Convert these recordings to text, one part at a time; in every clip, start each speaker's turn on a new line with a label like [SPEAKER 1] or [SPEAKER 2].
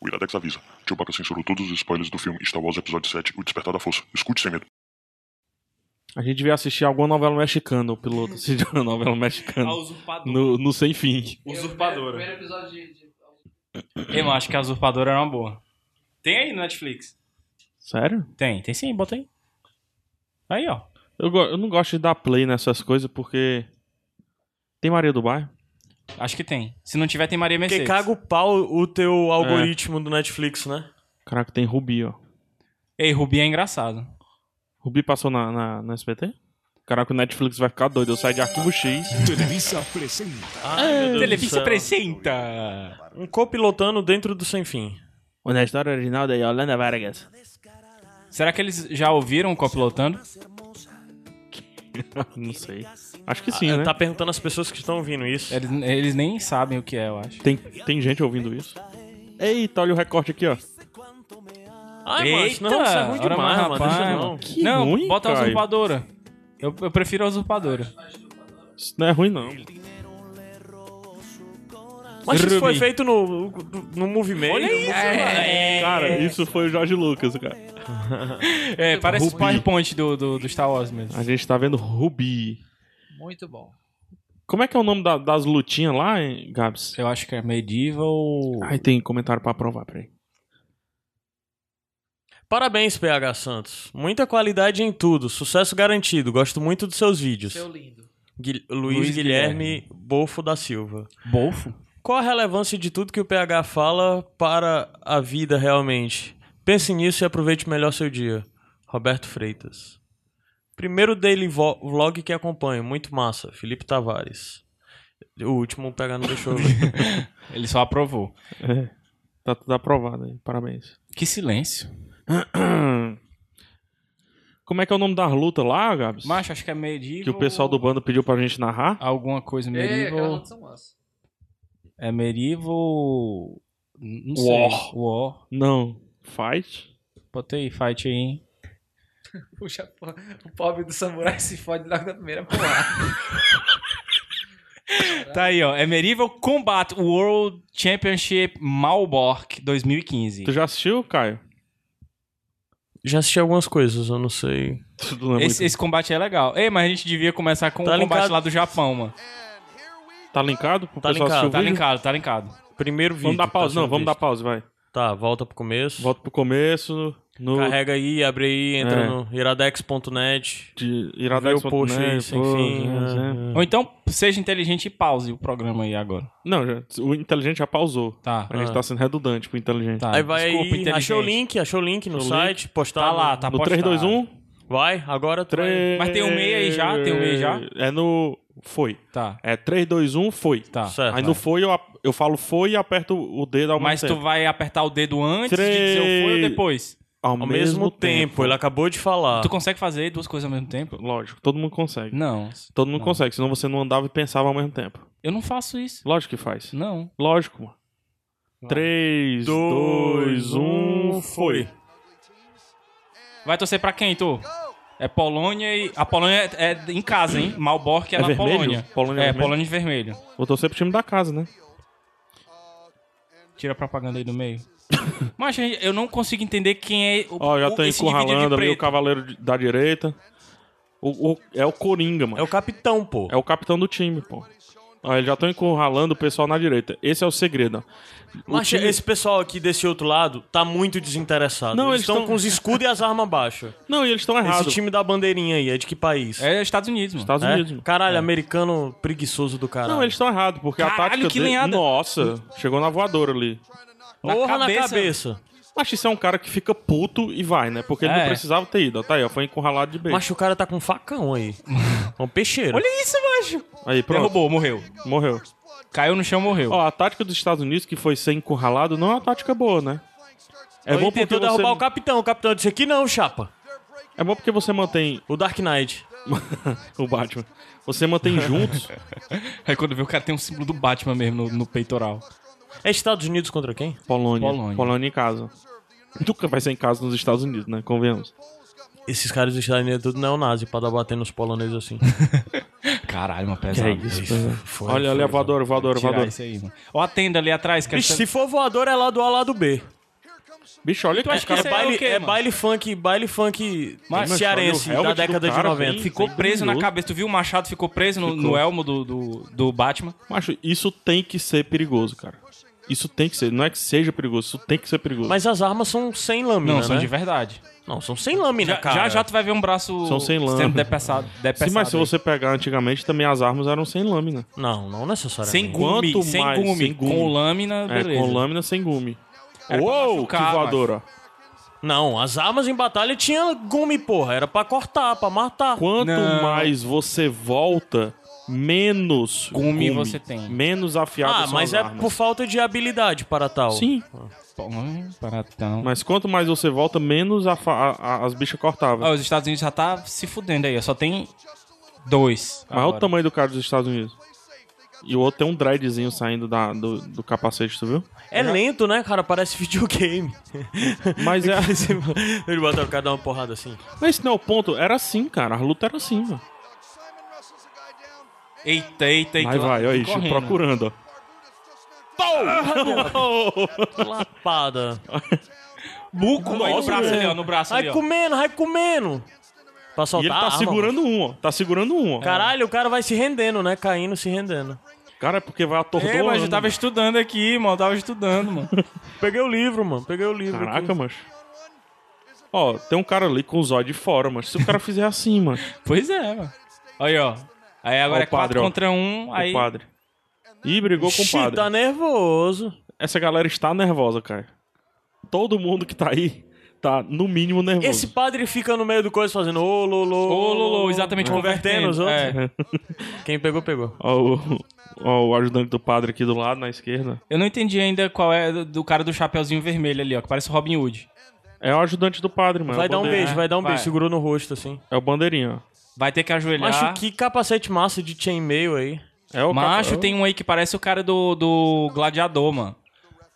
[SPEAKER 1] O Iradex avisa. Chewbacca censurou todos os spoilers do filme Star Wars Episódio 7, O Despertar da Força. Escute sem medo.
[SPEAKER 2] A gente devia assistir alguma novela mexicana, o piloto assistiu uma novela mexicana.
[SPEAKER 3] A usurpadora.
[SPEAKER 2] No, no Sem Fim.
[SPEAKER 3] Usurpadora.
[SPEAKER 4] Primeiro episódio de. de-
[SPEAKER 3] Eu acho que a usurpadora era uma boa. Tem aí no Netflix.
[SPEAKER 2] Sério?
[SPEAKER 3] Tem, tem sim, bota aí. Aí, ó.
[SPEAKER 2] Eu, go- eu não gosto de dar play nessas coisas porque. Tem Maria do Bairro?
[SPEAKER 3] Acho que tem. Se não tiver, tem Maria
[SPEAKER 5] Porque
[SPEAKER 3] Mercedes.
[SPEAKER 5] caga o pau o teu
[SPEAKER 3] É.
[SPEAKER 5] algoritmo do Netflix, né?
[SPEAKER 2] Caraca, tem Rubi, ó.
[SPEAKER 3] Ei, Rubi é engraçado.
[SPEAKER 2] Rubi passou na, na, na SBT? Caraca, o Netflix vai ficar doido. Eu saio de arquivo X.
[SPEAKER 6] Televisa apresenta.
[SPEAKER 3] Televisa
[SPEAKER 5] apresenta.
[SPEAKER 3] apresenta.
[SPEAKER 5] Um copilotando dentro do sem fim.
[SPEAKER 2] Onde a história original da Yolanda Vargas.
[SPEAKER 3] Será que eles já ouviram o Copilotando?
[SPEAKER 2] não sei. Acho que sim, né?
[SPEAKER 5] Tá perguntando às pessoas que estão ouvindo isso.
[SPEAKER 3] Eles, eles nem sabem o que é, eu acho.
[SPEAKER 2] Tem, tem gente ouvindo isso. Eita, olha o recorte aqui, ó.
[SPEAKER 5] Ai, mas não, isso é ruim
[SPEAKER 3] ora
[SPEAKER 5] demais,
[SPEAKER 3] mais,
[SPEAKER 5] mano.
[SPEAKER 3] rapaz,
[SPEAKER 5] Deixa não.
[SPEAKER 3] mano.
[SPEAKER 2] Que
[SPEAKER 3] não,
[SPEAKER 2] ruim,
[SPEAKER 3] bota a
[SPEAKER 2] Caio.
[SPEAKER 3] usurpadora. Eu, eu prefiro a usurpadora.
[SPEAKER 2] Isso não é ruim, não.
[SPEAKER 5] Mas isso foi
[SPEAKER 3] Rubi.
[SPEAKER 5] feito no, no Movie Maker.
[SPEAKER 3] Olha aí, é,
[SPEAKER 2] Cara, isso foi o Jorge Lucas, cara.
[SPEAKER 3] é, parece o PowerPoint do, do, do Star Wars mesmo.
[SPEAKER 2] A gente tá vendo Rubi.
[SPEAKER 4] Muito bom.
[SPEAKER 2] Como é que é o nome da- das lutinhas lá, hein, Gabs?
[SPEAKER 3] Eu acho que é medieval.
[SPEAKER 2] Ai, tem comentário pra aprovar, peraí.
[SPEAKER 5] Parabéns, PH Santos. Muita qualidade em tudo. Sucesso garantido. Gosto muito dos seus vídeos.
[SPEAKER 4] Seu lindo.
[SPEAKER 5] Gui- Luiz,
[SPEAKER 3] Luiz
[SPEAKER 5] Guilherme, Bolfo da Silva.
[SPEAKER 3] Bolfo?
[SPEAKER 5] Qual a relevância de tudo que o PH fala para a vida realmente? Pense nisso e aproveite melhor seu dia. Roberto Freitas. Primeiro daily vo- vlog que acompanho. Muito massa. Felipe Tavares. O último o PH não deixou. né? eu ler.
[SPEAKER 3] Ele só aprovou.
[SPEAKER 2] É. Tá tudo aprovado aí, parabéns.
[SPEAKER 3] Que silêncio.
[SPEAKER 2] Como é que é o nome das lutas lá, Gabs?
[SPEAKER 3] Macho, acho que é medieval.
[SPEAKER 2] Que o pessoal do bando pediu pra gente narrar?
[SPEAKER 3] Alguma coisa
[SPEAKER 4] É, aquelas
[SPEAKER 3] medieval.
[SPEAKER 4] outras são massas.
[SPEAKER 3] É medieval. Não
[SPEAKER 2] War.
[SPEAKER 3] sei. War.
[SPEAKER 2] Não. Fight?
[SPEAKER 3] Bota aí, fight aí, hein?
[SPEAKER 4] Puxa, pô, o pobre do samurai se fode logo na primeira porrada.
[SPEAKER 3] Tá aí, ó. É medieval Combat World Championship Malbork 2015.
[SPEAKER 2] Tu já assistiu, Caio?
[SPEAKER 5] Já assisti algumas coisas, eu não sei.
[SPEAKER 2] Tu não é
[SPEAKER 3] Esse,
[SPEAKER 2] muito-
[SPEAKER 3] esse combate é legal. Ei, mas a gente devia começar com
[SPEAKER 5] Tá
[SPEAKER 3] o combate
[SPEAKER 5] linkado.
[SPEAKER 3] lá do Japão, mano.
[SPEAKER 2] Tá linkado pro
[SPEAKER 5] Tá
[SPEAKER 2] pessoal
[SPEAKER 5] linkado,
[SPEAKER 2] assistir o
[SPEAKER 3] Tá
[SPEAKER 2] vídeo?
[SPEAKER 3] linkado, tá linkado.
[SPEAKER 5] Primeiro vídeo.
[SPEAKER 2] Vamos dar
[SPEAKER 5] que tá
[SPEAKER 2] pausa,
[SPEAKER 5] sendo
[SPEAKER 2] não, vamos
[SPEAKER 5] visto.
[SPEAKER 2] dar pausa, vai.
[SPEAKER 5] Tá, volta pro começo.
[SPEAKER 2] Volta pro começo, no
[SPEAKER 5] Carrega aí, abre aí, entra
[SPEAKER 2] É.
[SPEAKER 5] no iradex.net.
[SPEAKER 2] de
[SPEAKER 5] Vê o
[SPEAKER 2] iradex.net,
[SPEAKER 5] post aí, sem
[SPEAKER 2] pô, é,
[SPEAKER 5] fim.
[SPEAKER 2] é.
[SPEAKER 5] né?
[SPEAKER 3] Ou então, seja inteligente e pause o programa aí agora.
[SPEAKER 2] Não, já- o inteligente já pausou.
[SPEAKER 3] Tá.
[SPEAKER 2] A gente
[SPEAKER 5] Ah.
[SPEAKER 2] tá sendo redundante pro inteligente.
[SPEAKER 3] tá.
[SPEAKER 5] Aí vai
[SPEAKER 3] Desculpa,
[SPEAKER 5] aí,
[SPEAKER 3] inteligente.
[SPEAKER 5] achou o link, achou o link no
[SPEAKER 2] Ah, Achou o
[SPEAKER 5] site, postar.
[SPEAKER 3] Tá lá,
[SPEAKER 5] no- um?
[SPEAKER 3] tá
[SPEAKER 2] No um?
[SPEAKER 3] postado.
[SPEAKER 2] 3, 2, 1,
[SPEAKER 5] Vai, agora tu vai.
[SPEAKER 2] 3...
[SPEAKER 3] Mas tem um meia aí já? Tem um meia já?
[SPEAKER 2] É no... Foi.
[SPEAKER 3] Tá,
[SPEAKER 2] É 3, 2, 1, foi.
[SPEAKER 3] tá.
[SPEAKER 5] Certo.
[SPEAKER 2] Aí no foi eu, ap- eu falo foi e aperto o dedo ao
[SPEAKER 3] Mas
[SPEAKER 2] mesmo
[SPEAKER 3] tu
[SPEAKER 2] tempo.
[SPEAKER 3] vai apertar o dedo antes de dizer eu fui ou
[SPEAKER 2] Três.
[SPEAKER 3] depois?
[SPEAKER 2] Ao
[SPEAKER 5] Ao mesmo, tempo, ele acabou de falar.
[SPEAKER 3] Tu consegue fazer duas coisas ao mesmo tempo?
[SPEAKER 2] Lógico, todo mundo consegue.
[SPEAKER 3] Não.
[SPEAKER 2] Todo mundo
[SPEAKER 3] Não.
[SPEAKER 2] consegue, senão você não andava e pensava ao mesmo tempo.
[SPEAKER 3] Eu não faço isso.
[SPEAKER 2] Lógico que faz.
[SPEAKER 3] Não.
[SPEAKER 2] Lógico, mano. 3, 2, 1, foi.
[SPEAKER 3] Vai torcer pra quem, tu? É Polônia e. A Polônia é é em casa, hein? Malbork é,
[SPEAKER 2] É
[SPEAKER 3] na
[SPEAKER 2] vermelho?
[SPEAKER 3] Polônia.
[SPEAKER 2] Polônia é
[SPEAKER 3] é,
[SPEAKER 2] vermelho?
[SPEAKER 3] Polônia de vermelho.
[SPEAKER 2] Vou torcer pro time da casa, né?
[SPEAKER 3] Tira a propaganda aí do meio. Mas gente, eu não consigo entender quem é o.
[SPEAKER 2] Ó, já
[SPEAKER 3] o-
[SPEAKER 2] tá
[SPEAKER 3] esse indivíduo de
[SPEAKER 2] encurralando ali o
[SPEAKER 3] preto.
[SPEAKER 2] cavaleiro de- da direita. O, o- é o Coringa, mano.
[SPEAKER 5] É o capitão, pô.
[SPEAKER 2] É o capitão do time, pô. Ó, eles já estão encurralando o pessoal na direita. Esse é o segredo. ó.
[SPEAKER 5] Mas esse pessoal aqui desse outro lado tá muito desinteressado.
[SPEAKER 2] Não,
[SPEAKER 5] eles
[SPEAKER 2] eles
[SPEAKER 5] estão
[SPEAKER 2] tão-
[SPEAKER 5] com os escudos e as armas baixas.
[SPEAKER 2] Não, e eles estão
[SPEAKER 5] Esse
[SPEAKER 2] errados.
[SPEAKER 5] time da bandeirinha aí é de que país?
[SPEAKER 3] É Estados Unidos, mano.
[SPEAKER 2] Estados
[SPEAKER 5] É?
[SPEAKER 2] Unidos. mano.
[SPEAKER 5] Caralho, americano preguiçoso do caralho.
[SPEAKER 2] Não, eles estão errados, porque a
[SPEAKER 3] Caralho,
[SPEAKER 2] tática
[SPEAKER 3] que
[SPEAKER 2] dele-
[SPEAKER 3] lenhada.
[SPEAKER 2] Nossa, chegou na voadora ali.
[SPEAKER 3] na
[SPEAKER 5] Porra na
[SPEAKER 3] cabeça.
[SPEAKER 5] cabeça.
[SPEAKER 2] Acho que isso é um cara que fica puto e vai, né? Porque ele
[SPEAKER 3] É.
[SPEAKER 2] não precisava ter ido. ó. Tá aí, ó, foi encurralado de beijo.
[SPEAKER 5] Macho, o cara tá com um facão aí. É um peixeiro.
[SPEAKER 3] Olha isso, macho.
[SPEAKER 2] Aí, pronto.
[SPEAKER 3] Derrubou, morreu.
[SPEAKER 2] Morreu.
[SPEAKER 3] Caiu no chão, morreu.
[SPEAKER 2] Ó, a tática dos Estados Unidos, que foi ser encurralado, não é uma tática boa, né? É
[SPEAKER 5] Ele
[SPEAKER 2] bom, porque
[SPEAKER 5] tentou
[SPEAKER 2] você...
[SPEAKER 5] derrubar o capitão. O capitão disse aqui não, chapa.
[SPEAKER 2] é bom porque você mantém
[SPEAKER 5] O Dark Knight.
[SPEAKER 2] o Batman. Você mantém juntos.
[SPEAKER 3] Aí quando vê o cara tem um símbolo do Batman mesmo no, no peitoral.
[SPEAKER 5] É Estados Unidos contra quem?
[SPEAKER 2] Polônia.
[SPEAKER 3] Polônia.
[SPEAKER 2] Polônia. em casa. Nunca vai ser em casa nos Estados Unidos, né? Convenhamos.
[SPEAKER 5] Esses caras dos Estados Unidos é tudo neonazi pra dar bater nos poloneses assim.
[SPEAKER 3] Caralho, uma
[SPEAKER 2] Que
[SPEAKER 3] pesada.
[SPEAKER 2] é isso,
[SPEAKER 3] bicho.
[SPEAKER 2] pesado. Olha ali, voadora, voadora,
[SPEAKER 3] Tirar
[SPEAKER 2] voadora.
[SPEAKER 3] isso aí, mano. Ó a tenda ali atrás, cara.
[SPEAKER 5] Bicho, se for voador, é lado A, lado B.
[SPEAKER 2] Bicho, olha
[SPEAKER 3] Tu
[SPEAKER 2] que
[SPEAKER 3] acha
[SPEAKER 2] os
[SPEAKER 3] que
[SPEAKER 2] caras
[SPEAKER 3] isso
[SPEAKER 5] É baile,
[SPEAKER 3] o quê,
[SPEAKER 5] é
[SPEAKER 3] mano?
[SPEAKER 5] baile funk, baile funk
[SPEAKER 2] Mas, mas
[SPEAKER 5] cearense
[SPEAKER 2] olha o
[SPEAKER 5] da
[SPEAKER 2] helmet do
[SPEAKER 5] década de
[SPEAKER 2] cara,
[SPEAKER 5] 90.
[SPEAKER 2] velho.
[SPEAKER 3] Ficou
[SPEAKER 2] Sim,
[SPEAKER 3] preso na
[SPEAKER 2] brilhoso.
[SPEAKER 3] cabeça. Tu viu o machado ficou preso no, no elmo do, do, do Batman?
[SPEAKER 2] Macho, isso tem que ser perigoso, cara. Isso tem que ser. Não é que seja perigoso, isso tem que ser perigoso.
[SPEAKER 5] Mas as armas são sem lâmina,
[SPEAKER 3] Não,
[SPEAKER 5] né?
[SPEAKER 3] são de verdade.
[SPEAKER 5] Não, são sem lâmina,
[SPEAKER 3] Já,
[SPEAKER 5] cara.
[SPEAKER 3] já já tu vai ver um braço
[SPEAKER 2] São sem lã.
[SPEAKER 3] sendo depeçado.
[SPEAKER 2] Sim,
[SPEAKER 3] depeçado
[SPEAKER 2] mas se
[SPEAKER 3] aí.
[SPEAKER 2] você pegar antigamente, também as armas eram sem lâmina.
[SPEAKER 5] Não, não necessariamente.
[SPEAKER 3] Sem gume,
[SPEAKER 2] Quanto
[SPEAKER 3] sem
[SPEAKER 2] mais
[SPEAKER 3] gume,
[SPEAKER 2] sem gume.
[SPEAKER 3] com lâmina,
[SPEAKER 2] É,
[SPEAKER 3] beleza.
[SPEAKER 2] com lâmina, sem gume.
[SPEAKER 3] Era pra
[SPEAKER 2] Uou, que
[SPEAKER 3] machucar,
[SPEAKER 2] voadora.
[SPEAKER 5] Não, as armas em batalha tinha gume, porra. Era pra cortar, pra matar. Ah,
[SPEAKER 2] Quanto
[SPEAKER 3] Não.
[SPEAKER 2] mais você volta, menos
[SPEAKER 3] Gume você tem.
[SPEAKER 2] Menos afiado
[SPEAKER 5] Ah,
[SPEAKER 2] são
[SPEAKER 5] mas
[SPEAKER 2] as
[SPEAKER 5] é
[SPEAKER 2] armas.
[SPEAKER 5] por falta de habilidade para tal.
[SPEAKER 2] Sim,
[SPEAKER 3] Pô, hum, Paratão.
[SPEAKER 2] mas quanto mais você volta, menos a fa- a- a- as bichas cortavam.
[SPEAKER 3] Ó, os Estados Unidos já tá se fudendo aí. ó, Só tem dois.
[SPEAKER 2] mas olha o
[SPEAKER 3] agora.
[SPEAKER 2] tamanho do cara dos Estados Unidos. E o outro tem um dreadzinho saindo da- do, do capacete, tu viu?
[SPEAKER 5] É lento, né, cara? Parece videogame.
[SPEAKER 2] Mas é.
[SPEAKER 5] Ele bota o cara dá uma porrada assim.
[SPEAKER 2] Mas esse não é o ponto. Era assim, cara. A luta era assim, mano.
[SPEAKER 3] Eita, eita, eita.
[SPEAKER 2] Aí vai, olha isso,
[SPEAKER 3] Correndo.
[SPEAKER 2] procurando, ó.
[SPEAKER 5] Lapada.
[SPEAKER 3] Buco, aí no
[SPEAKER 5] Nossa,
[SPEAKER 3] Tá braço
[SPEAKER 5] velho.
[SPEAKER 3] ali, ó. No braço
[SPEAKER 5] Vai
[SPEAKER 3] ali, ó.
[SPEAKER 5] comendo, vai comendo.
[SPEAKER 2] E
[SPEAKER 5] Pra
[SPEAKER 2] ele
[SPEAKER 5] soltar a
[SPEAKER 2] tá
[SPEAKER 5] arma,
[SPEAKER 2] segurando um, ó. Tá segurando um, ó.
[SPEAKER 5] mano. Caralho, o cara vai se rendendo, né? Caindo, se rendendo.
[SPEAKER 2] Cara, é porque vai atordoando.
[SPEAKER 3] É, mas eu tava estudando aqui, mano. Tava estudando, mano.
[SPEAKER 5] Peguei o livro, mano. Peguei o livro.
[SPEAKER 2] Caraca, mancho. Ó, tem um cara ali com o zóio de fora, mano. Se o cara fizer assim, mano,
[SPEAKER 3] pois é, mano. Aí, ó. Aí
[SPEAKER 2] Ó,
[SPEAKER 3] agora
[SPEAKER 2] o
[SPEAKER 3] é 4
[SPEAKER 2] padre, ó.
[SPEAKER 3] contra 1. Aí...
[SPEAKER 2] o padre. Ih, brigou com o
[SPEAKER 5] Xi,
[SPEAKER 2] padre.
[SPEAKER 5] tá nervoso.
[SPEAKER 2] Essa galera está nervosa, cara. Todo mundo que tá aí tá, no mínimo, nervoso.
[SPEAKER 5] Esse padre fica no meio do coisa fazendo ô, lolô.
[SPEAKER 3] Ô, Lolo, exatamente,
[SPEAKER 2] Uhum.
[SPEAKER 5] Convertendo os outros.
[SPEAKER 3] É.
[SPEAKER 5] Quem pegou, pegou.
[SPEAKER 2] Ó, o, ó, o ajudante do padre aqui do lado, na esquerda.
[SPEAKER 3] Eu não entendi ainda qual é do- do cara do chapeuzinho vermelho ali, ó. Que parece o Robin Hood.
[SPEAKER 2] É o ajudante do padre, mano.
[SPEAKER 5] Vai
[SPEAKER 2] É o
[SPEAKER 5] dar um
[SPEAKER 2] bandeirinha.
[SPEAKER 5] beijo, vai dar um
[SPEAKER 3] vai.
[SPEAKER 5] beijo. Segurou no rosto, assim.
[SPEAKER 2] É o bandeirinho, ó.
[SPEAKER 3] Vai ter que ajoelhar.
[SPEAKER 5] Macho, que capacete massa de chainmail aí.
[SPEAKER 2] É o
[SPEAKER 3] Macho,
[SPEAKER 2] capa-
[SPEAKER 3] tem um aí que parece o cara do, do Gladiador, mano.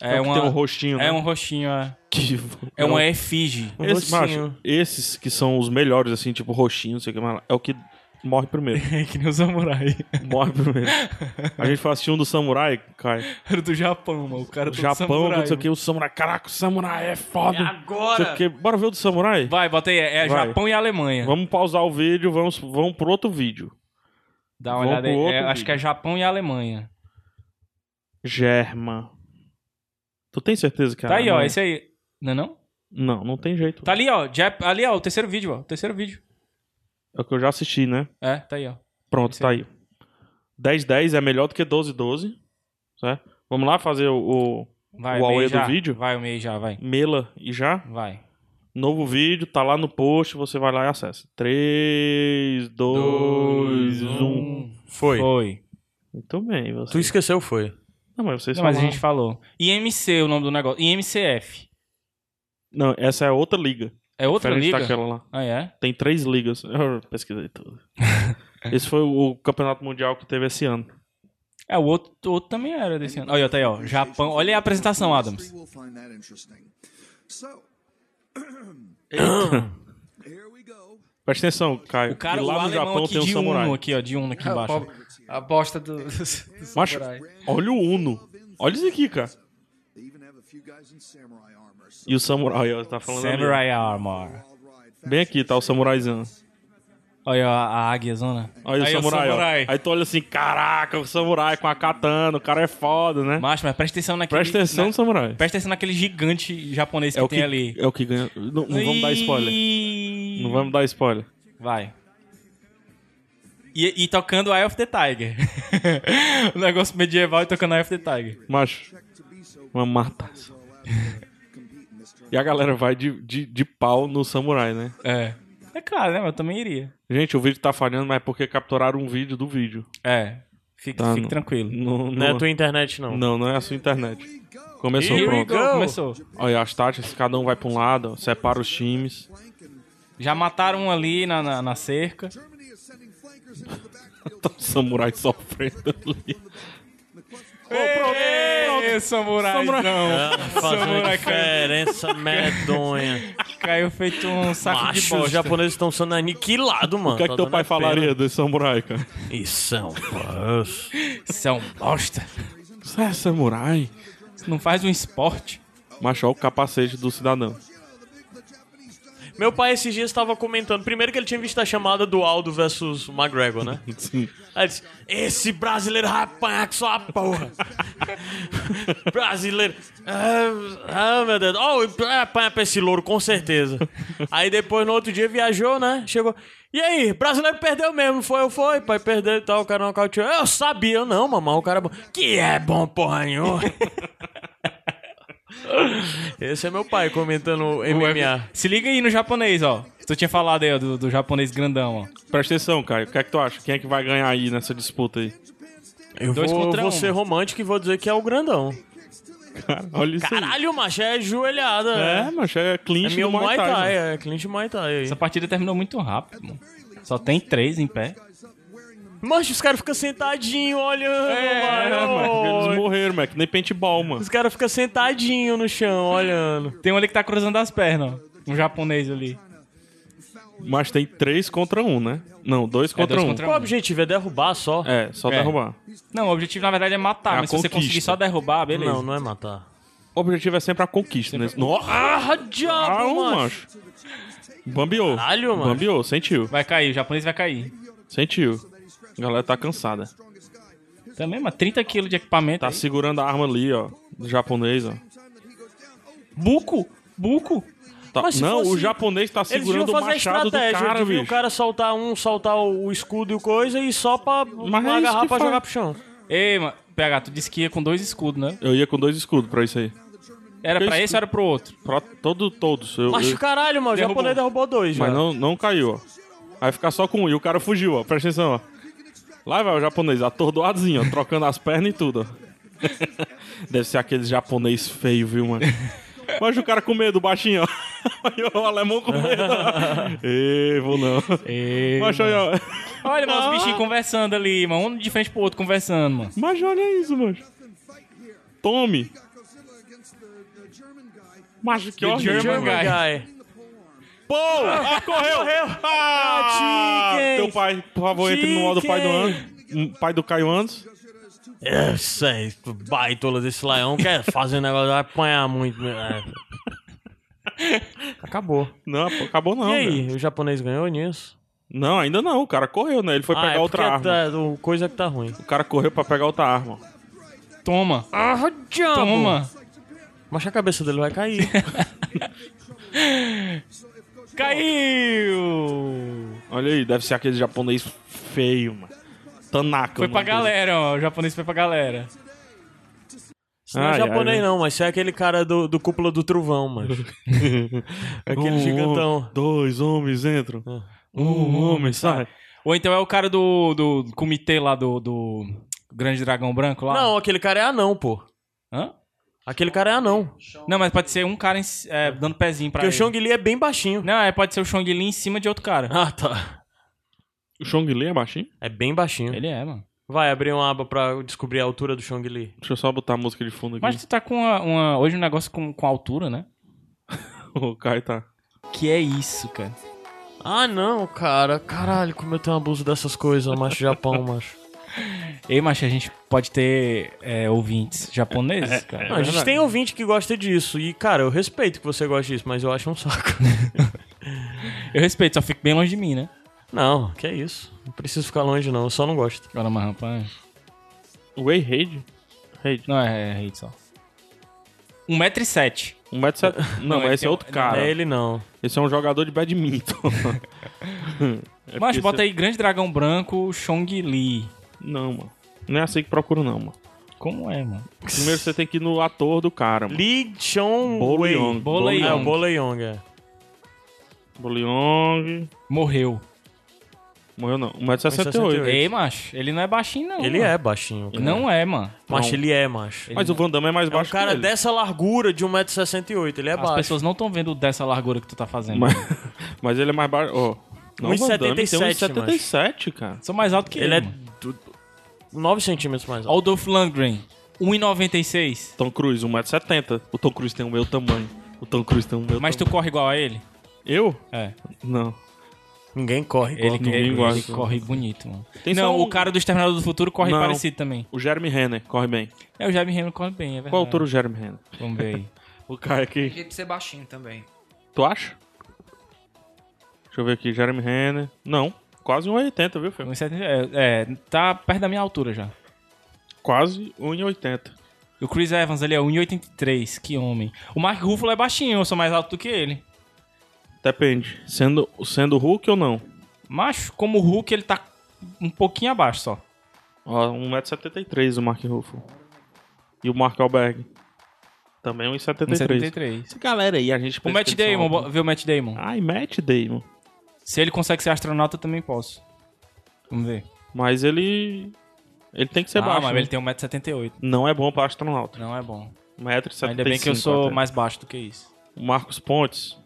[SPEAKER 2] É, o que
[SPEAKER 3] uma-
[SPEAKER 2] tem um rostinho, né?
[SPEAKER 3] É um rostinho, é.
[SPEAKER 2] Que-
[SPEAKER 3] É uma efígie.
[SPEAKER 5] Um
[SPEAKER 2] Esse,
[SPEAKER 5] rostinho.
[SPEAKER 2] macho, esses que são os melhores, assim, tipo roxinho, não sei o que, mas é o que morre primeiro.
[SPEAKER 3] É que nem o samurai.
[SPEAKER 2] Morre primeiro. A gente faz um do samurai, cara.
[SPEAKER 3] Era do Japão, mano. O cara
[SPEAKER 2] O
[SPEAKER 3] do
[SPEAKER 2] Japão,
[SPEAKER 3] é samurai, né?
[SPEAKER 2] não sei o que, o samurai. Caraca, o samurai é foda.
[SPEAKER 5] É agora.
[SPEAKER 2] Não sei o quê. Bora ver o do samurai?
[SPEAKER 3] Vai, bota aí. É é
[SPEAKER 2] Vai.
[SPEAKER 3] Japão e Alemanha.
[SPEAKER 2] Vamos pausar o vídeo, vamos, vamos pro outro vídeo.
[SPEAKER 3] Dá uma
[SPEAKER 2] vamos
[SPEAKER 3] olhada aí.
[SPEAKER 2] pro outro
[SPEAKER 3] É, acho
[SPEAKER 2] vídeo.
[SPEAKER 3] que é Japão e Alemanha.
[SPEAKER 2] Germa. Tu tem certeza que é
[SPEAKER 3] Tá aí, ó.
[SPEAKER 2] Alemanha?
[SPEAKER 3] Esse aí. Não é não?
[SPEAKER 2] Não, não tem jeito.
[SPEAKER 3] Tá ali, ó. Jap... Ali, ó. O terceiro vídeo, ó. O terceiro vídeo.
[SPEAKER 2] É o que eu já assisti, né?
[SPEAKER 3] É, tá aí, ó.
[SPEAKER 2] Pronto,
[SPEAKER 3] Esse
[SPEAKER 2] tá aí. 10-10 é melhor do que 12-12. Certo? Vamos lá fazer o, o
[SPEAKER 3] Vai,
[SPEAKER 2] O
[SPEAKER 3] meio
[SPEAKER 2] Aue do
[SPEAKER 3] já.
[SPEAKER 2] vídeo?
[SPEAKER 3] Vai, o meio já, vai.
[SPEAKER 2] Mela e já.
[SPEAKER 3] Vai.
[SPEAKER 2] Novo vídeo, tá lá no post, você vai lá e acessa. 3, 2, 1.
[SPEAKER 5] Foi.
[SPEAKER 3] Foi.
[SPEAKER 2] Muito bem, você.
[SPEAKER 5] Tu esqueceu, foi.
[SPEAKER 2] Não, mas vocês
[SPEAKER 3] Não, mas a
[SPEAKER 2] falaram.
[SPEAKER 3] gente falou. IMC, é o nome do negócio. IMCF.
[SPEAKER 2] Não, essa é outra liga.
[SPEAKER 3] É outra
[SPEAKER 2] Diferente
[SPEAKER 3] liga?
[SPEAKER 2] daquela lá.
[SPEAKER 3] Ah, é?
[SPEAKER 2] Tem três ligas. Eu pesquisei tudo. Esse foi o campeonato mundial que teve esse ano.
[SPEAKER 3] É, o outro, o outro também era desse ano. Olha, tá aí, ó. Japão. Olha aí a apresentação, Adams.
[SPEAKER 2] Presta atenção, Caio.
[SPEAKER 3] O cara
[SPEAKER 2] e
[SPEAKER 3] o
[SPEAKER 2] lá no
[SPEAKER 3] alemão
[SPEAKER 2] Japão
[SPEAKER 3] aqui
[SPEAKER 2] tem um
[SPEAKER 3] de
[SPEAKER 2] samurai. É,
[SPEAKER 3] Uno aqui, ó. De Uno aqui
[SPEAKER 4] A,
[SPEAKER 3] embaixo.
[SPEAKER 4] bo- a bosta do, do, do
[SPEAKER 2] Macho,
[SPEAKER 4] samurai.
[SPEAKER 2] olha o Uno. Olha isso aqui, cara. E o samurai, ó, tá falando ali, ó.
[SPEAKER 3] Samurai Armor.
[SPEAKER 2] Bem aqui, tá o samuraizão.
[SPEAKER 3] Olha a, a águia zona.
[SPEAKER 2] Olha
[SPEAKER 3] Aí
[SPEAKER 2] o samurai,
[SPEAKER 3] samurai.
[SPEAKER 2] ó. Aí tu olha assim, caraca, o samurai com a katana, o cara é foda, né?
[SPEAKER 3] Macho, mas presta atenção naquele...
[SPEAKER 2] Presta atenção
[SPEAKER 3] na-
[SPEAKER 2] no samurai.
[SPEAKER 3] presta atenção naquele gigante japonês que
[SPEAKER 2] É o que,
[SPEAKER 3] tem ali.
[SPEAKER 2] é o que ganha. Não, não vamos dar spoiler.
[SPEAKER 3] spoiler.
[SPEAKER 2] Não vamos dar spoiler.
[SPEAKER 3] Vai. E, e tocando Eye of the Tiger. o negócio medieval e tocando Eye of the Tiger.
[SPEAKER 2] Macho, uma mataça. E a galera vai de, de, de pau no samurai, né?
[SPEAKER 3] É. É claro, né? Mas eu também iria.
[SPEAKER 2] Gente, o vídeo tá falhando, mas é porque capturaram um vídeo do vídeo.
[SPEAKER 3] É. Fique,
[SPEAKER 2] Tá,
[SPEAKER 3] fique
[SPEAKER 2] não-
[SPEAKER 3] tranquilo.
[SPEAKER 2] Não,
[SPEAKER 5] Não é
[SPEAKER 2] não,
[SPEAKER 5] a tua internet, não.
[SPEAKER 2] não, não é a sua internet. Começou,
[SPEAKER 3] Here we
[SPEAKER 2] pronto.
[SPEAKER 3] go. Começou.
[SPEAKER 2] Olha, as táticas, cada um vai pra um lado, ó, separa os times.
[SPEAKER 3] Já mataram um ali na, na, na cerca.
[SPEAKER 2] Tá o samurai sofrendo ali.
[SPEAKER 3] Ei, samurai,
[SPEAKER 2] Samurai.
[SPEAKER 3] não.
[SPEAKER 5] Ah, Fazendo diferença medonha.
[SPEAKER 3] Caiu feito um saco de
[SPEAKER 5] Macho,
[SPEAKER 3] bosta.
[SPEAKER 5] os japoneses estão sendo aniquilados, mano. Tá
[SPEAKER 2] O que é que teu pai falaria desse samurai, cara?
[SPEAKER 5] Isso é um passo.
[SPEAKER 3] São é um bosta.
[SPEAKER 2] Isso é samurai.
[SPEAKER 3] Não faz um esporte.
[SPEAKER 2] Macho, olha o capacete do cidadão.
[SPEAKER 5] Meu pai esses dias estava comentando. Primeiro que ele tinha visto a chamada do Aldo versus o McGregor, né?
[SPEAKER 2] Sim.
[SPEAKER 5] Aí disse, esse brasileiro vai apanhar que só a porra. brasileiro. Ah, ah, meu Deus. Oh, vai apanhar pra esse louro, com certeza. Aí depois, no outro dia, viajou, né? Chegou. E aí, brasileiro perdeu mesmo, foi ou foi? Pai perdeu e tal, o cara nocauteou. Eu sabia, eu não, mamãe, o cara é bom. Que é bom porra nenhuma. Esse é meu pai comentando MMA.
[SPEAKER 3] Se liga aí no japonês, ó. Tu tinha falado aí, ó, do, do japonês grandão, ó.
[SPEAKER 2] Presta atenção, Caio. O que é que tu acha? Quem é que vai ganhar aí nessa disputa aí?
[SPEAKER 5] Eu
[SPEAKER 3] Dois
[SPEAKER 5] vou,
[SPEAKER 3] contra
[SPEAKER 5] vou
[SPEAKER 3] um.
[SPEAKER 5] ser romântico e vou dizer que é o grandão.
[SPEAKER 2] Cara, olha isso aí.
[SPEAKER 5] Caralho, macho, é joelhada.
[SPEAKER 2] É, macho, é
[SPEAKER 5] É
[SPEAKER 2] clinch
[SPEAKER 5] meu
[SPEAKER 2] do Muay Thai. né?
[SPEAKER 5] é cliente Muay Thai aí.
[SPEAKER 3] Essa partida terminou muito rápido, mano. Só tem três em pé.
[SPEAKER 5] Mancha, os caras ficam sentadinhos olhando,
[SPEAKER 2] É,
[SPEAKER 5] mano.
[SPEAKER 2] mano, eles
[SPEAKER 5] Oi.
[SPEAKER 2] morreram, mano. Que nem paintball, mano.
[SPEAKER 5] Os caras ficam sentadinhos no chão olhando.
[SPEAKER 3] Tem um ali que tá cruzando as pernas, ó. Um japonês ali.
[SPEAKER 2] Mas tem três contra um, né? Não, dois contra
[SPEAKER 3] dois
[SPEAKER 2] um.
[SPEAKER 3] contra
[SPEAKER 5] Qual o objetivo? É derrubar só?
[SPEAKER 2] É, só
[SPEAKER 3] É.
[SPEAKER 2] derrubar.
[SPEAKER 3] Não, o objetivo na verdade é matar,
[SPEAKER 2] É a
[SPEAKER 3] mas se você conseguir
[SPEAKER 2] conquista.
[SPEAKER 3] só derrubar, beleza.
[SPEAKER 5] Não, não é matar.
[SPEAKER 2] O objetivo é sempre a conquista, né? Nossa,
[SPEAKER 5] Ah, diabo,
[SPEAKER 2] ah, um,
[SPEAKER 5] macho.
[SPEAKER 2] macho. Bambiou.
[SPEAKER 5] Caralho, macho.
[SPEAKER 2] Bambiou, sentiu.
[SPEAKER 3] Vai cair, o japonês vai cair.
[SPEAKER 2] Sentiu. A galera tá cansada.
[SPEAKER 3] Também, mas 30 quilos de equipamento.
[SPEAKER 2] Tá
[SPEAKER 3] aí.
[SPEAKER 2] segurando a arma ali, ó. Do japonês, ó.
[SPEAKER 3] Buco! Buco!
[SPEAKER 2] Tá-
[SPEAKER 5] Mas se
[SPEAKER 2] Não,
[SPEAKER 5] fosse-
[SPEAKER 2] o japonês tá
[SPEAKER 5] Eles
[SPEAKER 2] segurando
[SPEAKER 5] deviam
[SPEAKER 2] o
[SPEAKER 5] fazer a
[SPEAKER 2] machado do
[SPEAKER 5] estratégia.
[SPEAKER 2] cara,
[SPEAKER 5] devia o
[SPEAKER 2] bicho.
[SPEAKER 5] cara soltar um, soltar o o escudo e o coisa e só pra
[SPEAKER 2] Mas é
[SPEAKER 5] uma
[SPEAKER 2] isso
[SPEAKER 5] agarrar
[SPEAKER 2] que
[SPEAKER 5] pra
[SPEAKER 2] faz.
[SPEAKER 5] jogar pro chão.
[SPEAKER 3] Ei, mano. PH, tu disse que ia com dois escudos, né?
[SPEAKER 2] Eu ia com dois escudos pra isso aí.
[SPEAKER 3] Era
[SPEAKER 2] Que
[SPEAKER 3] pra
[SPEAKER 2] escudo?
[SPEAKER 3] esse ou era pro outro?
[SPEAKER 2] Pra todo, todos. Eu,
[SPEAKER 5] Macho,
[SPEAKER 2] eu-
[SPEAKER 5] caralho, mano. O
[SPEAKER 3] Derrubou.
[SPEAKER 5] japonês derrubou dois,
[SPEAKER 2] Mas
[SPEAKER 3] Tá.
[SPEAKER 5] já.
[SPEAKER 2] não, não caiu, ó. Aí ficar só com um. E o cara fugiu, ó. Presta atenção, ó. Lá vai o japonês, atordoadozinho, ó. Trocando as pernas e tudo, ó. Deve ser aquele japonês feio, viu, mano? Mas o cara com medo, baixinho, ó. Aí o alemão com medo, ó. Ei, vou não. Mas olha, ó.
[SPEAKER 3] Olha, mano, os bichinhos conversando ali, mano. Um de frente pro outro conversando, mano.
[SPEAKER 2] Mas olha isso, mano. Tome. Mas que ódio.
[SPEAKER 3] German
[SPEAKER 5] German guy.
[SPEAKER 2] Pô! Ah, correu! Ah,
[SPEAKER 5] Chickens.
[SPEAKER 2] Teu pai, por favor, entre no modo pai do
[SPEAKER 5] Chickens.
[SPEAKER 2] Andes. Pai do Caio Andes.
[SPEAKER 5] Eu É, sei, baitola desse leão quer fazer um negócio, vai apanhar muito. né? Acabou.
[SPEAKER 2] Não, pô, acabou não.
[SPEAKER 5] e aí,
[SPEAKER 2] velho.
[SPEAKER 5] o japonês ganhou nisso?
[SPEAKER 2] Não, ainda não. O cara correu, né? Ele foi pegar
[SPEAKER 5] é
[SPEAKER 2] outra
[SPEAKER 5] porque
[SPEAKER 2] arma.
[SPEAKER 5] tá- o coisa que tá ruim.
[SPEAKER 2] O cara correu pra pegar outra arma.
[SPEAKER 3] Toma,
[SPEAKER 5] Ah, diabo!
[SPEAKER 3] toma.
[SPEAKER 5] Mas a cabeça dele vai cair.
[SPEAKER 3] Caiu!
[SPEAKER 2] Olha aí, deve ser aquele japonês feio, mano. Tanaka.
[SPEAKER 3] Foi
[SPEAKER 2] o nome
[SPEAKER 3] pra
[SPEAKER 2] dele.
[SPEAKER 3] galera, ó. O japonês foi pra galera.
[SPEAKER 5] Isso não é
[SPEAKER 2] Ai, né?
[SPEAKER 5] japonês
[SPEAKER 2] ai,
[SPEAKER 5] não, mas isso é aquele cara do, do cúpula do trovão, mano. aquele
[SPEAKER 2] Um
[SPEAKER 5] gigantão.
[SPEAKER 2] homem, dois homens entram. Um homem sai.
[SPEAKER 3] Ou então é o cara do, do comitê lá do, do Grande Dragão Branco lá?
[SPEAKER 5] Não, aquele cara é anão, pô.
[SPEAKER 3] Hã?
[SPEAKER 5] Aquele cara é anão.
[SPEAKER 3] Não, mas pode ser um cara em ci- é, dando pezinho pra
[SPEAKER 5] Porque o
[SPEAKER 3] ele.
[SPEAKER 5] Chong Li é bem baixinho.
[SPEAKER 2] Né?
[SPEAKER 3] Não, é, pode ser o Chong Li em cima de outro cara.
[SPEAKER 5] Ah, tá.
[SPEAKER 2] O Chong Li é baixinho?
[SPEAKER 5] É bem baixinho.
[SPEAKER 3] Ele é, mano.
[SPEAKER 5] Vai abrir uma aba pra descobrir a altura do Chong Li.
[SPEAKER 2] Deixa eu só botar a música de fundo aqui.
[SPEAKER 3] Mas tu tá com uma, uma- hoje um negócio com, com altura, né?
[SPEAKER 2] O Caio tá.
[SPEAKER 3] Que é isso, cara.
[SPEAKER 5] Ah, não, cara. Caralho, como eu tenho abuso dessas coisas, macho Japão, macho.
[SPEAKER 3] Ei, macho, a gente pode ter é, ouvintes japoneses, cara.
[SPEAKER 5] Não, a gente tem ouvinte que gosta disso. E, cara, eu respeito que você goste disso, mas eu acho um saco.
[SPEAKER 3] Eu respeito, só fico bem longe de mim, né?
[SPEAKER 5] não, que é isso. Não preciso ficar longe, não. Eu só não gosto.
[SPEAKER 3] Agora, mas rapaz...
[SPEAKER 2] Way Raid? Raid.
[SPEAKER 3] Não, é, é hate só. 1,7m.
[SPEAKER 2] Um metro e sete- Não,
[SPEAKER 3] é
[SPEAKER 2] mas esse é
[SPEAKER 3] que é-
[SPEAKER 2] outro
[SPEAKER 3] não,
[SPEAKER 2] cara.
[SPEAKER 5] É ele, não.
[SPEAKER 2] Esse é um jogador de badminton. é
[SPEAKER 3] Mas
[SPEAKER 2] porque
[SPEAKER 3] bota
[SPEAKER 2] esse-
[SPEAKER 3] aí Grande Dragão Branco, Chong Li.
[SPEAKER 2] Não, mano. Não é assim que procuro, não, mano.
[SPEAKER 3] Como é, mano?
[SPEAKER 2] Primeiro você tem que ir no ator do cara, mano.
[SPEAKER 5] Lee Chong Wei.
[SPEAKER 2] Boleong.
[SPEAKER 3] Boleong.
[SPEAKER 5] É, o Boleong, é.
[SPEAKER 2] Boleong.
[SPEAKER 3] Morreu.
[SPEAKER 2] Morreu não. 1,68m.
[SPEAKER 5] Perfeito.
[SPEAKER 3] Ei, macho, ele não é baixinho, não.
[SPEAKER 5] Ele
[SPEAKER 3] mano.
[SPEAKER 5] é baixinho. Cara.
[SPEAKER 3] Não é, mano.
[SPEAKER 5] Macho,
[SPEAKER 2] Não.
[SPEAKER 5] ele é, macho.
[SPEAKER 2] Mas o Van Damme é mais
[SPEAKER 5] É um
[SPEAKER 2] baixo
[SPEAKER 5] cara
[SPEAKER 2] que ele.
[SPEAKER 5] dessa largura de 1,68m. Ele é
[SPEAKER 3] As
[SPEAKER 5] baixo.
[SPEAKER 3] pessoas não estão vendo dessa largura que tu tá fazendo.
[SPEAKER 2] Mas... mas ele é mais baixo. Ó. Não, o Van Damme tem
[SPEAKER 5] 1,77,
[SPEAKER 2] 1,77, cara.
[SPEAKER 3] Sou mais alto que
[SPEAKER 5] Ele
[SPEAKER 3] ele.
[SPEAKER 5] é
[SPEAKER 3] mano.
[SPEAKER 5] 9 centímetros mais alto.
[SPEAKER 3] Olha o Dolph Lundgren. 1,96.
[SPEAKER 2] Tom Cruise, 1,70m. O Tom Cruise tem o meu tamanho. O Tom Cruise tem um meu.
[SPEAKER 3] Mas tu corre igual a ele?
[SPEAKER 2] Eu?
[SPEAKER 3] É.
[SPEAKER 2] Não.
[SPEAKER 5] Ninguém corre igual. um
[SPEAKER 3] Ele,
[SPEAKER 2] Ninguém
[SPEAKER 3] ele- ele
[SPEAKER 2] gosta.
[SPEAKER 3] corre bonito, mano.
[SPEAKER 2] Tem só
[SPEAKER 3] não,
[SPEAKER 2] um-
[SPEAKER 3] o cara do Exterminador do Futuro corre
[SPEAKER 2] Não.
[SPEAKER 3] parecido também.
[SPEAKER 2] O Jeremy Renner corre bem.
[SPEAKER 3] É, o Jaime Reno corre bem, é verdade.
[SPEAKER 2] Qual autor o Jeremy Renner?
[SPEAKER 3] Vamos ver aí.
[SPEAKER 2] O cara aqui.
[SPEAKER 4] Jeito de ser baixinho também.
[SPEAKER 2] Tu acha? Deixa eu ver aqui. Jeremy Renner. Não. Quase 1,80, viu, filho?
[SPEAKER 3] 1,70, É, é, tá perto da minha altura já.
[SPEAKER 2] Quase 1,80.
[SPEAKER 3] E O Chris Evans ali é 1,83. Que homem. O Mark Ruffalo é baixinho, eu sou mais alto do que ele.
[SPEAKER 2] Depende. Sendo, sendo Hulk ou não?
[SPEAKER 3] Mas, como o Hulk, ele tá um pouquinho abaixo só.
[SPEAKER 2] Ó, 1,73m o Mark Ruffalo. E o Mark Alberg. Também 1,73m.
[SPEAKER 3] 1,73.
[SPEAKER 2] Essa galera aí, a gente...
[SPEAKER 3] O
[SPEAKER 2] pensa
[SPEAKER 3] Matt
[SPEAKER 2] que eles são
[SPEAKER 3] Damon,
[SPEAKER 2] altos.
[SPEAKER 3] bo- vê o Matt Damon.
[SPEAKER 2] Ai, Matt Damon.
[SPEAKER 3] Se ele consegue ser astronauta, eu também posso. Vamos ver.
[SPEAKER 2] Mas ele... Ele tem que ser
[SPEAKER 3] ah,
[SPEAKER 2] baixo.
[SPEAKER 3] mas
[SPEAKER 2] né?
[SPEAKER 3] ele tem 1,78m.
[SPEAKER 2] Não é bom pra astronauta.
[SPEAKER 3] Não é bom.
[SPEAKER 2] 1,75m.
[SPEAKER 3] Ainda bem que eu sou mais baixo do que isso.
[SPEAKER 2] Marcos Pontes.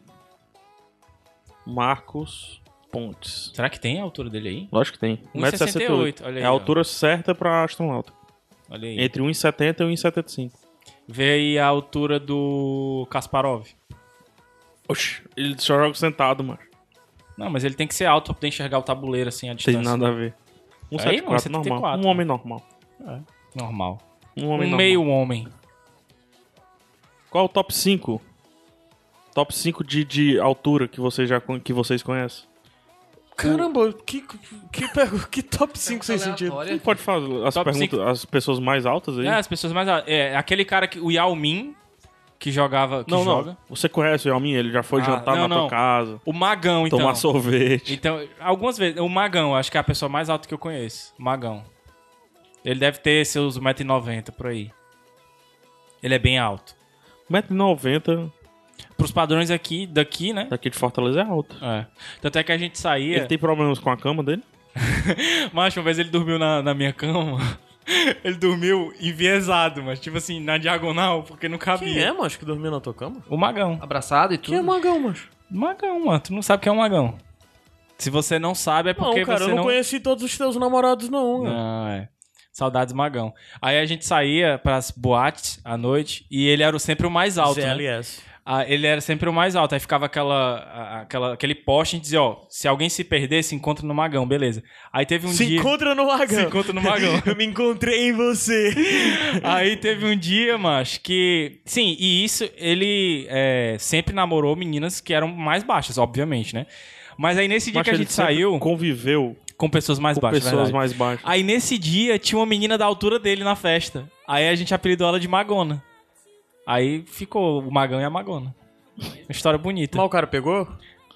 [SPEAKER 2] Marcos Pontes.
[SPEAKER 3] Será que tem a altura dele aí?
[SPEAKER 2] Lógico que tem.
[SPEAKER 3] 1,68,
[SPEAKER 2] 1,68m.
[SPEAKER 3] olha aí,
[SPEAKER 2] É a
[SPEAKER 3] ó.
[SPEAKER 2] altura certa pra astronauta.
[SPEAKER 3] Olha aí.
[SPEAKER 2] Entre 1,70 e 1,75.
[SPEAKER 3] Vê aí a altura do Kasparov.
[SPEAKER 2] Oxi, ele só joga sentado, mano.
[SPEAKER 3] Não, mas ele tem que ser alto pra poder enxergar o tabuleiro assim, a distância.
[SPEAKER 2] Tem nada a ver.
[SPEAKER 3] Aí, mano,
[SPEAKER 2] 1,74 normal.
[SPEAKER 3] 74.
[SPEAKER 2] Um homem normal.
[SPEAKER 3] Normal.
[SPEAKER 2] Um
[SPEAKER 3] Um
[SPEAKER 2] homem normal.
[SPEAKER 3] meio homem.
[SPEAKER 2] Qual o top 5? Top 5 de, de altura que vocês, já, con- que vocês conhecem?
[SPEAKER 5] Caramba, que, que, pergu- que top 5 sem sentido.
[SPEAKER 4] Aleatória.
[SPEAKER 2] Você pode falar as
[SPEAKER 3] Top
[SPEAKER 2] perguntas,
[SPEAKER 3] cinco.
[SPEAKER 2] as pessoas mais altas aí?
[SPEAKER 3] É, as pessoas mais. É, aquele cara que. O Yao Ming, que jogava. Que
[SPEAKER 2] não,
[SPEAKER 3] joga.
[SPEAKER 2] não. Você conhece o Yalmin? Ele já foi
[SPEAKER 3] Ah,
[SPEAKER 2] jantar na
[SPEAKER 3] não, não.
[SPEAKER 2] tua casa,
[SPEAKER 3] O Magão, então.
[SPEAKER 2] tomar sorvete.
[SPEAKER 3] Então, algumas vezes. O Magão, acho que é a pessoa mais alta que eu conheço. Magão. Ele deve ter seus 1,90m por aí. Ele é bem alto.
[SPEAKER 2] 1,90m
[SPEAKER 3] Pros padrões aqui, daqui, né?
[SPEAKER 2] daqui de Fortaleza é alto.
[SPEAKER 3] É. Tanto é que a gente
[SPEAKER 2] Ele
[SPEAKER 3] saía.
[SPEAKER 2] tem problemas com a cama dele?
[SPEAKER 3] Macho, uma vez ele dormiu na, na minha cama. Ele dormiu enviesado, mas tipo assim, na diagonal, porque não cabia.
[SPEAKER 5] Quem é, macho, que dormiu na tua cama?
[SPEAKER 3] O magão.
[SPEAKER 4] Abraçado e tudo.
[SPEAKER 5] Quem é magão, macho?
[SPEAKER 3] Magão, mano. Tu não sabe o que é um magão. Se você não sabe, é
[SPEAKER 5] Não,
[SPEAKER 3] porque
[SPEAKER 5] cara,
[SPEAKER 3] você
[SPEAKER 5] eu não conheci todos os teus namorados, não. cara.
[SPEAKER 3] Não, é. Saudades magão. Aí a gente saía pras boates à noite e ele era o- sempre o mais alto. né?
[SPEAKER 5] ZLS.
[SPEAKER 3] Ah, ele era sempre o mais alto. Aí ficava aquela, a- aquela, aquele poste e dizia, ó, se alguém se perder, se encontra no magão, beleza. Aí teve um
[SPEAKER 5] Se
[SPEAKER 3] dia.
[SPEAKER 5] encontra no magão.
[SPEAKER 3] Se encontra no magão.
[SPEAKER 5] eu me encontrei em você.
[SPEAKER 3] Aí teve um dia, mas que. Sim, e isso ele é, sempre namorou meninas que eram mais baixas, obviamente, né? Mas aí nesse dia
[SPEAKER 2] Macho,
[SPEAKER 3] que a
[SPEAKER 2] ele
[SPEAKER 3] gente
[SPEAKER 2] sempre
[SPEAKER 3] saiu com,
[SPEAKER 2] Conviveu
[SPEAKER 3] pessoas mais
[SPEAKER 2] com
[SPEAKER 3] baixas.
[SPEAKER 2] pessoas
[SPEAKER 3] verdade.
[SPEAKER 2] mais baixas.
[SPEAKER 3] Aí nesse dia tinha uma menina da altura dele na festa. Aí a gente apelidou ela de Magona. Aí ficou o Magão e a Magona. Uma história bonita.
[SPEAKER 5] Mas o cara pegou?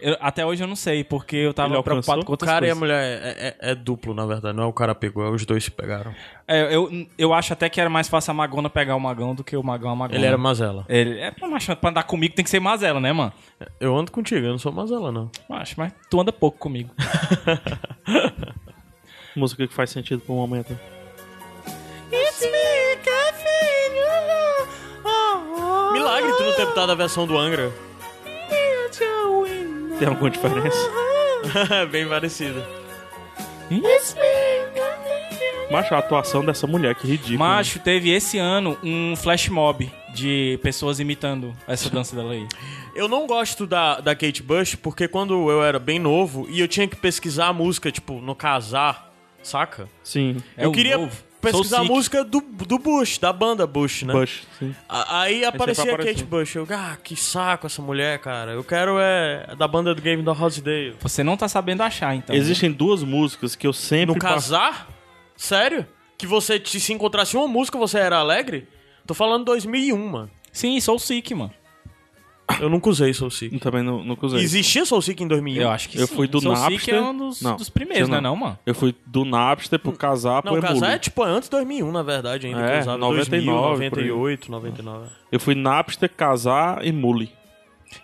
[SPEAKER 3] Eu- até hoje eu não sei, porque eu tava
[SPEAKER 2] Ele
[SPEAKER 3] preocupado
[SPEAKER 2] alcançou?
[SPEAKER 3] com
[SPEAKER 5] é O
[SPEAKER 3] outras
[SPEAKER 5] cara e a
[SPEAKER 3] coisas.
[SPEAKER 5] mulher é, é- é duplo, na verdade. Não é o cara pegou, é os dois se pegaram.
[SPEAKER 3] É, eu, eu acho até que era mais fácil a Magona pegar o Magão do que o Magão a Magona.
[SPEAKER 5] Ele era mazela.
[SPEAKER 3] Ele, é, pra, macho, pra andar comigo tem que ser mazela, né, mano?
[SPEAKER 5] Eu ando contigo, eu não sou mazela, não.
[SPEAKER 3] Acho, mas tu anda pouco comigo. Ah.
[SPEAKER 2] Música que faz sentido um pro momento.
[SPEAKER 5] Milagre tu não ter botado a versão do Angra.
[SPEAKER 2] Tem alguma diferença?
[SPEAKER 5] Bem parecida.
[SPEAKER 2] Macho, a atuação dessa mulher, que ridículo.
[SPEAKER 3] Macho, teve esse ano um flash mob de pessoas imitando essa dança dela aí.
[SPEAKER 5] Eu não gosto da, da Kate Bush porque quando eu era bem novo e eu tinha que pesquisar a música, tipo, no casar, saca?
[SPEAKER 2] Sim.
[SPEAKER 3] É
[SPEAKER 5] eu
[SPEAKER 3] o
[SPEAKER 5] queria
[SPEAKER 3] novo.
[SPEAKER 5] pesquisar
[SPEAKER 3] Soul
[SPEAKER 5] a
[SPEAKER 3] Sick.
[SPEAKER 5] música do, do Bush, da banda Bush, né?
[SPEAKER 2] Bush, sim.
[SPEAKER 5] A- Aí aparecia a
[SPEAKER 2] apareceu.
[SPEAKER 5] Kate Bush. Eu, ah, que saco essa mulher, cara. Eu quero é da banda do Game da Rosedale.
[SPEAKER 3] Você não tá sabendo achar, então.
[SPEAKER 2] Existem duas músicas que eu sempre...
[SPEAKER 5] No casar? Sério? Que você te- se encontrasse uma música, você era alegre? Tô falando 2001, mano.
[SPEAKER 3] Sim, sou o Sick, mano.
[SPEAKER 5] Eu nunca usei Soul Seek.
[SPEAKER 2] passo- Também não, nunca usei.
[SPEAKER 5] Existia Soul Seek em 2001?
[SPEAKER 3] Eu acho que
[SPEAKER 2] Eu
[SPEAKER 3] sim.
[SPEAKER 2] fui do
[SPEAKER 3] Soul
[SPEAKER 2] Napster.
[SPEAKER 3] Sick é um dos,
[SPEAKER 2] Não,
[SPEAKER 3] dos primeiros,
[SPEAKER 2] sei
[SPEAKER 3] né,
[SPEAKER 2] não.
[SPEAKER 3] não, mano?
[SPEAKER 2] Eu fui do Napster pro casar pro
[SPEAKER 5] Não, casar é
[SPEAKER 2] Emule.
[SPEAKER 5] tipo antes de 2001, na verdade, ainda que
[SPEAKER 2] É,
[SPEAKER 5] eu usava
[SPEAKER 2] 99,
[SPEAKER 5] 2000,
[SPEAKER 2] por aí.
[SPEAKER 5] 98, 99.
[SPEAKER 2] Eu fui Napster, casar, Emule.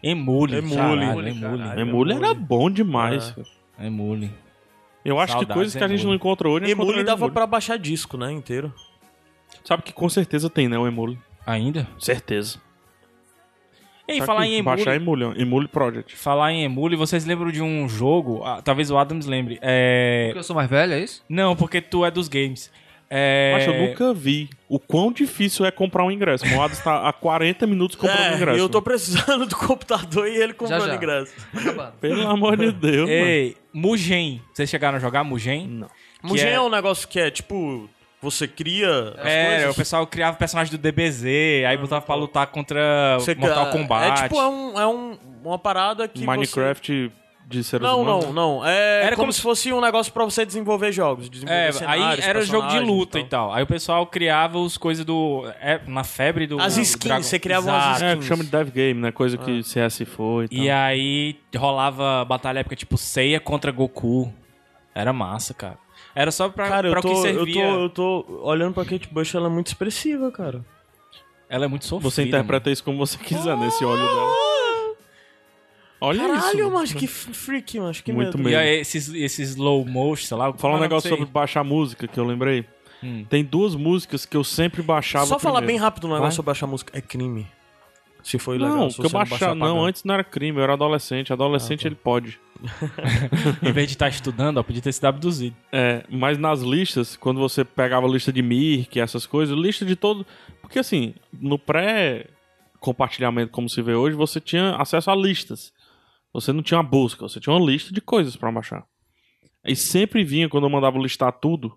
[SPEAKER 3] Emule.
[SPEAKER 5] Emule.
[SPEAKER 3] Caralho,
[SPEAKER 4] Emule,
[SPEAKER 3] Emule.
[SPEAKER 4] caralho.
[SPEAKER 2] Emule era bom demais.
[SPEAKER 5] É.
[SPEAKER 2] cara.
[SPEAKER 3] Emule.
[SPEAKER 2] Eu acho que
[SPEAKER 3] Saudades,
[SPEAKER 2] coisas que a gente
[SPEAKER 3] Emule.
[SPEAKER 2] não encontra hoje...
[SPEAKER 5] Emule
[SPEAKER 2] Emule
[SPEAKER 5] dava pra baixar disco, né, inteiro.
[SPEAKER 2] Sabe que com certeza tem, né, o Emule.
[SPEAKER 3] Ainda?
[SPEAKER 2] Certeza.
[SPEAKER 3] Ei,
[SPEAKER 2] Tá
[SPEAKER 3] falar
[SPEAKER 2] aqui,
[SPEAKER 3] em Emule.
[SPEAKER 2] Baixar Emule, ó. Emule Project.
[SPEAKER 3] Falar em Emule, vocês lembram de um jogo? Ah, talvez o Adams lembre. É.
[SPEAKER 4] Porque eu sou mais velho, é isso?
[SPEAKER 3] Não, porque tu é dos games. É...
[SPEAKER 2] Mas eu nunca vi o quão difícil é comprar um ingresso. Moado está há 40 minutos comprando um
[SPEAKER 5] É,
[SPEAKER 2] ingresso.
[SPEAKER 5] eu
[SPEAKER 3] né?
[SPEAKER 5] tô precisando do computador e ele comprou
[SPEAKER 4] já.
[SPEAKER 5] ingresso.
[SPEAKER 4] Acabando.
[SPEAKER 2] Pelo amor de Deus, mano.
[SPEAKER 3] Ei, Mugen. Vocês chegaram a jogar Mugen?
[SPEAKER 2] Não.
[SPEAKER 5] Mugen é...
[SPEAKER 3] é-
[SPEAKER 5] um negócio que é tipo, você cria as
[SPEAKER 3] É, o
[SPEAKER 5] coisas.
[SPEAKER 3] pessoal criava personagem do DBZ, aí botava pra lutar contra
[SPEAKER 5] Você
[SPEAKER 3] Mortal
[SPEAKER 5] cria-
[SPEAKER 3] Kombat.
[SPEAKER 5] É tipo, é, um, é um- uma parada que. você-
[SPEAKER 2] Minecraft de seres
[SPEAKER 5] Não,
[SPEAKER 2] humanos.
[SPEAKER 5] não, não. É
[SPEAKER 3] Era
[SPEAKER 5] como,
[SPEAKER 3] como
[SPEAKER 5] se
[SPEAKER 3] se-
[SPEAKER 5] fosse um negócio pra você desenvolver jogos. Desenvolver
[SPEAKER 3] É, aí
[SPEAKER 5] cenários,
[SPEAKER 3] era jogo de
[SPEAKER 5] personagens
[SPEAKER 3] luta então. e
[SPEAKER 5] tal.
[SPEAKER 3] tal. Aí o pessoal criava os coisas do. é, na febre do.
[SPEAKER 5] As
[SPEAKER 3] do
[SPEAKER 5] skins,
[SPEAKER 3] Dragon-
[SPEAKER 5] você criava umas
[SPEAKER 3] Exato.
[SPEAKER 2] É,
[SPEAKER 5] skins.
[SPEAKER 2] chama de dev game, né? Coisa que
[SPEAKER 5] Ah.
[SPEAKER 2] CS foi e tal.
[SPEAKER 3] E
[SPEAKER 5] então.
[SPEAKER 3] aí rolava batalha épica tipo Seiya contra Goku. Era massa, cara. Era só pra,
[SPEAKER 5] Cara,
[SPEAKER 3] pra
[SPEAKER 5] eu tô,
[SPEAKER 3] o que
[SPEAKER 5] eu, tô,
[SPEAKER 3] servia.
[SPEAKER 5] eu tô olhando pra Kate Bush, ela é muito expressiva, cara.
[SPEAKER 3] Ela é muito sofrida.
[SPEAKER 2] Você interpreta isso como você quiser, nesse olho dela. Olha isso.
[SPEAKER 5] Caralho,
[SPEAKER 2] mano.
[SPEAKER 5] mas que freak, mas que
[SPEAKER 2] Muito
[SPEAKER 5] medo.
[SPEAKER 3] mano. E
[SPEAKER 2] mesmo.
[SPEAKER 3] aí, esses, esses slow motion, sei lá.
[SPEAKER 2] Falar um
[SPEAKER 3] como é o nome
[SPEAKER 2] negócio sobre
[SPEAKER 3] disso
[SPEAKER 2] baixar música que eu lembrei.
[SPEAKER 3] Hum.
[SPEAKER 2] Tem duas músicas que eu sempre baixava.
[SPEAKER 5] Só falar bem
[SPEAKER 2] primeiro.
[SPEAKER 5] rápido um negócio
[SPEAKER 2] Vai.
[SPEAKER 5] sobre baixar música. É crime. Se foi legal,
[SPEAKER 2] Não,
[SPEAKER 5] se
[SPEAKER 2] que eu
[SPEAKER 5] você não
[SPEAKER 2] baixava.
[SPEAKER 5] baixar, paga.
[SPEAKER 2] Não, antes não era crime, eu era adolescente. Adolescente
[SPEAKER 3] Ah, tá.
[SPEAKER 2] ele pode.
[SPEAKER 3] aí? Em vez de estar estudando, ó, podia ter sido abduzido.
[SPEAKER 2] É, mas nas listas, quando você pegava a lista de Mirk, essas coisas, lista de todo. Porque assim, no pré-compartilhamento, como se vê hoje, você tinha acesso a listas. Você não tinha uma busca, você tinha uma lista de coisas pra baixar. E sempre vinha, quando eu mandava listar tudo,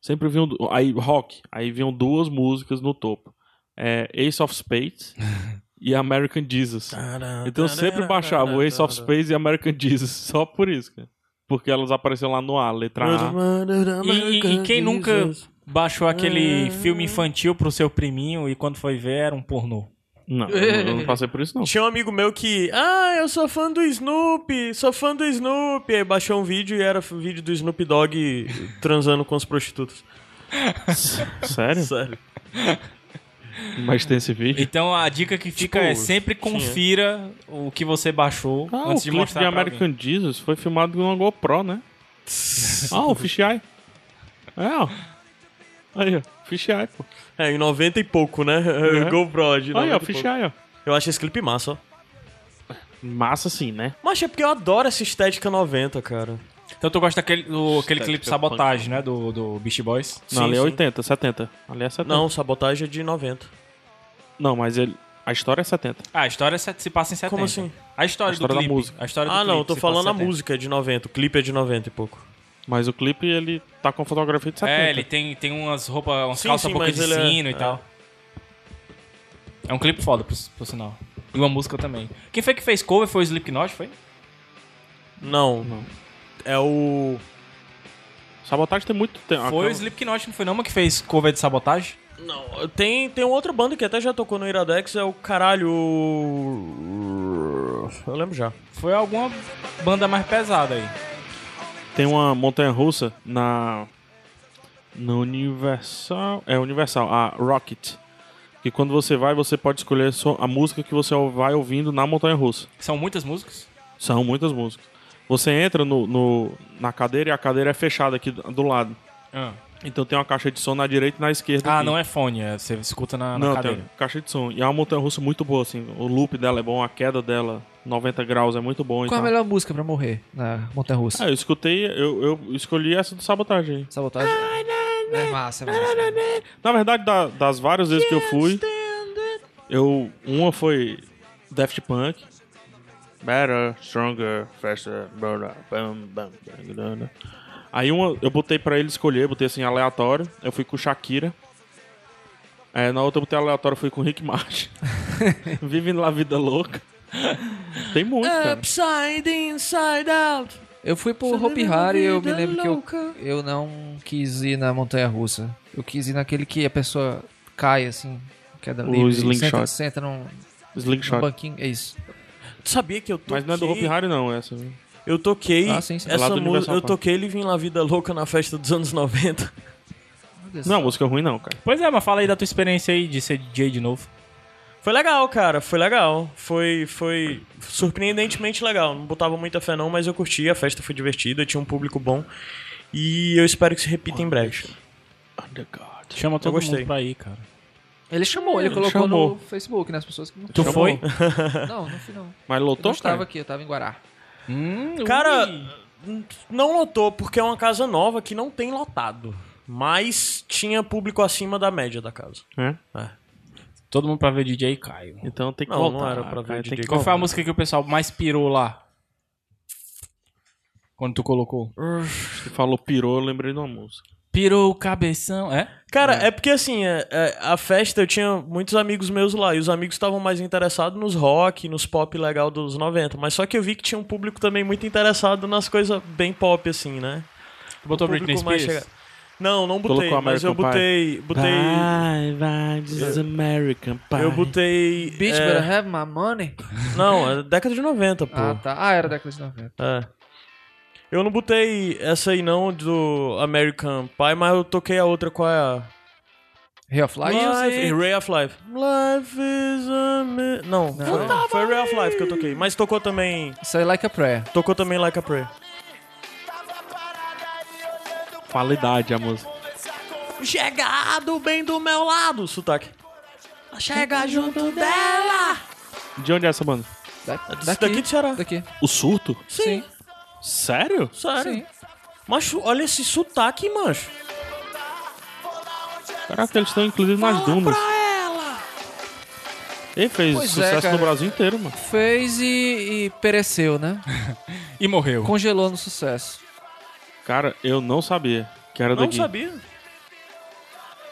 [SPEAKER 2] sempre vinha. um- Aí, rock, aí vinham duas músicas no topo: É, Ace of Spades e American Jesus. Então eu sempre baixava o Ace of Spades e American Jesus, só por isso, cara. Porque elas apareciam lá no A, letra A.
[SPEAKER 3] E- e- e quem nunca- Baixou aquele
[SPEAKER 5] Ah.
[SPEAKER 3] filme infantil pro seu priminho e quando foi ver era um pornô.
[SPEAKER 2] Não, eu não- eu não passei por isso, não.
[SPEAKER 5] Tinha um amigo meu que, ah, eu sou fã do Snoopy, sou fã do Snoopy. Aí baixou um vídeo e era um vídeo do Snoop Dogg transando com as prostitutas.
[SPEAKER 2] Sério?
[SPEAKER 5] Sério.
[SPEAKER 2] Mas tem esse vídeo?
[SPEAKER 3] Então a dica que fica
[SPEAKER 5] Tipo,
[SPEAKER 3] é sempre confira o que você baixou
[SPEAKER 2] Ah,
[SPEAKER 3] antes
[SPEAKER 2] o
[SPEAKER 3] de
[SPEAKER 2] clipe
[SPEAKER 3] mostrar
[SPEAKER 2] de
[SPEAKER 3] pra
[SPEAKER 2] American Jesus foi filmado com uma GoPro, né? ah, o Fish Eye. É, ó. Aí, ó. Fish Eye, pô.
[SPEAKER 5] É, em 90 e pouco, né?
[SPEAKER 2] É?
[SPEAKER 5] GoPro de 90
[SPEAKER 2] Aí, ó.
[SPEAKER 5] e
[SPEAKER 2] Fish
[SPEAKER 5] pouco.
[SPEAKER 2] Eye, ó.
[SPEAKER 5] Eu acho esse clipe massa, ó.
[SPEAKER 2] Massa sim, né?
[SPEAKER 5] Mas é porque eu adoro essa estética 90, cara.
[SPEAKER 3] alguém. Então tu gosta daquele do, aquele clipe Sabotagem, né? Do, do Beastie Boys.
[SPEAKER 2] Não,
[SPEAKER 5] Sim,
[SPEAKER 2] ali é
[SPEAKER 5] sim.
[SPEAKER 2] 80, 70. Ali é 70.
[SPEAKER 5] Não, sabotagem é de 90.
[SPEAKER 2] Não, mas ele... A história é 70.
[SPEAKER 3] Ah, a história se se passa em 70.
[SPEAKER 5] Como assim?
[SPEAKER 3] A história,
[SPEAKER 2] A história
[SPEAKER 3] do
[SPEAKER 2] da
[SPEAKER 3] clipe.
[SPEAKER 2] música.
[SPEAKER 3] A história do
[SPEAKER 5] Ah, não, eu
[SPEAKER 3] clipe
[SPEAKER 2] tá
[SPEAKER 5] tô
[SPEAKER 3] se passa
[SPEAKER 5] falando a
[SPEAKER 3] em 70.
[SPEAKER 5] música é de 90, o clipe é de 90 e pouco.
[SPEAKER 2] Mas o clipe, ele tá com fotografia de 70.
[SPEAKER 3] É, ele tem, tem umas roupas, umas
[SPEAKER 5] Sim,
[SPEAKER 3] calças
[SPEAKER 5] sim,
[SPEAKER 3] boca
[SPEAKER 5] mas
[SPEAKER 3] de
[SPEAKER 5] ele é-
[SPEAKER 3] sino um e
[SPEAKER 5] é.
[SPEAKER 3] tal. É um clipe foda, por, por sinal. E uma música também. Quem foi que fez cover? Foi o Slipknot, foi?
[SPEAKER 5] Não. É o.
[SPEAKER 2] Sabotagem tem muito tempo.
[SPEAKER 3] Foi o
[SPEAKER 2] Aquela-
[SPEAKER 3] Slipknot, não foi não, mas que fez cover de Sabotagem?
[SPEAKER 5] Não, tem, tem uma outra banda que até já tocou no Iradex, é o caralho. o- Eu lembro já.
[SPEAKER 3] Foi alguma banda mais pesada aí.
[SPEAKER 2] Tem uma montanha russa na. Na Universal. É Universal, a Rocket. Que quando você vai, você pode escolher só a música que você vai ouvindo na montanha russa.
[SPEAKER 3] São muitas músicas?
[SPEAKER 2] São muitas músicas. Você entra no, no- na cadeira e a cadeira é fechada aqui do do lado.
[SPEAKER 3] Ah.
[SPEAKER 2] Então tem uma caixa de som na direita e na esquerda.
[SPEAKER 3] Ah,
[SPEAKER 2] aqui.
[SPEAKER 3] não é fone, é, você escuta na, na
[SPEAKER 2] Não,
[SPEAKER 3] cadeira.
[SPEAKER 2] tem caixa de som. E é uma montanha russa muito boa, assim. O loop dela é bom, a queda dela, 90 graus, é muito bom. e
[SPEAKER 4] Qual a
[SPEAKER 2] tal.
[SPEAKER 4] melhor música pra morrer na Montanha Russa?
[SPEAKER 2] Ah, eu escutei, eu, eu escolhi essa do sabotagem aí.
[SPEAKER 4] Sabotagem. É massa, é massa.
[SPEAKER 2] Na verdade, da- das várias vezes que eu fui, eu uma foi Daft Punk. Better, stronger, faster, blah, blah, bam, bam, bam, bam, bam. Aí uma, eu botei pra ele escolher, botei assim aleatório. Eu fui com Shakira. É, na outra eu botei aleatório, fui com Rick Martin. Vivendo lá vida louca. Tem muito,
[SPEAKER 5] Ah,
[SPEAKER 2] cara.
[SPEAKER 5] Upside inside out.
[SPEAKER 4] Eu fui pro
[SPEAKER 5] Você
[SPEAKER 4] Hopi
[SPEAKER 5] lembra da
[SPEAKER 4] Hari e eu me
[SPEAKER 5] vida
[SPEAKER 4] lembro que
[SPEAKER 5] louca?
[SPEAKER 4] eu, eu não quis ir na Montanha Russa. Eu quis ir naquele que a pessoa cai assim, queda
[SPEAKER 2] O
[SPEAKER 4] livre.
[SPEAKER 2] slingshot.
[SPEAKER 4] Senta, senta num, num
[SPEAKER 2] Slingshot.
[SPEAKER 4] banquinho. É isso.
[SPEAKER 5] Tu sabia que eu toquei.
[SPEAKER 2] Mas não é do Hopi Hari, não, essa. viu?
[SPEAKER 5] Eu toquei.
[SPEAKER 4] Ah, sim, sim.
[SPEAKER 2] Lá
[SPEAKER 5] Essa
[SPEAKER 2] do
[SPEAKER 5] música.
[SPEAKER 2] Universal
[SPEAKER 5] Eu
[SPEAKER 2] Park.
[SPEAKER 5] toquei Living La Vida Louca na festa dos anos 90.
[SPEAKER 4] Meu Deus.
[SPEAKER 2] Não, música ruim não, cara.
[SPEAKER 3] Pois é, mas fala aí da tua experiência aí de ser DJ de novo.
[SPEAKER 5] Foi legal, cara, foi legal. Foi, foi surpreendentemente legal. Não botava muita fé, não, mas eu curti. A festa foi divertida, tinha um público bom. E eu espero que se repita em breve.
[SPEAKER 3] Chama todo
[SPEAKER 5] gostei.
[SPEAKER 3] mundo pra ir, cara.
[SPEAKER 4] Ele chamou, É, ele, colocou no Facebook, né? As pessoas que não
[SPEAKER 2] Tu
[SPEAKER 4] Chamou.
[SPEAKER 2] foi?
[SPEAKER 4] Não, não fui não. Eu
[SPEAKER 2] Mas
[SPEAKER 4] não
[SPEAKER 2] lotou,
[SPEAKER 4] estava
[SPEAKER 2] cara?
[SPEAKER 4] aqui, eu tava em Guará.
[SPEAKER 3] Hum,
[SPEAKER 5] Cara, n- não lotou, porque é uma casa nova que não tem lotado. Mas tinha público acima da média da casa.
[SPEAKER 2] É?
[SPEAKER 5] É.
[SPEAKER 3] Todo mundo pra ver DJ Caio.
[SPEAKER 2] Então tem que
[SPEAKER 5] Não, não
[SPEAKER 2] voltar.
[SPEAKER 5] era pra ver
[SPEAKER 2] cara, tem
[SPEAKER 5] DJ
[SPEAKER 2] que
[SPEAKER 3] Qual foi a
[SPEAKER 2] voltar.
[SPEAKER 3] música que o pessoal mais pirou lá? Quando tu colocou?
[SPEAKER 2] Você falou pirou, eu lembrei de uma música.
[SPEAKER 3] Pirou o cabeção, é?
[SPEAKER 5] Cara, é porque assim, é- é, a festa eu tinha muitos amigos meus lá, e os amigos estavam mais interessados nos rock, nos pop legal dos 90, mas só que eu vi que tinha um público também muito interessado nas coisas bem pop, assim, né?
[SPEAKER 3] Tu botou
[SPEAKER 5] Um público
[SPEAKER 3] Britney
[SPEAKER 5] mais
[SPEAKER 3] Spears?
[SPEAKER 5] chega- Não, não
[SPEAKER 2] Colocou
[SPEAKER 5] botei, mas
[SPEAKER 2] American
[SPEAKER 5] eu
[SPEAKER 2] Pie.
[SPEAKER 5] botei. Botei.
[SPEAKER 2] Vai, vai, this is American Pie.
[SPEAKER 5] Eu botei.
[SPEAKER 4] Bitch,
[SPEAKER 5] é,
[SPEAKER 4] better have my money.
[SPEAKER 5] Não, é década de 90, pô.
[SPEAKER 4] Ah, tá. Ah, era década de 90.
[SPEAKER 5] É. Eu não botei essa aí não do American Pie, mas eu toquei a outra qual é a.
[SPEAKER 4] Ray of Light?
[SPEAKER 5] Life, Ray of Life. Life is a mi- Não, foi, foi Ray of Life que eu toquei. Mas tocou também.
[SPEAKER 4] Say Like a Prayer.
[SPEAKER 5] Tocou também Like a Prayer.
[SPEAKER 2] Qualidade a música.
[SPEAKER 5] Chegado bem do meu lado, sotaque. Chega junto dela.
[SPEAKER 2] De onde é essa banda?
[SPEAKER 4] Da-
[SPEAKER 5] Isso daqui do Ceará.
[SPEAKER 4] Daqui.
[SPEAKER 2] O surto?
[SPEAKER 5] Sim,
[SPEAKER 2] Sério?
[SPEAKER 5] sério.
[SPEAKER 4] Sim.
[SPEAKER 5] Macho, olha esse sotaque, macho.
[SPEAKER 2] Caraca, eles estão inclusive nas dunas. Ele fez
[SPEAKER 4] Pois é,
[SPEAKER 2] sucesso
[SPEAKER 4] cara.
[SPEAKER 2] no Brasil inteiro, mano.
[SPEAKER 4] Fez e, e pereceu, né?
[SPEAKER 3] E morreu.
[SPEAKER 4] Congelou no sucesso.
[SPEAKER 2] Cara, eu não sabia que era
[SPEAKER 5] Não
[SPEAKER 2] daqui.
[SPEAKER 5] sabia.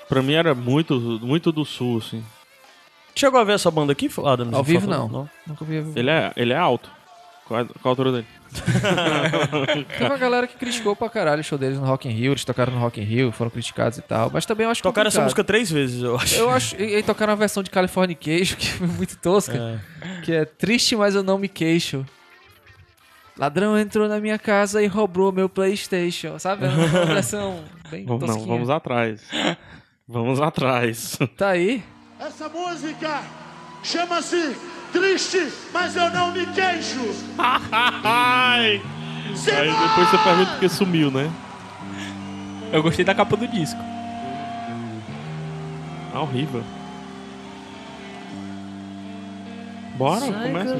[SPEAKER 2] Pra mim era muito, muito do sul, assim.
[SPEAKER 5] Chegou a ver essa banda aqui, Adams?
[SPEAKER 4] Ao
[SPEAKER 5] por
[SPEAKER 4] vivo,
[SPEAKER 5] favor?
[SPEAKER 4] não. Nunca vi ao vivo.
[SPEAKER 2] Ele é, ele é alto. Qual, é- qual a altura dele?
[SPEAKER 4] Teve uma galera que criticou pra caralho o show deles no Rock in Rio. Eles tocaram no Rock in Rio, foram criticados e tal. Mas também eu acho
[SPEAKER 5] Tocaram essa
[SPEAKER 4] complicado.
[SPEAKER 5] música três vezes, eu acho.
[SPEAKER 4] Eu acho... E, e tocaram a versão de Californication, que é muito tosca. Que é triste, mas eu não me queixo. Ladrão entrou na minha casa e roubou meu Playstation. Sabe? É uma versão bem
[SPEAKER 2] Vamos, não,
[SPEAKER 4] tosquinha.
[SPEAKER 2] vamos atrás. Vamos atrás.
[SPEAKER 4] Tá aí.
[SPEAKER 7] Essa música chama-se Triste, mas eu não me queixo.
[SPEAKER 2] Ai! Aí depois você pergunta porque sumiu, né?
[SPEAKER 3] Eu gostei da capa do disco.
[SPEAKER 2] Ah, horrível. Bora, começa.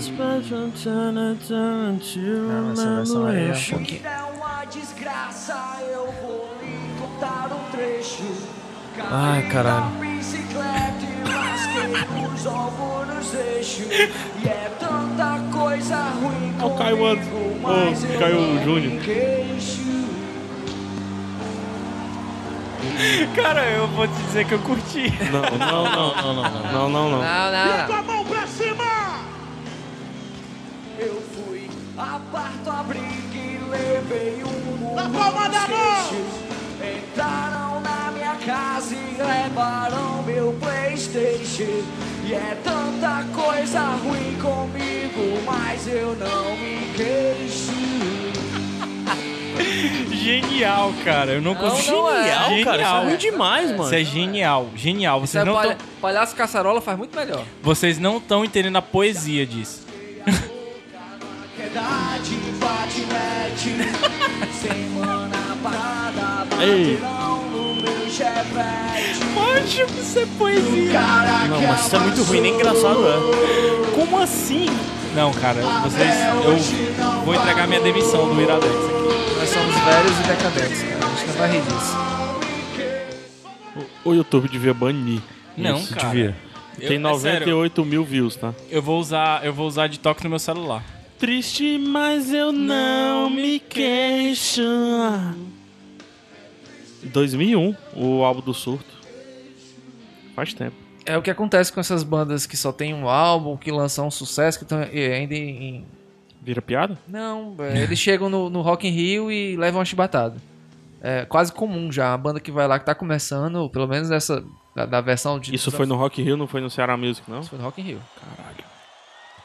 [SPEAKER 8] É uma desgraça, eu vou lhe contar um trecho.
[SPEAKER 5] Ai, caralho.
[SPEAKER 8] Na bicicleta e lasquei os óvulos eixo. E é tanta coisa ruim
[SPEAKER 2] Ó, o Caio
[SPEAKER 8] comigo,
[SPEAKER 2] Anderson.
[SPEAKER 8] mas
[SPEAKER 2] Ô,
[SPEAKER 8] eu
[SPEAKER 2] Caio
[SPEAKER 8] não me
[SPEAKER 2] Júnior.
[SPEAKER 8] queixo.
[SPEAKER 3] Cara, eu vou te dizer que eu curti.
[SPEAKER 2] Não, não, não, não, não, não. Não, não, não.
[SPEAKER 4] Não, não, não.
[SPEAKER 7] Com a mão pra cima!
[SPEAKER 8] Eu fui a parto a briga e levei um
[SPEAKER 7] Na palma da mão!
[SPEAKER 8] Entraram na minha casa e levaram meu Playstation E é tanta coisa ruim comigo, mas eu não me queixo
[SPEAKER 3] Genial, cara. Eu não consegui.
[SPEAKER 4] não é.
[SPEAKER 5] Genial, cara. Isso é
[SPEAKER 3] Genial.
[SPEAKER 5] ruim demais, mano.
[SPEAKER 3] Isso é genial, genial. Vocês não
[SPEAKER 4] palha-
[SPEAKER 3] tão-
[SPEAKER 4] Palhaço Caçarola faz muito melhor.
[SPEAKER 3] vocês não estão entendendo a poesia disso.
[SPEAKER 8] Piedade, bate, mete Semana parada,
[SPEAKER 2] Ei.
[SPEAKER 8] baterão no meu chevette
[SPEAKER 3] Poxa, isso é poesia.
[SPEAKER 8] Cara
[SPEAKER 5] Não,
[SPEAKER 8] que
[SPEAKER 5] mas isso é muito ruim, nem engraçado, é.
[SPEAKER 3] Como assim? Não, cara, vocês. Eu vou entregar minha demissão do Iradex aqui.
[SPEAKER 4] Nós somos velhos e decadentes, cara. A gente não vai rir disso.
[SPEAKER 2] O YouTube devia banir.
[SPEAKER 3] Não,
[SPEAKER 2] Isso,
[SPEAKER 3] cara.
[SPEAKER 2] devia.
[SPEAKER 3] Eu-
[SPEAKER 2] Tem
[SPEAKER 3] é sério,
[SPEAKER 2] 98 mil views, tá?
[SPEAKER 3] eu vou usar, eu vou usar de toque no meu celular.
[SPEAKER 2] Triste, mas eu não me queixo. 2001, o álbum do surto. Faz tempo.
[SPEAKER 4] É o que acontece com essas bandas que só tem um álbum, que lançam um sucesso, que estão ainda em. em-
[SPEAKER 2] Vira piada?
[SPEAKER 4] Não, é, eles chegam no, no Rock in Rio e levam uma chibatada. É quase comum já. A banda que vai lá que tá começando, pelo menos essa da, da versão de.
[SPEAKER 2] Isso foi no Rock in Rio, não foi no Ceará Music, não?
[SPEAKER 4] Isso foi no Rock in Rio.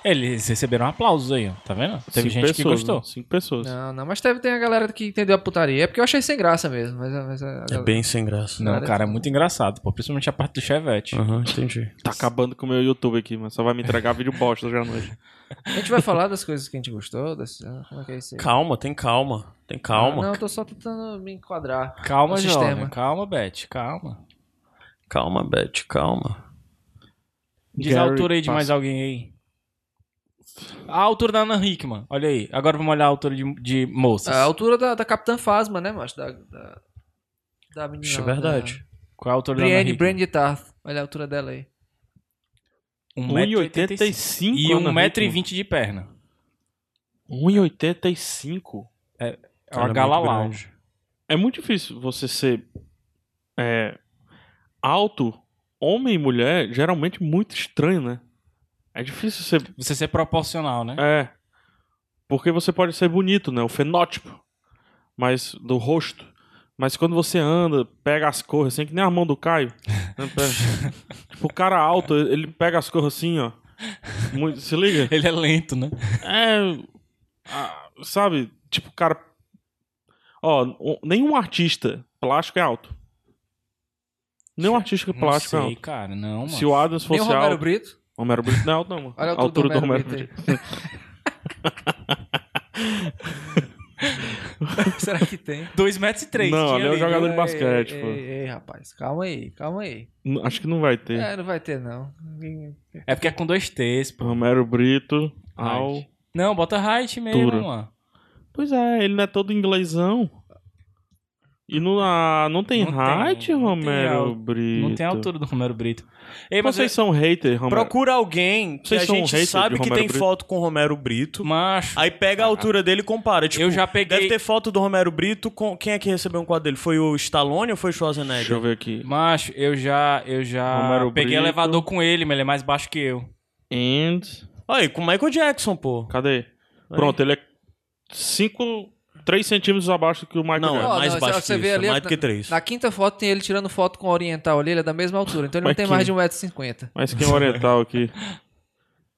[SPEAKER 3] Eles receberam aplausos aí, ó. Tá vendo? Teve
[SPEAKER 2] Cinco
[SPEAKER 3] gente que
[SPEAKER 2] pessoas,
[SPEAKER 3] gostou.
[SPEAKER 2] né? Cinco pessoas.
[SPEAKER 4] Não, não, mas teve tem a galera que entendeu a putaria. É porque eu achei sem graça mesmo. Mas, mas a, a
[SPEAKER 5] É
[SPEAKER 4] galera-
[SPEAKER 5] bem sem graça.
[SPEAKER 3] Não,
[SPEAKER 4] Nada.
[SPEAKER 3] cara, é muito engraçado, pô. Principalmente a parte do Chevette.
[SPEAKER 5] Aham, entendi.
[SPEAKER 2] Tá acabando com o meu YouTube aqui, mas só vai me entregar vídeo bosta hoje à noite.
[SPEAKER 4] A gente vai falar das coisas que a gente gostou. Das... ah, Como é que é isso aí?
[SPEAKER 5] Calma, tem calma. Tem calma.
[SPEAKER 4] Não, eu tô só tentando me enquadrar.
[SPEAKER 3] Calma,
[SPEAKER 4] no
[SPEAKER 3] jovem. Calma, Beth. Calma.
[SPEAKER 5] Calma, Beth, calma.
[SPEAKER 3] Diz a
[SPEAKER 2] Gary
[SPEAKER 3] altura aí de mais
[SPEAKER 2] Pascal.
[SPEAKER 3] alguém aí. A altura da Ana Hickman. Olha aí. Agora vamos olhar a altura de, de moças.
[SPEAKER 4] A altura da, da Capitã Fasma, né, macho? Da, da- da menina.
[SPEAKER 5] Isso é
[SPEAKER 4] lá, da-
[SPEAKER 5] verdade.
[SPEAKER 3] Qual é a altura da
[SPEAKER 4] Brienne,
[SPEAKER 3] Ana
[SPEAKER 4] Brienne de Tarth. Olha a altura dela aí.
[SPEAKER 3] Hickman? 1,85m.
[SPEAKER 2] 1,85m.
[SPEAKER 3] E 1,20m de perna.
[SPEAKER 2] 1,85m.
[SPEAKER 3] É uma
[SPEAKER 5] Ela é muito
[SPEAKER 3] galalau.
[SPEAKER 5] grande.
[SPEAKER 2] É muito difícil você ser é, alto, homem e mulher, geralmente muito estranho, né? É difícil ser
[SPEAKER 3] Você ser proporcional, né?
[SPEAKER 2] É. Porque você pode ser bonito, né? O fenótipo. Mas do rosto. Mas quando você anda, pega as cores assim, que nem a mão do Caio. né? Pega- tipo, o cara alto, ele pega as cores assim, ó. Muito- se liga?
[SPEAKER 3] Ele é lento, né?
[SPEAKER 2] É. ah, sabe? Tipo, o cara. Ó, o- nenhum artista plástico é alto. Nenhum artista
[SPEAKER 3] Não
[SPEAKER 2] plástico é
[SPEAKER 3] sei, assim?
[SPEAKER 2] alto.
[SPEAKER 3] cara. Não, mano.
[SPEAKER 2] Se o Adams
[SPEAKER 4] Nem
[SPEAKER 2] fosse
[SPEAKER 4] o Romero
[SPEAKER 2] alto.
[SPEAKER 4] Brito.
[SPEAKER 2] Homero Brito não é alto, não. mano.
[SPEAKER 4] Olha a
[SPEAKER 2] a altura
[SPEAKER 4] altura, do Romero Brito aí. Será que tem?
[SPEAKER 3] 2 metros e 3.
[SPEAKER 2] Não, ali é o jogador de
[SPEAKER 4] Ei,
[SPEAKER 2] basquete,
[SPEAKER 4] ei,
[SPEAKER 2] pô.
[SPEAKER 4] Ei, ei, rapaz, calma aí, calma aí.
[SPEAKER 2] N- Acho que não vai ter.
[SPEAKER 4] É, não vai ter, não.
[SPEAKER 3] É porque é com dois T's, pô.
[SPEAKER 2] Romero Brito, Al.
[SPEAKER 3] Height. Não, bota height mesmo,
[SPEAKER 2] Tura.
[SPEAKER 3] mano.
[SPEAKER 2] Pois é, ele não é todo inglesão. E não, ah, não tem
[SPEAKER 3] Não tem,
[SPEAKER 2] height,
[SPEAKER 3] não tem
[SPEAKER 2] Romero
[SPEAKER 3] al-
[SPEAKER 2] Brito.
[SPEAKER 3] Não tem a altura do Romero Brito. Ei, mas
[SPEAKER 2] Vocês são hater, Romero.
[SPEAKER 5] Procura alguém que
[SPEAKER 2] Vocês
[SPEAKER 5] a
[SPEAKER 2] são
[SPEAKER 5] gente
[SPEAKER 2] hater de
[SPEAKER 5] sabe que
[SPEAKER 2] Romero
[SPEAKER 5] tem
[SPEAKER 2] Brito?
[SPEAKER 5] foto com Romero Brito.
[SPEAKER 3] eu- macho.
[SPEAKER 5] Aí pega a altura dele e compara. Tipo,
[SPEAKER 3] eu já peguei.
[SPEAKER 5] Deve ter foto do Romero Brito com. Quem é que recebeu um quadro dele? Foi o Stallone ou foi o Schwarzenegger?
[SPEAKER 2] Deixa eu ver aqui.
[SPEAKER 3] Macho, eu já, eu já
[SPEAKER 2] Romero
[SPEAKER 3] peguei
[SPEAKER 2] Brito.
[SPEAKER 3] elevador com ele, mas ele é mais baixo que eu.
[SPEAKER 2] And.
[SPEAKER 5] Olha, com o Michael Jackson, pô.
[SPEAKER 2] Cadê? Pronto, ele é 5. 3 centímetros abaixo que o Michael
[SPEAKER 5] Não, é
[SPEAKER 2] Jackson.
[SPEAKER 4] Ó,
[SPEAKER 5] mais baixo
[SPEAKER 4] você
[SPEAKER 5] que
[SPEAKER 4] vê
[SPEAKER 5] isso,
[SPEAKER 4] ali
[SPEAKER 5] é mais do
[SPEAKER 4] na-
[SPEAKER 5] que três.
[SPEAKER 4] Na quinta foto tem ele tirando foto com o oriental ali, ele é da mesma altura, então ele não
[SPEAKER 2] Mas
[SPEAKER 4] tem
[SPEAKER 2] que-
[SPEAKER 4] mais de 1,50m.
[SPEAKER 2] Mas quem é oriental aqui?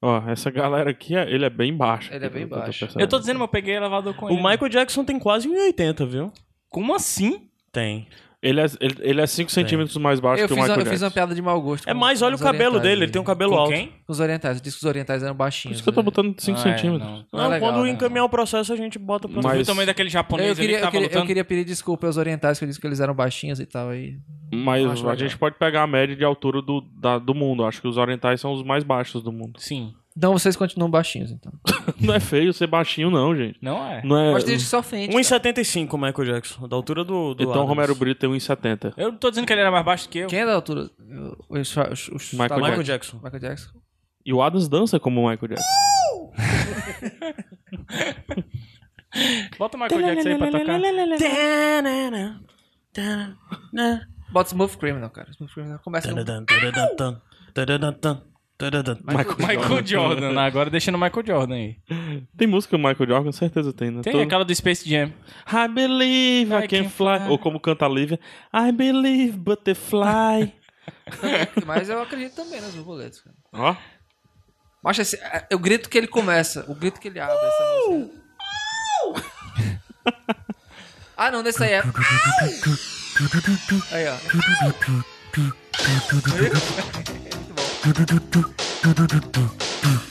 [SPEAKER 2] Ó, essa galera aqui, é- ele é bem baixo.
[SPEAKER 4] Ele é bem
[SPEAKER 2] Eu tô
[SPEAKER 4] baixo.
[SPEAKER 2] percebendo.
[SPEAKER 3] Eu tô dizendo, mas eu peguei elevador com
[SPEAKER 5] Tá. O
[SPEAKER 3] ele.
[SPEAKER 5] Michael Jackson tem quase 1,80, viu?
[SPEAKER 3] Como assim?
[SPEAKER 5] Tem.
[SPEAKER 2] Ele é, ele, ele é 5 centímetros mais baixo
[SPEAKER 4] Eu
[SPEAKER 2] que
[SPEAKER 4] fiz,
[SPEAKER 2] o Michael
[SPEAKER 4] uma, eu
[SPEAKER 2] Jackson.
[SPEAKER 4] fiz uma piada de mau gosto.
[SPEAKER 5] É
[SPEAKER 4] com-
[SPEAKER 5] mais,
[SPEAKER 4] com
[SPEAKER 5] olha o
[SPEAKER 4] os
[SPEAKER 5] cabelo
[SPEAKER 4] orientais
[SPEAKER 5] dele,
[SPEAKER 4] ali.
[SPEAKER 5] ele tem um cabelo
[SPEAKER 3] com
[SPEAKER 5] alto.
[SPEAKER 3] quem?
[SPEAKER 4] Os orientais, eu disse que os orientais eram
[SPEAKER 2] Por
[SPEAKER 4] baixinhos.
[SPEAKER 2] isso que eu tô
[SPEAKER 4] né?
[SPEAKER 2] botando 5
[SPEAKER 3] Ah, é,
[SPEAKER 2] centímetros.
[SPEAKER 3] não.
[SPEAKER 5] Não,
[SPEAKER 4] Não é legal,
[SPEAKER 5] quando
[SPEAKER 4] né?
[SPEAKER 5] encaminhar o processo, a gente bota pra
[SPEAKER 3] Eu vi
[SPEAKER 2] Mas-
[SPEAKER 3] o tamanho daquele japonês
[SPEAKER 4] Eu
[SPEAKER 3] ali
[SPEAKER 4] queria,
[SPEAKER 3] que
[SPEAKER 4] eu,
[SPEAKER 3] tava
[SPEAKER 4] queria, eu
[SPEAKER 3] lutando.
[SPEAKER 4] queria pedir desculpa aos orientais, que eu disse que eles eram baixinhos e tal. Aí...
[SPEAKER 2] Mas
[SPEAKER 4] Eu acho
[SPEAKER 2] a
[SPEAKER 4] legal.
[SPEAKER 2] gente pode pegar a média de altura do, da- do mundo. Acho que os orientais são os mais baixos do mundo.
[SPEAKER 3] Sim.
[SPEAKER 4] Não, vocês continuam baixinhos, então.
[SPEAKER 2] Não é feio ser baixinho, não, gente.
[SPEAKER 3] Não é.
[SPEAKER 2] Não é...
[SPEAKER 4] Mas tem gente que se ofende. cara.
[SPEAKER 5] 1,75 o Michael Jackson, da altura do. do
[SPEAKER 2] Então
[SPEAKER 5] Adams.
[SPEAKER 2] Romero Brito tem 1,70.
[SPEAKER 3] Eu não tô dizendo que ele era mais baixo que eu. Tá
[SPEAKER 4] Quem é da altura? O, o, Scha- o,
[SPEAKER 2] Michael
[SPEAKER 4] o, Stallone?
[SPEAKER 5] Michael Jackson.
[SPEAKER 4] Michael Jackson.
[SPEAKER 2] E o Adams dança como o Michael Jackson.
[SPEAKER 3] Bota o Michael Jackson aí pra tocar.
[SPEAKER 4] Bota Smooth Criminal, cara. Smooth Criminal começa no...
[SPEAKER 3] Michael Jordan. né? Agora deixando o Michael Jordan aí.
[SPEAKER 2] Tem música do Michael Jordan? Com certeza tem, né?
[SPEAKER 3] Tem
[SPEAKER 2] Todo-
[SPEAKER 3] aquela do Space Jam.
[SPEAKER 2] I believe I,
[SPEAKER 3] I
[SPEAKER 2] can
[SPEAKER 3] can
[SPEAKER 2] fly. Ou como canta a Lívia. I believe butterfly.
[SPEAKER 4] Mas um eu acredito também nos borboletas, cara.
[SPEAKER 2] Ó.
[SPEAKER 4] Mas esse, é, o grito que ele começa, o grito que ele abre essa música. ah, não, nesse aí é. aí, ó.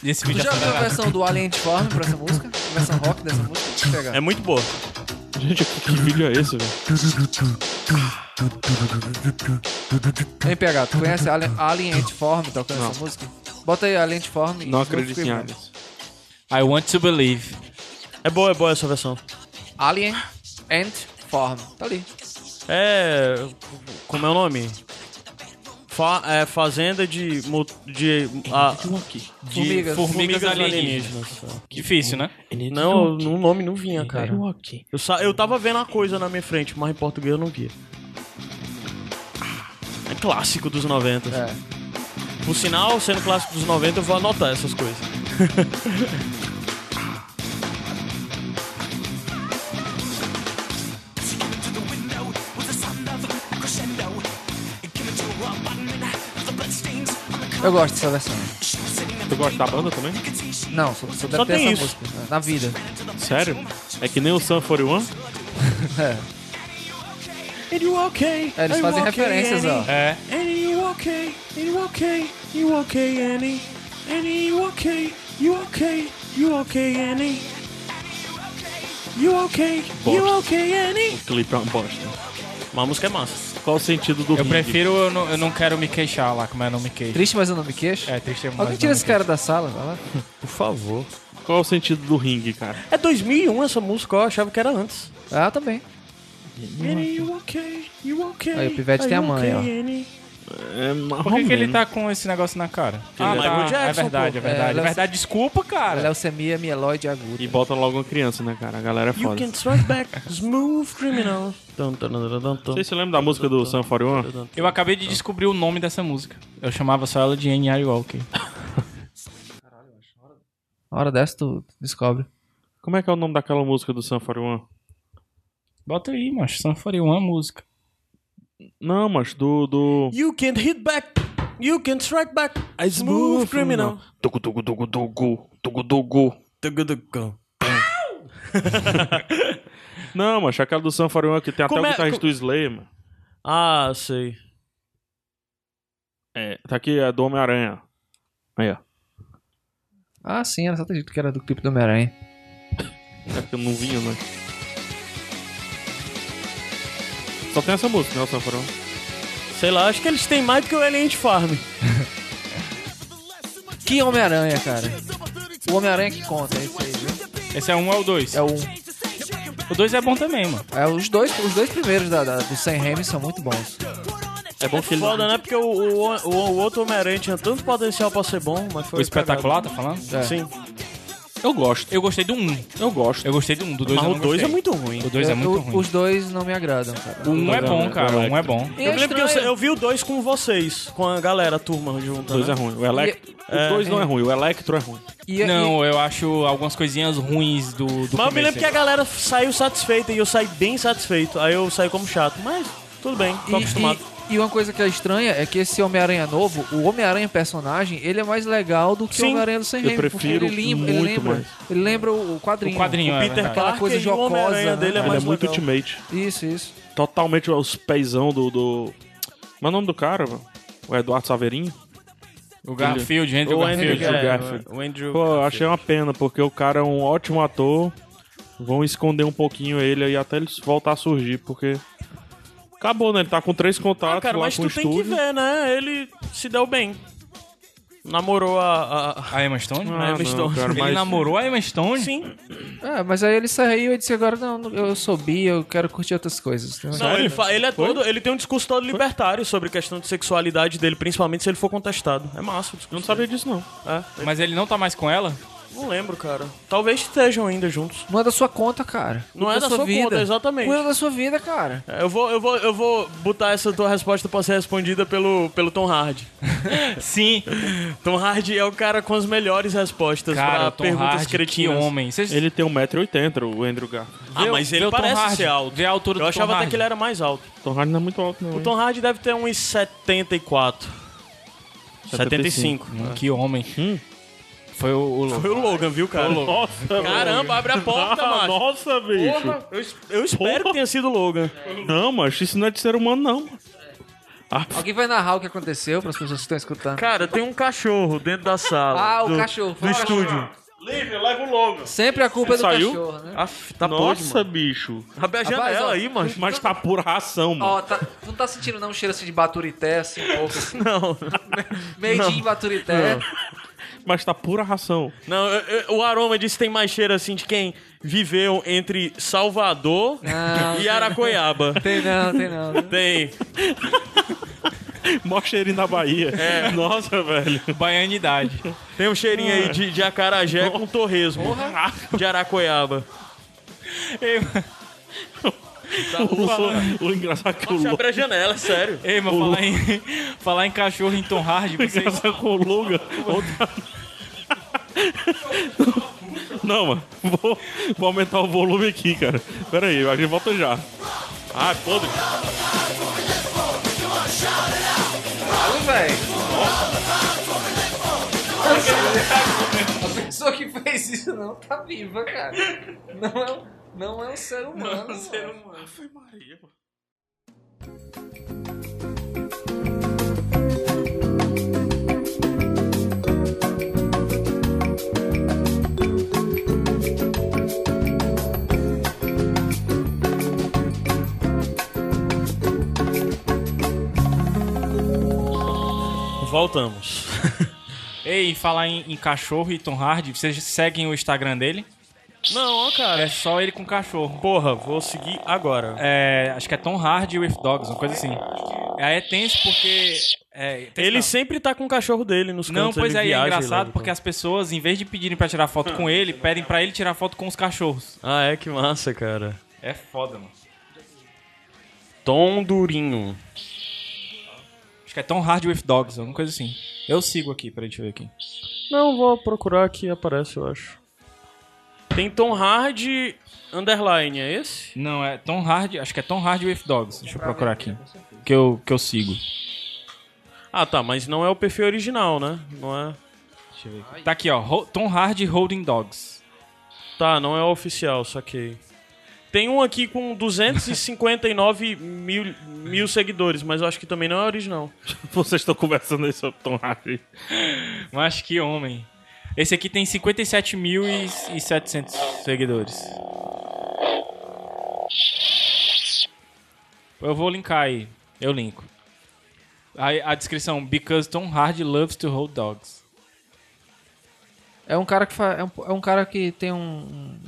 [SPEAKER 3] Esse
[SPEAKER 4] Tu
[SPEAKER 3] vídeo
[SPEAKER 4] já viu a
[SPEAKER 3] acelerado.
[SPEAKER 4] versão do Alien Form pra essa música? A versão rock dessa música? Deixa eu pegar.
[SPEAKER 5] É muito boa.
[SPEAKER 2] Gente, que vídeo é esse, velho?
[SPEAKER 4] Vem pegar, tu conhece Alien, Alien Ant Form tocando essa música? Bota aí Alien Ant Form e
[SPEAKER 2] Não
[SPEAKER 4] Smooth
[SPEAKER 2] acredito em
[SPEAKER 4] Criminal.
[SPEAKER 2] Adams.
[SPEAKER 3] I want to believe.
[SPEAKER 5] É boa, é boa essa versão.
[SPEAKER 4] Alien Ant Form. Tá ali.
[SPEAKER 5] É. Como é o nome? Fa- é, fazenda de. mu- de a- de
[SPEAKER 4] Formigas.
[SPEAKER 5] formigas
[SPEAKER 3] Formigas alienígenas.
[SPEAKER 5] alienígenas.
[SPEAKER 3] Difícil, né?
[SPEAKER 5] Não, o nome não vinha, cara. Eu, sa- eu tava vendo a coisa na minha frente, mas em português eu não via. É clássico dos 90.
[SPEAKER 4] É.
[SPEAKER 5] Por sinal, sendo clássico dos 90, eu vou anotar essas coisas.
[SPEAKER 4] Eu gosto dessa versão.
[SPEAKER 2] Tu gosta da banda também?
[SPEAKER 4] Não, só, só deve
[SPEAKER 5] Só
[SPEAKER 4] ter
[SPEAKER 5] tem
[SPEAKER 4] essa
[SPEAKER 5] isso.
[SPEAKER 4] música. né? Na vida.
[SPEAKER 2] Sério? É que nem o Sun 41?
[SPEAKER 4] É.
[SPEAKER 5] And you okay?
[SPEAKER 4] É, eles
[SPEAKER 5] Are you
[SPEAKER 4] fazem
[SPEAKER 5] okay,
[SPEAKER 4] referências,
[SPEAKER 5] Annie?
[SPEAKER 4] ó.
[SPEAKER 3] É.
[SPEAKER 5] And you okay? And you okay? You okay, Annie? Annie, you okay? You okay? You okay, Annie? You okay? You
[SPEAKER 2] Bosta.
[SPEAKER 5] okay, Annie?
[SPEAKER 2] O clipe é uma bosta.
[SPEAKER 5] Mas a música é massa.
[SPEAKER 2] Qual o sentido do
[SPEAKER 3] Eu
[SPEAKER 2] ringue?
[SPEAKER 3] prefiro, eu não, eu não quero me queixar lá, como eu não me queixo.
[SPEAKER 4] Triste, mas eu não me queixo.
[SPEAKER 3] É, triste é mais
[SPEAKER 4] Alguém tira
[SPEAKER 3] não
[SPEAKER 4] esse
[SPEAKER 3] me queixo.
[SPEAKER 4] cara da sala, vai lá.
[SPEAKER 5] Por favor.
[SPEAKER 2] Qual o sentido do ringue, cara?
[SPEAKER 5] um É 2001 essa música, eu achava que era antes.
[SPEAKER 4] Ah, também.
[SPEAKER 5] Uhum.
[SPEAKER 4] Aí o Pivete tem a mãe, ó.
[SPEAKER 2] É,
[SPEAKER 3] Por que, que ele tá com esse negócio na cara? Ah,
[SPEAKER 5] ele é
[SPEAKER 3] tá.
[SPEAKER 5] Michael Jackson,
[SPEAKER 3] é verdade, é
[SPEAKER 4] pô.
[SPEAKER 3] verdade.
[SPEAKER 4] É,
[SPEAKER 3] É verdade, desculpa, cara.
[SPEAKER 4] Leucemia mieloide aguda.
[SPEAKER 2] E botam logo uma criança, né, cara? A galera é
[SPEAKER 5] You
[SPEAKER 2] foda.
[SPEAKER 5] can strike back, smooth criminal. Dun, dun, dun, dun, dun, dun.
[SPEAKER 2] Vocês se lembram da música do Sam 41?
[SPEAKER 3] Eu acabei de descobrir o nome dessa música. Eu chamava só ela de N.I. Walker.
[SPEAKER 4] Uma hora dessa tu descobre.
[SPEAKER 2] Como é que é o nome daquela música do Sam 41?
[SPEAKER 3] Bota aí, macho. Sanfaria, uma música.
[SPEAKER 2] Não, mas do. do...
[SPEAKER 5] You can't hit back, you can strike back, smooth criminal.
[SPEAKER 2] Tugu, tugu, tugu, tugu. Tugu, tugu.
[SPEAKER 5] Tugudugu.
[SPEAKER 2] Não, mas aquela do Sam 41 que tem até
[SPEAKER 5] Como
[SPEAKER 2] o
[SPEAKER 5] é-
[SPEAKER 2] guitarrista
[SPEAKER 5] co-
[SPEAKER 2] do Slayer, mano.
[SPEAKER 5] Ah, sei.
[SPEAKER 2] É, tá aqui, é do Homem-Aranha. Aí, ó.
[SPEAKER 4] Ah, sim, era só ter dito que era do clipe do Homem-Aranha.
[SPEAKER 2] É porque eu não vinha, né? Só tem essa música, né, o Sam 41?
[SPEAKER 5] Sei lá, acho que eles têm mais do que o Alien Ant Farm.
[SPEAKER 4] Que Homem-Aranha, cara? O Homem-Aranha que conta, é isso aí, viu?
[SPEAKER 3] Esse é um ou é o dois?
[SPEAKER 4] É o
[SPEAKER 3] O dois é bom também, mano.
[SPEAKER 4] É, os, dois, os dois primeiros da, da- do Sam Raimi são muito bons.
[SPEAKER 2] É bom que ele.
[SPEAKER 5] Foda, né? Porque o, o, o, o outro Homem-Aranha tinha tanto potencial pra ser bom, mas foi.
[SPEAKER 3] O espetacular, tá falando?
[SPEAKER 4] É.
[SPEAKER 5] cagado. Sim.
[SPEAKER 3] Eu gosto. Eu gostei do um.
[SPEAKER 2] Eu gosto.
[SPEAKER 3] Eu gostei do um. Do dois
[SPEAKER 5] Mas
[SPEAKER 3] eu
[SPEAKER 5] o
[SPEAKER 3] não
[SPEAKER 5] 2 é
[SPEAKER 3] gostei.
[SPEAKER 5] muito ruim.
[SPEAKER 3] O dois é
[SPEAKER 4] Eu-
[SPEAKER 3] muito
[SPEAKER 4] eu-
[SPEAKER 3] ruim.
[SPEAKER 4] Os dois não me agradam, cara.
[SPEAKER 3] O um é bom,
[SPEAKER 2] é
[SPEAKER 3] cara. O um é
[SPEAKER 2] Electro.
[SPEAKER 3] bom.
[SPEAKER 4] E
[SPEAKER 5] Eu
[SPEAKER 4] é
[SPEAKER 5] me lembro que eu,
[SPEAKER 4] estranho.
[SPEAKER 5] eu vi o 2 com vocês, com a galera, a turma junto.
[SPEAKER 2] O 2
[SPEAKER 5] né?
[SPEAKER 2] é ruim. O Electro.
[SPEAKER 5] É.
[SPEAKER 2] O 2 não é ruim, o Electro é ruim.
[SPEAKER 4] E- e-
[SPEAKER 3] Não, eu acho algumas coisinhas ruins do, do
[SPEAKER 5] Mas eu
[SPEAKER 3] começo
[SPEAKER 5] me lembro que é a
[SPEAKER 3] aí.
[SPEAKER 5] galera saiu satisfeita e eu saí bem satisfeito. Aí eu saí como chato, mas tudo bem, tô
[SPEAKER 4] e-
[SPEAKER 5] acostumado.
[SPEAKER 4] E, e uma coisa que é estranha é que esse Homem-Aranha novo, o Homem-Aranha personagem, ele é mais legal do que o
[SPEAKER 5] Sim,
[SPEAKER 4] Homem-Aranha do Sam
[SPEAKER 2] eu
[SPEAKER 4] Raimi. porque
[SPEAKER 2] prefiro
[SPEAKER 4] ele lembra, ele
[SPEAKER 2] muito
[SPEAKER 4] lembra,
[SPEAKER 2] mais.
[SPEAKER 4] ele lembra o o quadrinho.
[SPEAKER 3] O quadrinho, é
[SPEAKER 5] Peter
[SPEAKER 3] verdade.
[SPEAKER 4] Aquela
[SPEAKER 5] Parker
[SPEAKER 4] coisa
[SPEAKER 5] e o Homem-Aranha
[SPEAKER 4] jocosa, né?
[SPEAKER 5] dele é
[SPEAKER 2] Ele é
[SPEAKER 5] mais
[SPEAKER 2] muito
[SPEAKER 5] legal.
[SPEAKER 2] ultimate.
[SPEAKER 5] é.
[SPEAKER 4] Isso, isso.
[SPEAKER 2] Totalmente os peizão do. do... Mas o nome do cara, mano? O Eduardo Saverinho?
[SPEAKER 3] O Garfield, Andrew
[SPEAKER 2] O
[SPEAKER 3] Garfield.
[SPEAKER 2] Andrew Garfield. Pô, eu achei uma pena, porque o cara é um ótimo ator. Vão esconder um pouquinho ele aí até ele voltar a surgir, porque. Acabou, né? Ele tá com três contatos
[SPEAKER 5] Ah, cara,
[SPEAKER 2] lá
[SPEAKER 5] mas
[SPEAKER 2] com
[SPEAKER 5] tu
[SPEAKER 2] o
[SPEAKER 5] tem que
[SPEAKER 2] estúdio.
[SPEAKER 5] ver, né? Ele se deu bem. Namorou a. a-
[SPEAKER 3] A Emma Stone?
[SPEAKER 2] Ah,
[SPEAKER 5] Emma
[SPEAKER 2] não,
[SPEAKER 5] Stone.
[SPEAKER 2] cara,
[SPEAKER 3] Ele
[SPEAKER 2] mas-
[SPEAKER 3] namorou a Emma Stone?
[SPEAKER 5] Sim.
[SPEAKER 4] Ah, mas aí ele saiu e disse agora, não, não, eu sou bi, eu quero curtir outras coisas.
[SPEAKER 5] Não, ele, fa- ele é todo. Ele tem um discurso todo libertário sobre a questão de sexualidade dele, principalmente se ele for contestado. É massa o discurso.
[SPEAKER 2] Eu não sabia disso, não.
[SPEAKER 5] É,
[SPEAKER 3] Mas ele não tá mais com ela?
[SPEAKER 5] não lembro, cara. Talvez estejam ainda juntos.
[SPEAKER 4] Não é da sua conta, cara.
[SPEAKER 5] Não é da sua
[SPEAKER 4] vida.
[SPEAKER 5] conta, exatamente.
[SPEAKER 4] Não é da sua vida, cara.
[SPEAKER 5] É, Eu vou, eu vou, eu vou botar essa tua resposta pra ser respondida pelo, pelo Tom Hardy.
[SPEAKER 3] Sim.
[SPEAKER 5] Tom Hardy é o cara com as melhores respostas
[SPEAKER 3] Cara,
[SPEAKER 5] pra
[SPEAKER 3] o Tom
[SPEAKER 5] Ah, perguntas
[SPEAKER 3] Hardy, que
[SPEAKER 5] cretinas.
[SPEAKER 3] homem. Vocês-
[SPEAKER 2] Ele tem 1,80m, o Andrew Garfield.
[SPEAKER 5] Ah,
[SPEAKER 3] Vê o-
[SPEAKER 5] mas
[SPEAKER 3] vê
[SPEAKER 5] ele
[SPEAKER 3] o Tom
[SPEAKER 5] parece
[SPEAKER 3] Hardy,
[SPEAKER 5] ser alto.
[SPEAKER 3] vê a altura do
[SPEAKER 5] Eu
[SPEAKER 3] Tom
[SPEAKER 5] achava até
[SPEAKER 3] Hardy.
[SPEAKER 5] que ele era mais alto.
[SPEAKER 2] Tom Hardy não é muito alto, não.
[SPEAKER 5] O
[SPEAKER 2] hein?
[SPEAKER 5] Tom Hardy deve ter uns 74. 75.
[SPEAKER 3] Hum, Que homem.
[SPEAKER 2] Hum.
[SPEAKER 3] Foi o, o Logan.
[SPEAKER 5] Foi o Logan, viu, cara?
[SPEAKER 2] Nossa,
[SPEAKER 5] Caramba, abre a porta,
[SPEAKER 2] Ah,
[SPEAKER 5] mano.
[SPEAKER 2] nossa, bicho.
[SPEAKER 5] Porra, eu, es- eu espero
[SPEAKER 2] Porra.
[SPEAKER 5] que tenha sido o Logan.
[SPEAKER 2] Não, mas isso não é de ser humano, não.
[SPEAKER 4] Alguém vai narrar o que aconteceu para as pessoas que estão escutando.
[SPEAKER 5] Cara, tem um cachorro dentro da sala.
[SPEAKER 4] Ah, o cachorro.
[SPEAKER 5] Do
[SPEAKER 4] Fala,
[SPEAKER 5] estúdio.
[SPEAKER 2] Livre, leva o logo.
[SPEAKER 4] Sempre a culpa é do
[SPEAKER 2] Saiu?
[SPEAKER 4] cachorro, né?
[SPEAKER 5] Aff, tá podre,
[SPEAKER 2] Nossa,
[SPEAKER 5] mano.
[SPEAKER 2] bicho.
[SPEAKER 5] Abre a
[SPEAKER 4] Rapaz,
[SPEAKER 5] janela
[SPEAKER 4] ó.
[SPEAKER 5] aí, mano.
[SPEAKER 2] Mas tá pura ração, mano.
[SPEAKER 4] Ó, tá, tu não tá sentindo não um cheiro assim de baturité, assim, um pouco assim?
[SPEAKER 5] Não.
[SPEAKER 4] Meio de baturité.
[SPEAKER 2] Mas tá pura ração.
[SPEAKER 5] Não, eu- eu- o aroma disso tem mais cheiro assim de quem viveu entre Salvador
[SPEAKER 4] Não,
[SPEAKER 5] e Aracoiaba.
[SPEAKER 4] Tem não, tem não.
[SPEAKER 5] Tem.
[SPEAKER 2] Mó cheirinho da Bahia.
[SPEAKER 5] É.
[SPEAKER 2] Nossa, velho.
[SPEAKER 3] Baianidade.
[SPEAKER 5] Tem um cheirinho aí de, de acarajé com torresmo. De Aracoiaba.
[SPEAKER 3] ei,
[SPEAKER 2] O, o engraçado é que o
[SPEAKER 5] Você
[SPEAKER 2] Logan...
[SPEAKER 5] abre a janela, sério.
[SPEAKER 3] ei, mas falar em, falar em cachorro em Tom Hardy, vocês...
[SPEAKER 2] engraçado com o Logan. outra- Não, mano. Vou, vou aumentar o volume aqui, cara. Pera aí, a gente volta já. Ah, podre.
[SPEAKER 4] Alô, velho. A pessoa que fez isso não tá viva, cara. Não é, um- não é um ser humano. Não, ser humano.
[SPEAKER 5] Voltamos.
[SPEAKER 3] Ei, falar em, em cachorro e Tom Hardy, vocês seguem o Instagram dele?
[SPEAKER 5] Não, ó, cara.
[SPEAKER 3] É só ele com cachorro.
[SPEAKER 5] Porra, vou seguir agora.
[SPEAKER 3] É, acho que é Tom Hard with Dogs, uma coisa assim. Aí é tenso porque. É, tenso
[SPEAKER 5] Ele
[SPEAKER 3] não.
[SPEAKER 5] sempre tá com o cachorro dele nos
[SPEAKER 3] Não,
[SPEAKER 5] cantos.
[SPEAKER 3] pois
[SPEAKER 5] ele
[SPEAKER 3] aí é
[SPEAKER 5] viaja e
[SPEAKER 3] engraçado
[SPEAKER 5] leva,
[SPEAKER 3] porque
[SPEAKER 5] pô.
[SPEAKER 3] as pessoas, em vez de pedirem pra tirar foto com ele, pedem pra ele tirar foto com os cachorros.
[SPEAKER 5] Ah, é que massa, cara.
[SPEAKER 3] É foda, mano.
[SPEAKER 5] Tom Durinho.
[SPEAKER 3] Acho que é Tom Hard with Dogs, alguma coisa assim. Eu sigo aqui, pra gente ver aqui.
[SPEAKER 5] Não, vou procurar que aparece, eu acho. Tem Tom Hard underline, é esse?
[SPEAKER 3] Não, é Tom Hard, acho que é Tom Hard with Dogs. Deixa eu procurar aqui. Que eu, que eu sigo.
[SPEAKER 5] Ah, tá, mas não é o perfil original, né? Não é.
[SPEAKER 3] Deixa eu ver aqui. Tá aqui, ó. Ho- Tom Hard Holding Dogs.
[SPEAKER 5] Tá, não é o oficial, saquei. Tem um aqui com 259 mil, mil seguidores, mas eu acho que também não é original.
[SPEAKER 2] Vocês estão conversando aí sobre Tom Hardy.
[SPEAKER 3] Mas que homem. Esse aqui tem 57.700 seguidores. Eu vou linkar aí. Eu linko. Aí a descrição: Because Tom Hard loves to hold dogs.
[SPEAKER 4] É um cara que fa... é, um... é um cara que tem um,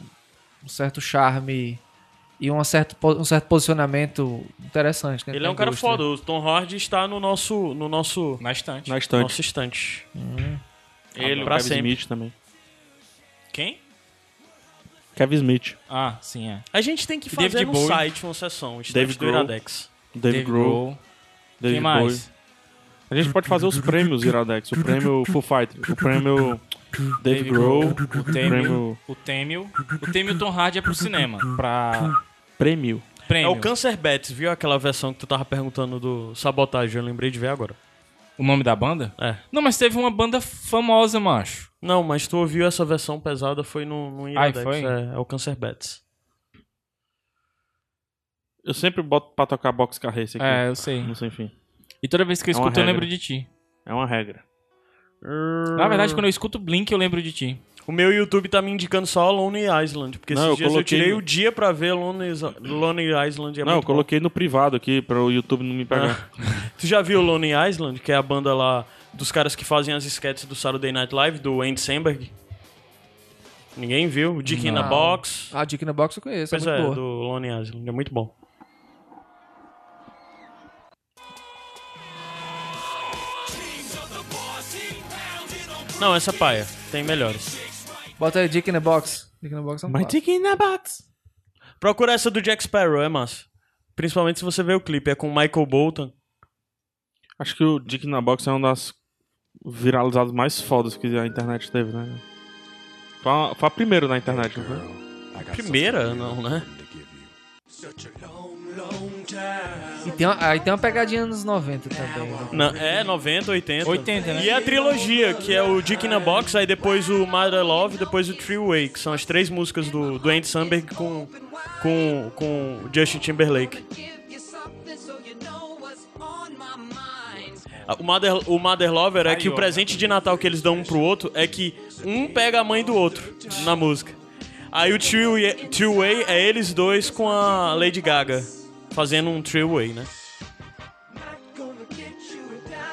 [SPEAKER 4] um certo charme e um certo, po- um certo posicionamento interessante. né? dentro
[SPEAKER 5] Ele é
[SPEAKER 4] da
[SPEAKER 5] um
[SPEAKER 3] né?
[SPEAKER 5] cara
[SPEAKER 4] indústria.
[SPEAKER 5] foda, o Tom Hard está no nosso no nosso
[SPEAKER 3] Na estante.
[SPEAKER 2] Na estante.
[SPEAKER 5] nosso estante.
[SPEAKER 2] Ele,
[SPEAKER 5] Ele
[SPEAKER 2] o
[SPEAKER 5] pra
[SPEAKER 2] Kevin
[SPEAKER 5] sempre.
[SPEAKER 2] Smith também.
[SPEAKER 3] Quem?
[SPEAKER 2] Kevin Smith.
[SPEAKER 3] Ah, sim, é.
[SPEAKER 5] A gente tem que
[SPEAKER 3] E
[SPEAKER 5] fazer
[SPEAKER 3] David
[SPEAKER 5] no
[SPEAKER 3] Bowie.
[SPEAKER 5] site uma sessão, o estante
[SPEAKER 2] David
[SPEAKER 5] do
[SPEAKER 2] Grohl.
[SPEAKER 5] Iradex.
[SPEAKER 2] Dave Grohl. David
[SPEAKER 3] Quem
[SPEAKER 2] Bowie.
[SPEAKER 3] mais?
[SPEAKER 2] A gente pode fazer os prêmios Iradex. O prêmio Full Fighter. O prêmio Dave Grohl.
[SPEAKER 3] O
[SPEAKER 2] prêmio-
[SPEAKER 3] Temil. O Temil. O Temil Tom Hard é pro cinema. Pra
[SPEAKER 2] Prêmio.
[SPEAKER 5] É
[SPEAKER 3] prêmio.
[SPEAKER 5] o Cancer Bats, viu aquela versão que tu tava perguntando do sabotagem, eu lembrei de ver agora.
[SPEAKER 3] O nome da banda?
[SPEAKER 5] É.
[SPEAKER 3] Não, mas teve uma banda famosa, macho.
[SPEAKER 5] Não, mas tu ouviu essa versão pesada foi no, no Iradex,
[SPEAKER 3] foi?
[SPEAKER 5] É, é o Cancer Bats.
[SPEAKER 2] Eu sempre boto pra tocar box carreira esse aqui.
[SPEAKER 3] É, eu sei.
[SPEAKER 2] Não sei, enfim.
[SPEAKER 3] E toda vez que eu
[SPEAKER 2] É uma
[SPEAKER 3] escuto, eu
[SPEAKER 2] regra.
[SPEAKER 3] lembro de ti.
[SPEAKER 2] É uma regra.
[SPEAKER 3] Na verdade, quando eu escuto Blink, eu lembro de ti.
[SPEAKER 5] O meu YouTube tá me indicando só Lonely Island, porque
[SPEAKER 2] Não,
[SPEAKER 5] esses
[SPEAKER 2] eu
[SPEAKER 5] dias
[SPEAKER 2] coloquei
[SPEAKER 5] eu tirei
[SPEAKER 2] no-
[SPEAKER 5] o dia pra ver Lonely, Lonely Island. É
[SPEAKER 2] não, eu
[SPEAKER 5] muito bom.
[SPEAKER 2] coloquei no privado aqui pra o YouTube não me pegar.
[SPEAKER 5] Tu já viu Lonely Island, que é a banda lá dos caras que fazem as sketches do Saturday Night Live, do Andy Samberg? Ninguém viu? O Dick in a
[SPEAKER 4] Não.
[SPEAKER 5] Box.
[SPEAKER 4] Ah, Dick in the Box eu conheço,
[SPEAKER 5] Pois
[SPEAKER 4] é
[SPEAKER 5] é,
[SPEAKER 4] muito boa.
[SPEAKER 5] do Lonely Island. É muito bom. Não, essa é paia. Tem melhores.
[SPEAKER 4] Bota aí Dick in the Box. Dick in the Box é um
[SPEAKER 2] Mas
[SPEAKER 4] clássico.
[SPEAKER 2] Dick in the box.
[SPEAKER 5] Procura essa do Jack Sparrow, é massa. Principalmente se você ver o clipe. É com Michael Bolton.
[SPEAKER 2] Acho que o Dick na Box é uma das viralizadas mais fodas que a internet teve, né? Foi a, foi a primeira na internet, não foi?
[SPEAKER 5] Primeira, não, né?
[SPEAKER 4] E tem uma, aí tem uma pegadinha nos 90 também. né?
[SPEAKER 5] Não, é, 90, 80.
[SPEAKER 3] 80, né?
[SPEAKER 5] E a trilogia, que é o Dick in a Box, aí depois o Mother Love, depois o Three Way, que são as três músicas do, do Andy Samberg com, com, com o Justin Timberlake. O Mother, o Mother Lover é que o presente de Natal que eles dão um pro outro é que um pega a mãe do outro na música. Aí o Three Way- Three Way é eles dois com a Lady Gaga fazendo um Three Way, né?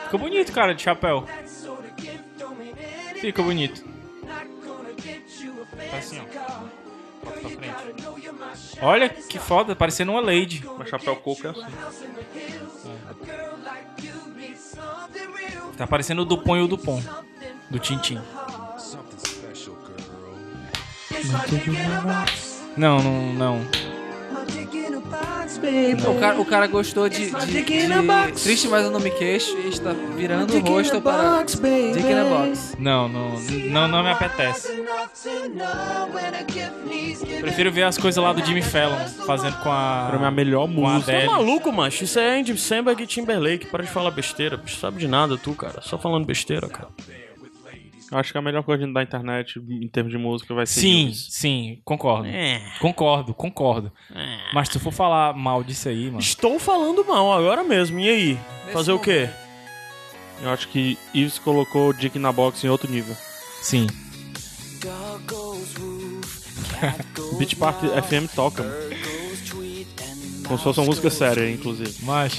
[SPEAKER 3] Ficou bonito, cara, de chapéu.
[SPEAKER 9] assim,
[SPEAKER 3] Fica bonito. Assim, ó. Olha que foda, parecendo uma lady.
[SPEAKER 2] Mas Chapéu Coco é assim.
[SPEAKER 3] Tá parecendo o Dupont e o Dupont. Do Tintin. Não, não, não.
[SPEAKER 4] O cara, o cara gostou de, de- de Triste, mas eu não me queixo e está virando o rosto para Dick in the Box.
[SPEAKER 3] Não, não, não, não me apetece. Prefiro ver as coisas lá do Jimmy Fallon fazendo com a.
[SPEAKER 2] Pra mim, a melhor
[SPEAKER 3] com a
[SPEAKER 2] música.
[SPEAKER 5] Tá
[SPEAKER 3] Adele.
[SPEAKER 5] maluco, macho? Isso é Andy Samberg e Timberlake. Para de falar besteira. Bicho, sabe de nada tu, cara. Só falando besteira, cara.
[SPEAKER 2] Eu acho que a melhor coisa da internet em termos de música vai ser.
[SPEAKER 3] Sim,
[SPEAKER 2] News.
[SPEAKER 3] sim, concordo.
[SPEAKER 5] É.
[SPEAKER 3] Concordo, concordo.
[SPEAKER 2] É.
[SPEAKER 3] Mas se tu for falar mal disso aí, mano.
[SPEAKER 5] Estou falando mal agora mesmo. E aí? Fazer o quê?
[SPEAKER 2] Eu acho que Ives colocou Dick na Box em outro nível.
[SPEAKER 3] Sim.
[SPEAKER 2] Beach Park FM toca. Como se fosse uma música séria, inclusive.
[SPEAKER 3] Mas.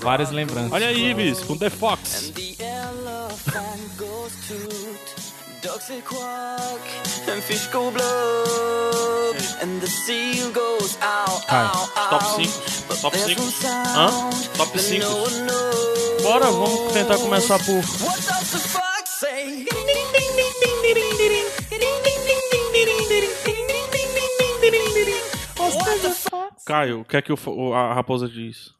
[SPEAKER 3] Várias lembranças.
[SPEAKER 2] Olha aí, Ibis, com The Fox.
[SPEAKER 9] classic walk, and fish go blow, and the seal goes out, out,
[SPEAKER 5] top
[SPEAKER 9] out.
[SPEAKER 5] cinco,
[SPEAKER 9] But
[SPEAKER 5] top
[SPEAKER 9] there's
[SPEAKER 5] cinco.
[SPEAKER 9] no
[SPEAKER 5] Hã?
[SPEAKER 9] sound
[SPEAKER 5] Top
[SPEAKER 9] that
[SPEAKER 5] cinco.
[SPEAKER 9] no one knows.
[SPEAKER 5] Bora, vamos tentar começar por.
[SPEAKER 9] What does the fox say? What the
[SPEAKER 2] Caio, o que é que o fo- o- a raposa diz?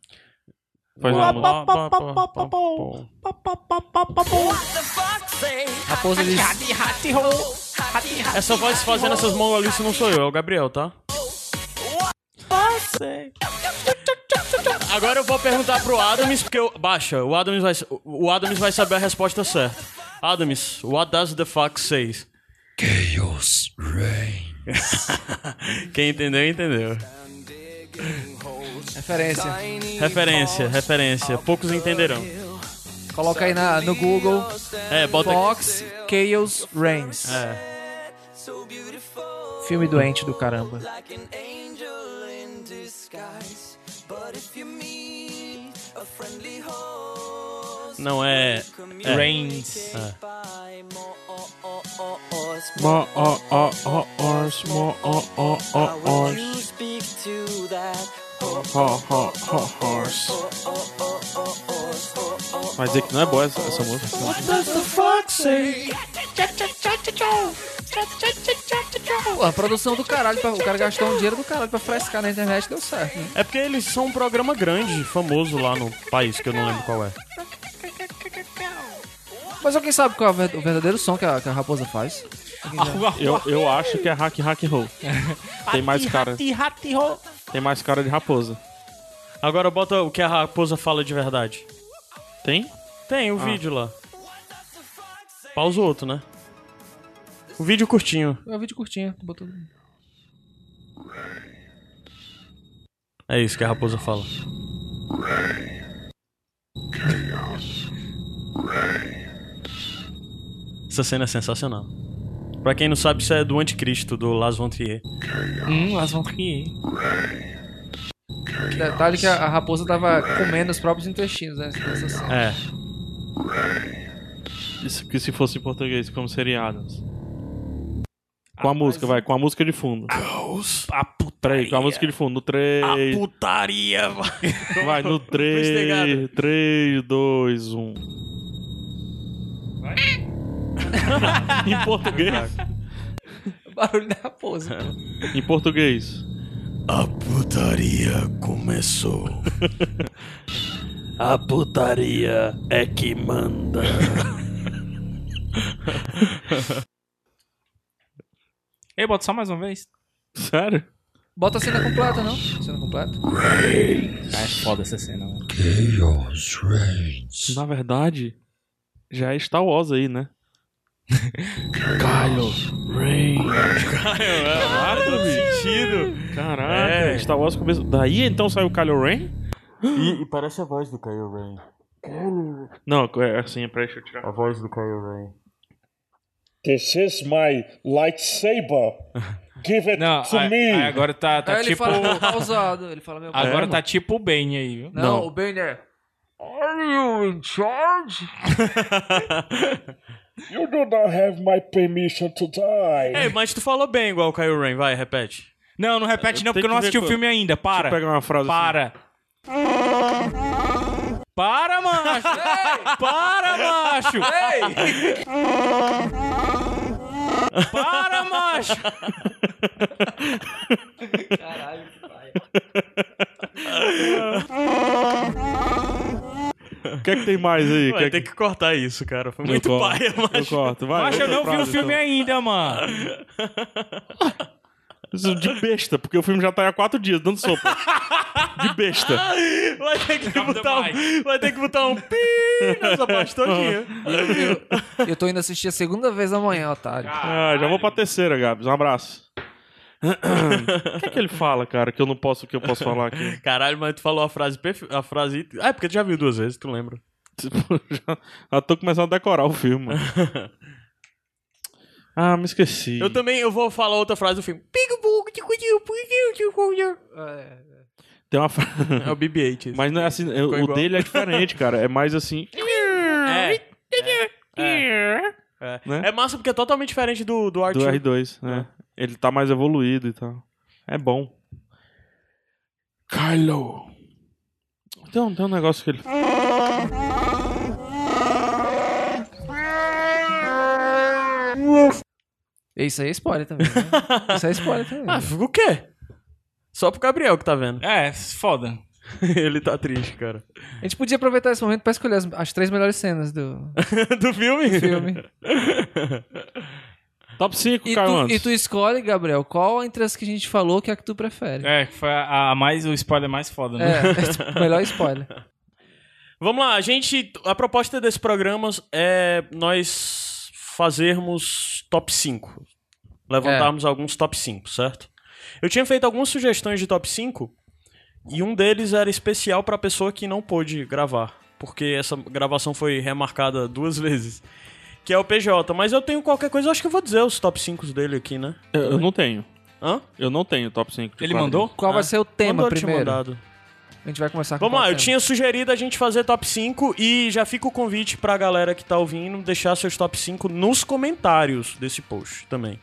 [SPEAKER 2] Faz uma música.
[SPEAKER 5] Não,
[SPEAKER 9] What the fox say?
[SPEAKER 4] Raposa diz.
[SPEAKER 5] Essa voz fazendo essas mongolices não sou eu, é o Gabriel, tá? Agora eu vou perguntar pro Adams, porque eu... Baixa, o Adams, vai... o Adams vai saber a resposta certa. Adams, what does the fuck say? Chaos reigns. Quem entendeu, entendeu.
[SPEAKER 4] Referência.
[SPEAKER 5] Referência, referência. Poucos entenderão.
[SPEAKER 4] Coloca aí na, no Google.
[SPEAKER 5] É, bota
[SPEAKER 4] Fox Chaos Reigns.
[SPEAKER 5] É.
[SPEAKER 4] Filme doente do caramba.
[SPEAKER 9] Like an angel in disguise. But if you meet a friendly host,
[SPEAKER 5] Não é... é.
[SPEAKER 3] Reigns.
[SPEAKER 9] buy more oh, or, or, or, or,
[SPEAKER 2] Mo- ó, ó, ó, ors, mo- ó, ó,
[SPEAKER 9] How
[SPEAKER 2] ó,
[SPEAKER 9] would you
[SPEAKER 2] ors,
[SPEAKER 9] speak to that? Oh,
[SPEAKER 2] ó, ó, ó, ors. Mas é que não é boa essa, essa música.
[SPEAKER 4] Pô, a produção do caralho. pra- o cara gastou um dinheiro do caralho pra frescar na internet deu certo, né?
[SPEAKER 5] É porque eles são um programa grande, famoso lá no país, que eu não lembro qual é.
[SPEAKER 4] Mas alguém sabe qual é o ver- o verdadeiro som que a, que a raposa faz?
[SPEAKER 2] Eu, eu acho que é hack hack roll. Tem mais cara. Tem mais cara de raposa.
[SPEAKER 5] Agora bota o que a raposa fala de verdade.
[SPEAKER 2] Tem? Ah.
[SPEAKER 5] Tem o vídeo lá. Pausa o outro, né? O vídeo curtinho.
[SPEAKER 4] É um vídeo curtinho. Botou...
[SPEAKER 5] É isso que a raposa fala. Essa cena é sensacional. Pra quem não sabe, isso é do Anticristo, do Las Vontrier.
[SPEAKER 3] Hum, elas vão rir.
[SPEAKER 4] Detalhe que a, a raposa tava comendo os próprios intestinos, né? Nessa cena.
[SPEAKER 5] É.
[SPEAKER 2] Isso que se fosse em português, como seria Adams? Com a música, vai, com a música de fundo.
[SPEAKER 5] A
[SPEAKER 2] Peraí, com a
[SPEAKER 5] putaria.
[SPEAKER 2] música de fundo. No 3.
[SPEAKER 5] putaria, vai.
[SPEAKER 2] Vai, no
[SPEAKER 5] Investigado.
[SPEAKER 2] 3. 3, 2, 1. em português?
[SPEAKER 4] Barulho da raposa.
[SPEAKER 2] Em português.
[SPEAKER 5] A putaria começou. A putaria é que manda.
[SPEAKER 3] Ei, bota só mais uma vez.
[SPEAKER 2] Sério?
[SPEAKER 4] Bota a cena completa, não? Cena completa.
[SPEAKER 3] Ah, é foda essa cena, mano.
[SPEAKER 2] Na verdade, já é Star Wars aí, né? Kylo Ren. Caralho, bicho. Caraca,
[SPEAKER 5] É.
[SPEAKER 2] Star Wars começou. Daí então saiu o Kylo Ren?
[SPEAKER 5] E, parece a voz do Kylo Ren.
[SPEAKER 2] Não, é assim, é peraí, deixa eu tirar.
[SPEAKER 5] A voz do Kylo Ren.
[SPEAKER 7] This is my lightsaber. Give it
[SPEAKER 3] Não,
[SPEAKER 7] to
[SPEAKER 3] aí-
[SPEAKER 7] me.
[SPEAKER 3] aí agora tá, tá
[SPEAKER 4] Aí ele
[SPEAKER 3] tipo.
[SPEAKER 4] fala pausado. Ele fala meu
[SPEAKER 3] Agora
[SPEAKER 2] É,
[SPEAKER 3] tá tipo o Bane aí, viu?
[SPEAKER 4] Não,
[SPEAKER 2] Não.
[SPEAKER 4] o Banner. Are you in charge?
[SPEAKER 7] You do not have my permission to die.
[SPEAKER 5] Ei, É, mas tu falou bem igual o Kylo Ren, vai, repete.
[SPEAKER 3] Não, não repete não,
[SPEAKER 2] Tem
[SPEAKER 3] porque eu não
[SPEAKER 2] que ver
[SPEAKER 3] assisti o
[SPEAKER 2] qual-
[SPEAKER 3] filme ainda. Para.
[SPEAKER 2] Pega uma frase.
[SPEAKER 3] Para. Para, macho. Para, macho.
[SPEAKER 4] Ei!
[SPEAKER 3] Para, macho.
[SPEAKER 2] assim. O que é que tem mais aí?
[SPEAKER 5] Vai
[SPEAKER 2] que é
[SPEAKER 5] ter que cortar isso, cara. Foi
[SPEAKER 2] Eu
[SPEAKER 5] muito
[SPEAKER 2] corto.
[SPEAKER 5] paia,
[SPEAKER 2] Eu
[SPEAKER 5] mas...
[SPEAKER 2] corto, vai.
[SPEAKER 3] Macho,
[SPEAKER 2] outra
[SPEAKER 3] eu não vi o
[SPEAKER 2] frase,
[SPEAKER 3] filme
[SPEAKER 2] então.
[SPEAKER 3] ainda, mano.
[SPEAKER 2] Isso De besta, porque o filme já tá aí há quatro dias dando sopa. De besta.
[SPEAKER 5] Vai ter que
[SPEAKER 3] Acabou
[SPEAKER 5] botar um...
[SPEAKER 3] demais.
[SPEAKER 5] Vai ter que botar um pi nessa parte todinha.
[SPEAKER 4] Eu tô indo assistir a segunda vez amanhã, otário.
[SPEAKER 2] Ah, já vou pra terceira, Gabs. Um abraço. O que é que ele fala, cara, que eu não posso, que eu posso falar aqui?
[SPEAKER 5] Caralho, mas tu falou a frase perfe... A frase... Ah, é porque tu já viu duas vezes, tu lembra.
[SPEAKER 2] Tipo, já, já tô começando a decorar o filme. mano. Ah, me esqueci.
[SPEAKER 5] Eu também... Eu vou falar outra frase do filme.
[SPEAKER 2] Tem uma frase.
[SPEAKER 5] É o BB-8. esse.
[SPEAKER 2] Mas não é assim, é- o
[SPEAKER 5] igual.
[SPEAKER 2] dele é diferente, cara. É mais assim.
[SPEAKER 5] É. É.
[SPEAKER 2] Né?
[SPEAKER 5] É massa porque é totalmente diferente do, do Art
[SPEAKER 2] Do R2, né? Ele tá mais evoluído e tal. É bom. Kylo. Tem um, tem um negócio que ele.
[SPEAKER 4] Isso aí é spoiler também. Né? Isso aí é spoiler também.
[SPEAKER 5] Ah, o quê? Só pro Gabriel que tá vendo.
[SPEAKER 3] É, foda.
[SPEAKER 5] Ele tá triste, cara.
[SPEAKER 4] A gente podia aproveitar esse momento pra escolher as, as três melhores cenas do
[SPEAKER 5] do filme?
[SPEAKER 4] filme.
[SPEAKER 2] Top 5,
[SPEAKER 4] E
[SPEAKER 2] Caio
[SPEAKER 4] tu,
[SPEAKER 2] Anderson.
[SPEAKER 4] e tu escolhe, Gabriel, qual entre as que a gente falou que é a que tu prefere.
[SPEAKER 3] É, foi a, a mais, o spoiler mais foda, né?
[SPEAKER 4] É, melhor spoiler.
[SPEAKER 5] Vamos lá, a gente. A proposta desse programa é nós fazermos top 5. Levantarmos
[SPEAKER 4] É.
[SPEAKER 5] alguns top 5, certo? Eu tinha feito algumas sugestões de top 5 e um deles era especial pra pessoa que não pôde gravar, porque essa gravação foi remarcada duas vezes. Que é o PJ, mas eu tenho qualquer coisa, eu acho que eu vou dizer os top 5 dele aqui, né?
[SPEAKER 2] Eu, eu não tenho.
[SPEAKER 5] Hã?
[SPEAKER 2] Eu não tenho top 5. de
[SPEAKER 3] Ele
[SPEAKER 2] Clown.
[SPEAKER 3] mandou? Ah.
[SPEAKER 4] Qual vai ser o tema
[SPEAKER 5] Quando eu te
[SPEAKER 4] primeiro?
[SPEAKER 5] mandado?
[SPEAKER 4] A gente vai começar com
[SPEAKER 5] Vamos
[SPEAKER 4] qual
[SPEAKER 5] lá, eu
[SPEAKER 4] tema?
[SPEAKER 5] tinha sugerido a gente fazer top 5 e já fica o convite pra galera que tá ouvindo deixar seus top 5 nos comentários desse post também.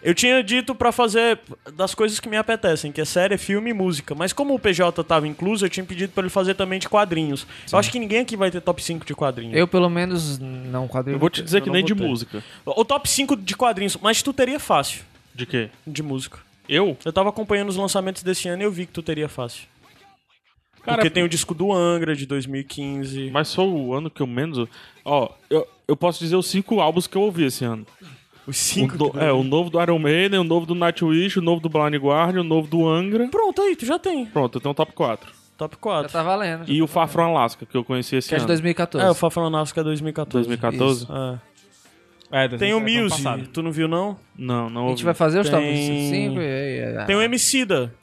[SPEAKER 5] Eu tinha dito pra fazer das coisas que me apetecem, que é série, filme e música. Mas como o PJ tava incluso, eu tinha pedido pra ele fazer também de quadrinhos. Eu acho que ninguém aqui vai ter top 5 de quadrinhos.
[SPEAKER 4] Eu, pelo menos, não quadrinho.
[SPEAKER 2] Eu vou te dizer
[SPEAKER 5] Eu
[SPEAKER 2] que
[SPEAKER 5] não
[SPEAKER 2] nem de
[SPEAKER 5] botei.
[SPEAKER 2] música.
[SPEAKER 5] O top 5 de quadrinhos, mas tu teria fácil
[SPEAKER 2] De quê?
[SPEAKER 5] de música.
[SPEAKER 2] Eu?
[SPEAKER 5] Eu tava acompanhando os lançamentos desse ano e eu vi que tu teria fácil.
[SPEAKER 2] Cara,
[SPEAKER 5] Porque tem o disco do Angra de 2015.
[SPEAKER 2] Mas sou o ano que eu menos. Ó, eu, eu posso dizer os cinco álbuns que eu ouvi esse ano.
[SPEAKER 5] Os
[SPEAKER 2] O
[SPEAKER 5] 5
[SPEAKER 2] do- é, o novo do Iron Maiden, o novo do Nightwish, o novo do Blind Guardian, o novo do Angra.
[SPEAKER 5] Pronto, aí, tu já tem.
[SPEAKER 2] Pronto, eu tenho o top 4.
[SPEAKER 5] Top
[SPEAKER 4] Já
[SPEAKER 5] 4.
[SPEAKER 4] tá valendo.
[SPEAKER 2] E o Far From Alaska, que eu conheci esse
[SPEAKER 4] Que é de
[SPEAKER 2] ano.
[SPEAKER 4] 2014.
[SPEAKER 5] É, o Fafronasca é 2014.
[SPEAKER 2] 2014?
[SPEAKER 5] É.
[SPEAKER 3] É, do-
[SPEAKER 5] Tem o
[SPEAKER 3] é do ano passado.
[SPEAKER 5] Muse, tu não viu não?
[SPEAKER 2] Não, não
[SPEAKER 4] a
[SPEAKER 2] ouvi.
[SPEAKER 4] gente vai fazer os assim, top
[SPEAKER 5] Tem-
[SPEAKER 4] 5 é-
[SPEAKER 5] Tem um o Emicida.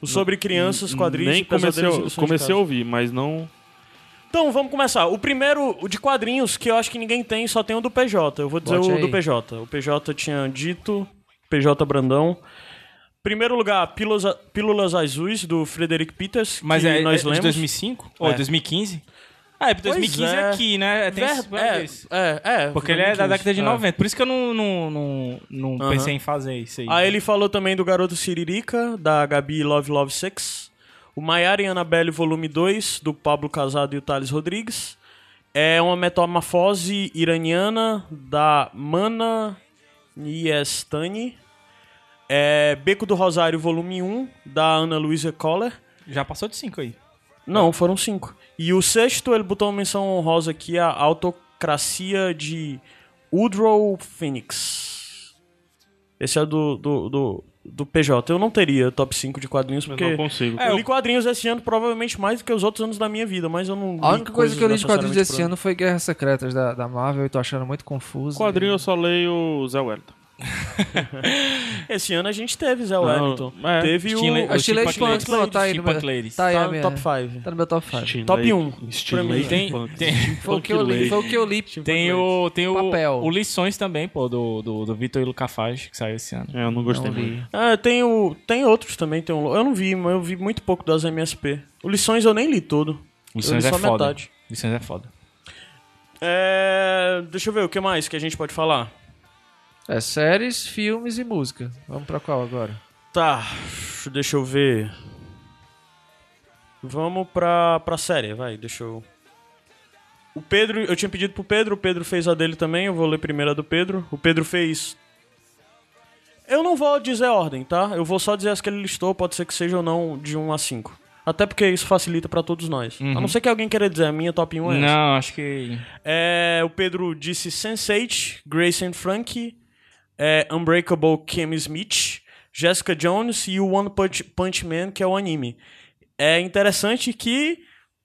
[SPEAKER 5] O Sobre Crianças, Quadrinhos
[SPEAKER 2] Ah. Nem
[SPEAKER 5] e Pesadelos
[SPEAKER 2] comecei,
[SPEAKER 5] e
[SPEAKER 2] eu-
[SPEAKER 5] Lições de
[SPEAKER 2] comecei a
[SPEAKER 5] Casa.
[SPEAKER 2] ouvir, mas não...
[SPEAKER 5] Então, vamos começar. O primeiro, o de quadrinhos, que eu acho que ninguém tem, só tem o do PJ. Eu vou dizer
[SPEAKER 4] Bote
[SPEAKER 5] o
[SPEAKER 4] aí.
[SPEAKER 5] do PJ. O PJ tinha dito, PJ Brandão. Primeiro lugar, Pílulas, Pílulas Azuis, do Frederick Peters,
[SPEAKER 3] Mas
[SPEAKER 5] que
[SPEAKER 3] é,
[SPEAKER 5] nós
[SPEAKER 3] é de
[SPEAKER 5] lemos.
[SPEAKER 3] 2005? Ou
[SPEAKER 5] É.
[SPEAKER 3] 2015? Ah, é porque
[SPEAKER 5] Pois
[SPEAKER 3] 2015
[SPEAKER 5] é.
[SPEAKER 3] é aqui, né? Tem esse
[SPEAKER 5] Ver-
[SPEAKER 3] problema disso.
[SPEAKER 5] é, é, é,
[SPEAKER 3] Porque ele é da
[SPEAKER 5] 2015.
[SPEAKER 3] década de
[SPEAKER 5] É.
[SPEAKER 3] 90. Por isso que eu não, não, não, não
[SPEAKER 5] Aham.
[SPEAKER 3] pensei em fazer isso aí.
[SPEAKER 5] Aí ele falou também do Garoto Siririca, da Gabi Love Love Sex. O Maiara e Annabelle Volume 2, do Pablo Casado e o Thales Rodrigues. É uma metamorfose iraniana da Mana Niestani. É Beco do Rosário Volume 1, da Ana Luísa Coller.
[SPEAKER 3] Já passou de 5 aí.
[SPEAKER 5] Não, foram cinco. E o sexto, ele botou uma menção honrosa aqui, a Autocracia de Woodrow Phoenix. Esse é do, do, do, do PJ. Eu não teria top 5 de quadrinhos,
[SPEAKER 2] Eu
[SPEAKER 5] porque...
[SPEAKER 2] não consigo.
[SPEAKER 5] É, eu li quadrinhos esse ano provavelmente mais do que os outros anos da minha vida, mas eu não
[SPEAKER 4] A única coisa
[SPEAKER 5] coisas
[SPEAKER 4] que eu li de quadrinhos
[SPEAKER 5] necessariamente
[SPEAKER 4] desse
[SPEAKER 5] pra-
[SPEAKER 4] ano foi Guerras Secretas da, da Marvel e tô achando muito confuso.
[SPEAKER 2] Quadrinho eu só leio o Zé Wellington.
[SPEAKER 5] Esse ano a gente teve Zé
[SPEAKER 2] Não,
[SPEAKER 5] Wellington.
[SPEAKER 2] é.
[SPEAKER 5] Teve o...
[SPEAKER 3] Steam Le-
[SPEAKER 4] A
[SPEAKER 3] o
[SPEAKER 4] Chile
[SPEAKER 3] Chimpa
[SPEAKER 4] Punk,
[SPEAKER 3] Clades.
[SPEAKER 4] pronto, tá aí. no
[SPEAKER 3] Chimpa
[SPEAKER 4] meu-
[SPEAKER 3] Clades.
[SPEAKER 4] Tá aí a
[SPEAKER 5] Tá no
[SPEAKER 4] minha.
[SPEAKER 5] top 5.
[SPEAKER 4] Tá no meu top 5.
[SPEAKER 5] Top 1. Pra mim.
[SPEAKER 3] Tem- tem-
[SPEAKER 4] Foi o que eu li. Foi o que eu li.
[SPEAKER 3] Tem o, tem o,
[SPEAKER 4] Papel.
[SPEAKER 3] o Lições também, pô, do, do, do Vitor e Luca Fage, que saiu esse ano.
[SPEAKER 2] É, eu não gostei
[SPEAKER 4] Não
[SPEAKER 2] muito.
[SPEAKER 4] li.
[SPEAKER 5] Ah, tem, o... tem outros também. Tem um... Eu não vi, mas eu vi muito pouco das MSP. O Lições eu nem li todo.
[SPEAKER 3] Lições
[SPEAKER 5] eu
[SPEAKER 3] é
[SPEAKER 5] li só
[SPEAKER 3] foda.
[SPEAKER 5] metade.
[SPEAKER 3] Lições é foda.
[SPEAKER 5] É, deixa eu ver o que mais que a gente pode falar.
[SPEAKER 4] É séries, filmes e música. Vamos pra qual agora?
[SPEAKER 5] Tá, deixa eu ver. Vamos pra, pra série, vai, deixa eu. O Pedro, eu tinha pedido pro Pedro, o Pedro fez a dele também, eu vou ler primeiro a do Pedro. O Pedro fez. Eu não vou dizer a ordem, tá? Eu vou só dizer as que ele listou, pode ser que seja ou não de 1 a 5. Até porque isso facilita pra todos nós. A não ser que alguém queira dizer, a minha top 1 é essa.
[SPEAKER 3] Não, acho que.
[SPEAKER 5] É, o Pedro disse Sense8, Grace and Frankie, é, Unbreakable Kim Smith, Jessica Jones e o One Punch, Punch Man, que é o anime. É interessante que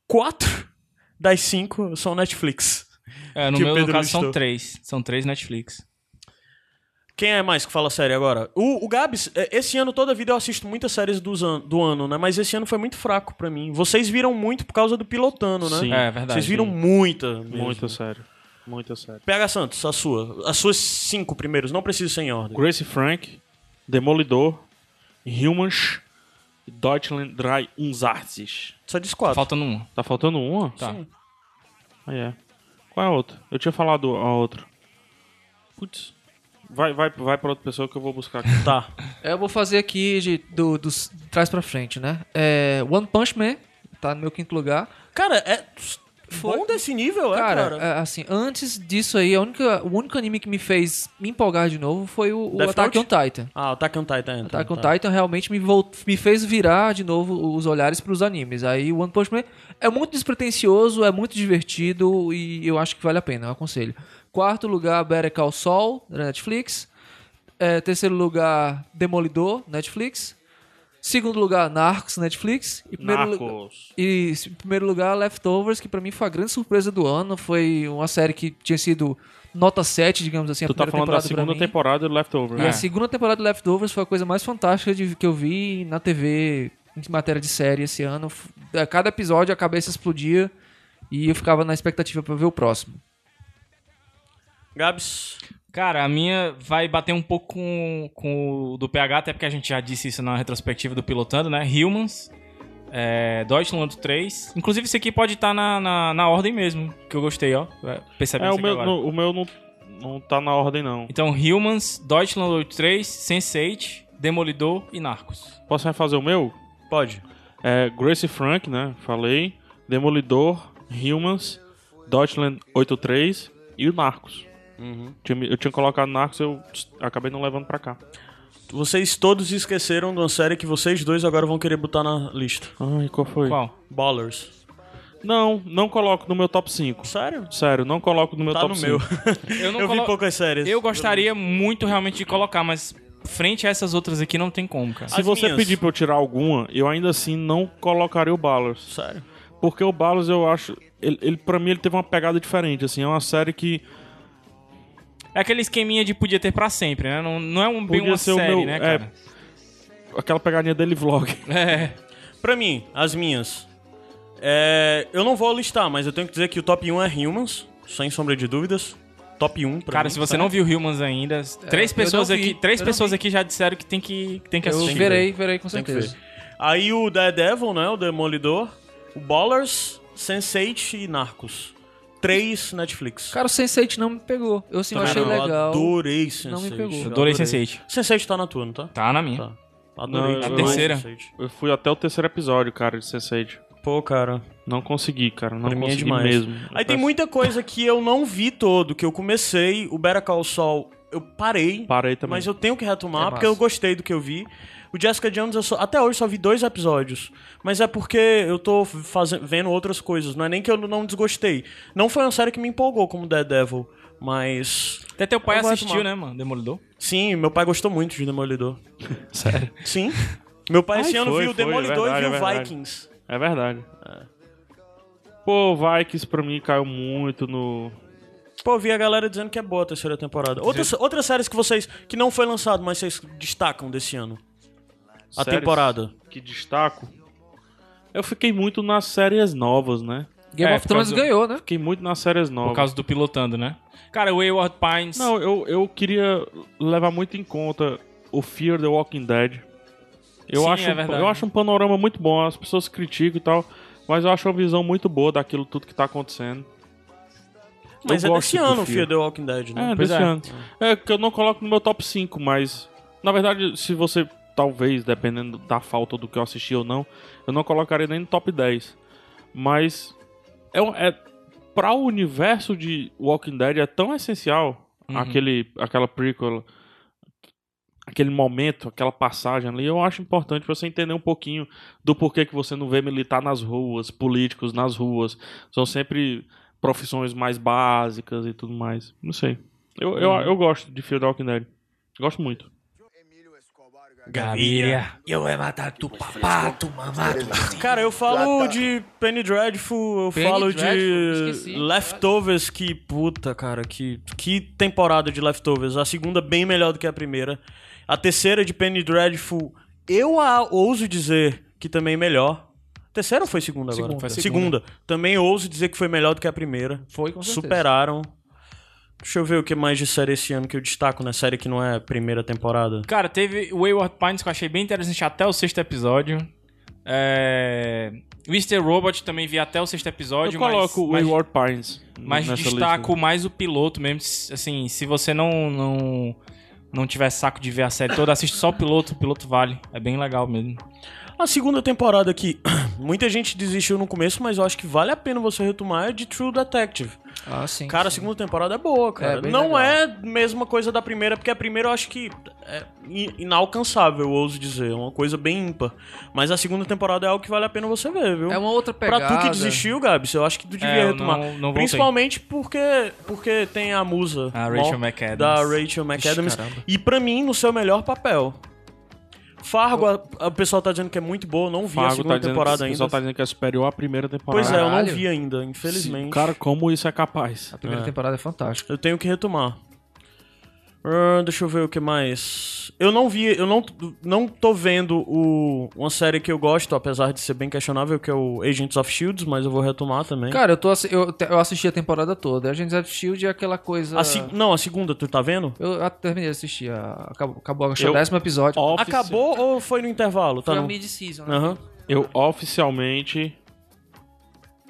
[SPEAKER 5] quatro das cinco são Netflix.
[SPEAKER 3] É, no
[SPEAKER 5] Que o
[SPEAKER 3] meu
[SPEAKER 5] Pedro
[SPEAKER 3] caso
[SPEAKER 5] listou.
[SPEAKER 3] são três. São três Netflix.
[SPEAKER 5] Quem é mais que fala série agora? O, o Gabs, é, esse ano toda a vida eu assisto muitas séries dos an- do ano, né? Mas esse ano foi muito fraco pra mim. Vocês viram muito por causa do pilotano, né?
[SPEAKER 2] Sim.
[SPEAKER 3] É, verdade.
[SPEAKER 5] Vocês viram muita. mesmo.
[SPEAKER 2] Muito sério. Muito sério.
[SPEAKER 5] Pega Santos, a sua. As suas cinco primeiros, não preciso ser em ordem.
[SPEAKER 2] Grace Frank, Demolidor, Humans, Deutschland Drei Unsatzes.
[SPEAKER 5] Só diz quatro.
[SPEAKER 3] Faltando um.
[SPEAKER 2] Tá faltando uma? Ah,
[SPEAKER 3] Tá.
[SPEAKER 2] Aí é. Qual é a outra? Eu tinha falado a outra.
[SPEAKER 5] Putz.
[SPEAKER 2] Vai, vai, vai pra outra pessoa que eu vou buscar aqui.
[SPEAKER 5] Tá.
[SPEAKER 4] É, Eu vou fazer aqui de, do, do s- trás pra frente, né? É, One Punch Man, tá no meu quinto lugar.
[SPEAKER 5] Cara, é bom desse nível, é,
[SPEAKER 4] Cara,
[SPEAKER 5] cara?
[SPEAKER 4] é, assim, antes disso aí, a única, o único anime que me fez me empolgar de novo foi o, o
[SPEAKER 5] Death
[SPEAKER 4] Attack
[SPEAKER 5] Note?
[SPEAKER 4] on Titan.
[SPEAKER 5] Ah, o Attack on Titan. então,
[SPEAKER 4] Attack on
[SPEAKER 5] tá.
[SPEAKER 4] Titan realmente me, volt... me fez virar de novo os olhares pros animes. Aí o One Punch Man é muito despretensioso, é muito divertido e eu acho que vale a pena, eu aconselho. Quarto lugar, Better Call Saul, da Netflix. É, terceiro lugar, Demolidor, Netflix. Segundo lugar, Narcos, Netflix. E primeiro lugar-
[SPEAKER 2] Narcos.
[SPEAKER 4] e em primeiro lugar, Leftovers, que pra mim foi a grande surpresa do ano. Foi uma série que tinha sido nota 7, digamos assim, a
[SPEAKER 2] Tu tá falando
[SPEAKER 4] primeira
[SPEAKER 2] da
[SPEAKER 4] temporada pra
[SPEAKER 2] segunda
[SPEAKER 4] mim.
[SPEAKER 2] temporada do Leftover.
[SPEAKER 4] E
[SPEAKER 2] É.
[SPEAKER 4] a segunda temporada do Leftovers foi a coisa mais fantástica de- que eu vi na TV em matéria de série esse ano. F- a Cada episódio a cabeça explodia e eu ficava na expectativa pra ver o próximo.
[SPEAKER 5] Gabs.
[SPEAKER 3] Cara, a minha vai bater um pouco com, com o do PH, até porque a gente já disse isso na retrospectiva do Pilotando, né? Humans, é, Deutschland 3. Inclusive, isso aqui pode estar na, na, na ordem mesmo, que eu gostei, ó. Percebendo
[SPEAKER 2] É,
[SPEAKER 3] isso
[SPEAKER 2] o
[SPEAKER 3] aqui
[SPEAKER 2] meu,
[SPEAKER 3] agora.
[SPEAKER 2] não, o meu não, não tá na ordem, não.
[SPEAKER 3] Então, Humans, um, Deutschland 83, Sense8, Demolidor e Narcos.
[SPEAKER 2] Posso refazer o meu?
[SPEAKER 5] Pode.
[SPEAKER 2] É Grace Frank, né? Falei. Demolidor, Humans, Deutschland 83 e o Narcos. Tinha- Eu tinha colocado Narcos, eu acabei não levando pra cá.
[SPEAKER 5] Vocês todos esqueceram de uma série que vocês dois agora vão querer botar na lista.
[SPEAKER 2] Ai, qual foi?
[SPEAKER 3] Qual?
[SPEAKER 5] Ballers.
[SPEAKER 2] Não, não coloco no meu top 5.
[SPEAKER 5] Sério?
[SPEAKER 2] Sério, não coloco no meu
[SPEAKER 5] Tá
[SPEAKER 2] top
[SPEAKER 5] no meu.
[SPEAKER 2] 5.
[SPEAKER 3] Eu, não
[SPEAKER 5] Eu vi
[SPEAKER 3] colo-
[SPEAKER 5] poucas séries.
[SPEAKER 3] eu gostaria muito realmente de colocar, mas frente a essas outras aqui não tem como, cara.
[SPEAKER 2] Se
[SPEAKER 5] As
[SPEAKER 2] você
[SPEAKER 5] minhas.
[SPEAKER 2] pedir pra eu tirar alguma, eu ainda assim não colocaria o Ballers.
[SPEAKER 5] Sério?
[SPEAKER 2] Porque o Ballers, eu acho... Ele, ele, pra mim, ele teve uma pegada diferente, assim. É uma série que...
[SPEAKER 3] É aquele esqueminha de podia ter pra sempre, né? Não, não é um, bem
[SPEAKER 2] Podia
[SPEAKER 3] uma
[SPEAKER 2] ser o
[SPEAKER 3] série,
[SPEAKER 2] meu-
[SPEAKER 3] né,
[SPEAKER 2] é.
[SPEAKER 3] cara?
[SPEAKER 2] Aquela pegadinha dele vlog.
[SPEAKER 3] É.
[SPEAKER 5] Pra mim, as minhas. É, eu não vou listar, mas eu tenho que dizer que o top 1 é Humans, sem sombra de dúvidas. Top 1 pra
[SPEAKER 3] Cara,
[SPEAKER 5] mim,
[SPEAKER 3] se você
[SPEAKER 5] sabe?
[SPEAKER 3] não viu Humans ainda, três
[SPEAKER 4] eu
[SPEAKER 3] pessoas
[SPEAKER 4] não vi,
[SPEAKER 3] aqui, três
[SPEAKER 4] eu não
[SPEAKER 3] pessoas
[SPEAKER 4] vi.
[SPEAKER 3] aqui já disseram que tem que, que tem que
[SPEAKER 4] Eu
[SPEAKER 3] assistir.
[SPEAKER 4] verei, verei com
[SPEAKER 5] Tem que
[SPEAKER 4] certeza.
[SPEAKER 5] ver. Aí o Daredevil, né? O Demolidor. O Ballers, Sense8 e Narcos. Três Netflix.
[SPEAKER 4] Cara, o Sense8 não me pegou. Eu assim, eu
[SPEAKER 5] Também
[SPEAKER 4] achei
[SPEAKER 5] não, eu
[SPEAKER 4] legal.
[SPEAKER 5] Adorei Sense8.
[SPEAKER 4] Não me pegou.
[SPEAKER 5] eu
[SPEAKER 3] Adorei Sense8.
[SPEAKER 5] Sense8 tá na tua, não tá?
[SPEAKER 3] Tá na minha.
[SPEAKER 5] Tá. Adorei.
[SPEAKER 2] Não,
[SPEAKER 3] a
[SPEAKER 5] demais
[SPEAKER 3] terceira.
[SPEAKER 5] Sense8.
[SPEAKER 2] Eu fui até o terceiro episódio, cara, de Sense8.
[SPEAKER 5] Pô, cara.
[SPEAKER 2] Não consegui, cara. Não
[SPEAKER 5] pra mim é
[SPEAKER 2] consegui
[SPEAKER 5] demais.
[SPEAKER 2] mesmo.
[SPEAKER 5] Aí
[SPEAKER 2] Eu
[SPEAKER 5] tem
[SPEAKER 2] peço-
[SPEAKER 5] muita coisa que eu não vi todo, que eu comecei. O Better Call Saul, eu parei.
[SPEAKER 2] Parei também.
[SPEAKER 5] Mas eu tenho que
[SPEAKER 4] É
[SPEAKER 5] retomar, porque eu
[SPEAKER 4] massa.
[SPEAKER 5] gostei do que eu vi. O Jessica Jones, eu só, até hoje só vi dois episódios. Mas é porque eu tô faze- vendo outras coisas. Não é nem que eu não desgostei. Não foi uma série que me empolgou como Daredevil. Mas.
[SPEAKER 3] Até teu pai
[SPEAKER 5] Eu vou
[SPEAKER 3] assistiu,
[SPEAKER 5] retomar.
[SPEAKER 3] né, mano? Demolidor.
[SPEAKER 5] Sim, meu pai gostou muito de Demolidor.
[SPEAKER 2] Sério?
[SPEAKER 5] Sim. Meu pai esse
[SPEAKER 2] Ai,
[SPEAKER 5] ano
[SPEAKER 2] foi,
[SPEAKER 5] viu o
[SPEAKER 2] foi, é
[SPEAKER 5] Demolidor
[SPEAKER 2] verdade,
[SPEAKER 5] e
[SPEAKER 2] é
[SPEAKER 5] viu
[SPEAKER 2] verdade.
[SPEAKER 5] Vikings.
[SPEAKER 2] É verdade. Pô, Vikings pra mim caiu muito no...
[SPEAKER 5] Pô, eu vi a galera dizendo que é boa a terceira temporada. Outras, outras séries que vocês. que não foi lançado, mas vocês destacam desse ano. A
[SPEAKER 2] Séries
[SPEAKER 5] temporada.
[SPEAKER 2] Que destaco. Eu fiquei muito nas séries novas, né?
[SPEAKER 4] Game
[SPEAKER 3] É,
[SPEAKER 4] of
[SPEAKER 3] por
[SPEAKER 4] Thrones
[SPEAKER 3] causa-
[SPEAKER 4] ganhou, né?
[SPEAKER 2] Fiquei muito nas séries
[SPEAKER 3] Por
[SPEAKER 2] novas.
[SPEAKER 3] causa do pilotando, né? Cara, Wayward Pines.
[SPEAKER 2] Não, eu, eu queria levar muito em conta o Fear the Walking Dead. Eu,
[SPEAKER 3] Sim,
[SPEAKER 2] acho,
[SPEAKER 3] é
[SPEAKER 2] um-
[SPEAKER 3] verdade.
[SPEAKER 2] eu acho um panorama muito bom, as pessoas criticam e tal, mas eu acho uma visão muito boa daquilo tudo que tá acontecendo.
[SPEAKER 5] Mas
[SPEAKER 2] Eu
[SPEAKER 5] é
[SPEAKER 2] gosto
[SPEAKER 5] desse
[SPEAKER 2] do
[SPEAKER 5] ano,
[SPEAKER 2] Fear.
[SPEAKER 5] Fear The Walking Dead, né?
[SPEAKER 2] É,
[SPEAKER 3] Pois
[SPEAKER 2] desse
[SPEAKER 3] é.
[SPEAKER 2] ano. É, que eu não coloco no meu top 5, mas. Na verdade, se você. Talvez, dependendo da falta do que eu assisti ou não, eu não colocaria nem no top 10. Mas. É, um- é, pra o universo de Walking Dead é tão essencial aquele, aquela prequel. Aquele momento, aquela passagem ali, eu acho importante pra você entender um pouquinho do porquê que você não vê militar nas ruas, políticos nas ruas. São sempre profissões mais básicas e tudo mais. Não sei. Eu, eu, eu gosto de Fear the Walking Dead. Gosto muito.
[SPEAKER 3] Gaviria.
[SPEAKER 8] Eu vou matar tu papá, tu mamá, tu
[SPEAKER 5] Cara, eu falo de Penny Dreadful, eu
[SPEAKER 4] Penny
[SPEAKER 5] falo
[SPEAKER 4] Dreadful,
[SPEAKER 5] de
[SPEAKER 4] esqueci.
[SPEAKER 5] Leftovers, que puta, cara, que, que temporada de Leftovers. A segunda bem melhor do que a primeira. A terceira de Penny Dreadful, eu a ouso dizer que também é melhor. Terceira ou foi segunda agora?
[SPEAKER 4] Segunda. Foi
[SPEAKER 5] segunda. Também ouso dizer que foi melhor do que a primeira.
[SPEAKER 4] Foi, com certeza.
[SPEAKER 5] Superaram. Deixa eu ver o que mais de série esse ano que eu destaco na série que não é a primeira temporada.
[SPEAKER 3] Cara, teve Wayward Pines que eu achei bem interessante até o sexto episódio. É... Mr. Robot também vi até o sexto episódio.
[SPEAKER 2] Eu
[SPEAKER 3] mas-
[SPEAKER 2] coloco o
[SPEAKER 3] mas,
[SPEAKER 2] Wayward Pines
[SPEAKER 3] mas
[SPEAKER 2] nessa
[SPEAKER 3] destaco
[SPEAKER 2] lista.
[SPEAKER 3] mais o piloto mesmo. S- Assim, se você não, não, não tiver saco de ver a série toda, assiste só o piloto. O piloto vale. É bem legal mesmo.
[SPEAKER 5] A segunda temporada que muita gente desistiu no começo, mas eu acho que vale a pena você retomar é de True Detective.
[SPEAKER 4] Ah, sim.
[SPEAKER 5] Cara, a segunda temporada é boa, cara.
[SPEAKER 4] É, bem
[SPEAKER 5] não
[SPEAKER 4] legal.
[SPEAKER 5] é a mesma coisa da primeira, porque a primeira eu acho que é in- inalcançável, eu ouso dizer. É uma coisa bem ímpar. Mas a segunda temporada é algo que vale a pena você ver, viu?
[SPEAKER 4] É uma outra pegada.
[SPEAKER 5] Pra tu que desistiu, Gabs, eu acho que tu devia
[SPEAKER 3] eu
[SPEAKER 5] retomar.
[SPEAKER 3] não- não voltei.
[SPEAKER 5] Principalmente porque, porque tem a musa
[SPEAKER 3] A
[SPEAKER 5] Mo-
[SPEAKER 3] Rachel McAdams.
[SPEAKER 5] da Rachel McAdams.
[SPEAKER 4] caramba.
[SPEAKER 5] e pra mim, no seu melhor papel. Fargo, a, a pessoa tá dizendo que é muito boa, eu não vi a
[SPEAKER 2] Fago
[SPEAKER 5] segunda
[SPEAKER 2] tá dizendo,
[SPEAKER 5] temporada
[SPEAKER 2] o
[SPEAKER 5] ainda.
[SPEAKER 2] pessoal tá dizendo que é superior à primeira temporada.
[SPEAKER 5] Pois é, eu não
[SPEAKER 4] Caralho.
[SPEAKER 5] vi ainda, infelizmente.
[SPEAKER 2] Cara, como isso é capaz?
[SPEAKER 4] A primeira temporada é fantástica.
[SPEAKER 5] Eu tenho que retomar. Ah, deixa eu ver o que mais. Eu não vi, eu não, não tô vendo o, uma série que eu gosto, apesar de ser bem questionável, que é o Agents of Shields, mas eu vou retomar também.
[SPEAKER 4] Cara, eu, tô, assi- eu, te- eu assisti a temporada toda. A gente of Shield é aquela coisa.
[SPEAKER 5] a se- não, a segunda, tu tá vendo?
[SPEAKER 4] Eu ah, terminei de assistir. a- Acabou, acabou acho,
[SPEAKER 2] Eu-
[SPEAKER 4] o décimo episódio.
[SPEAKER 2] Ofici-
[SPEAKER 5] Acabou ou foi no intervalo? Tá
[SPEAKER 4] Foi a
[SPEAKER 5] no...
[SPEAKER 4] mid-season, né?
[SPEAKER 5] Aham.
[SPEAKER 2] Eu oficialmente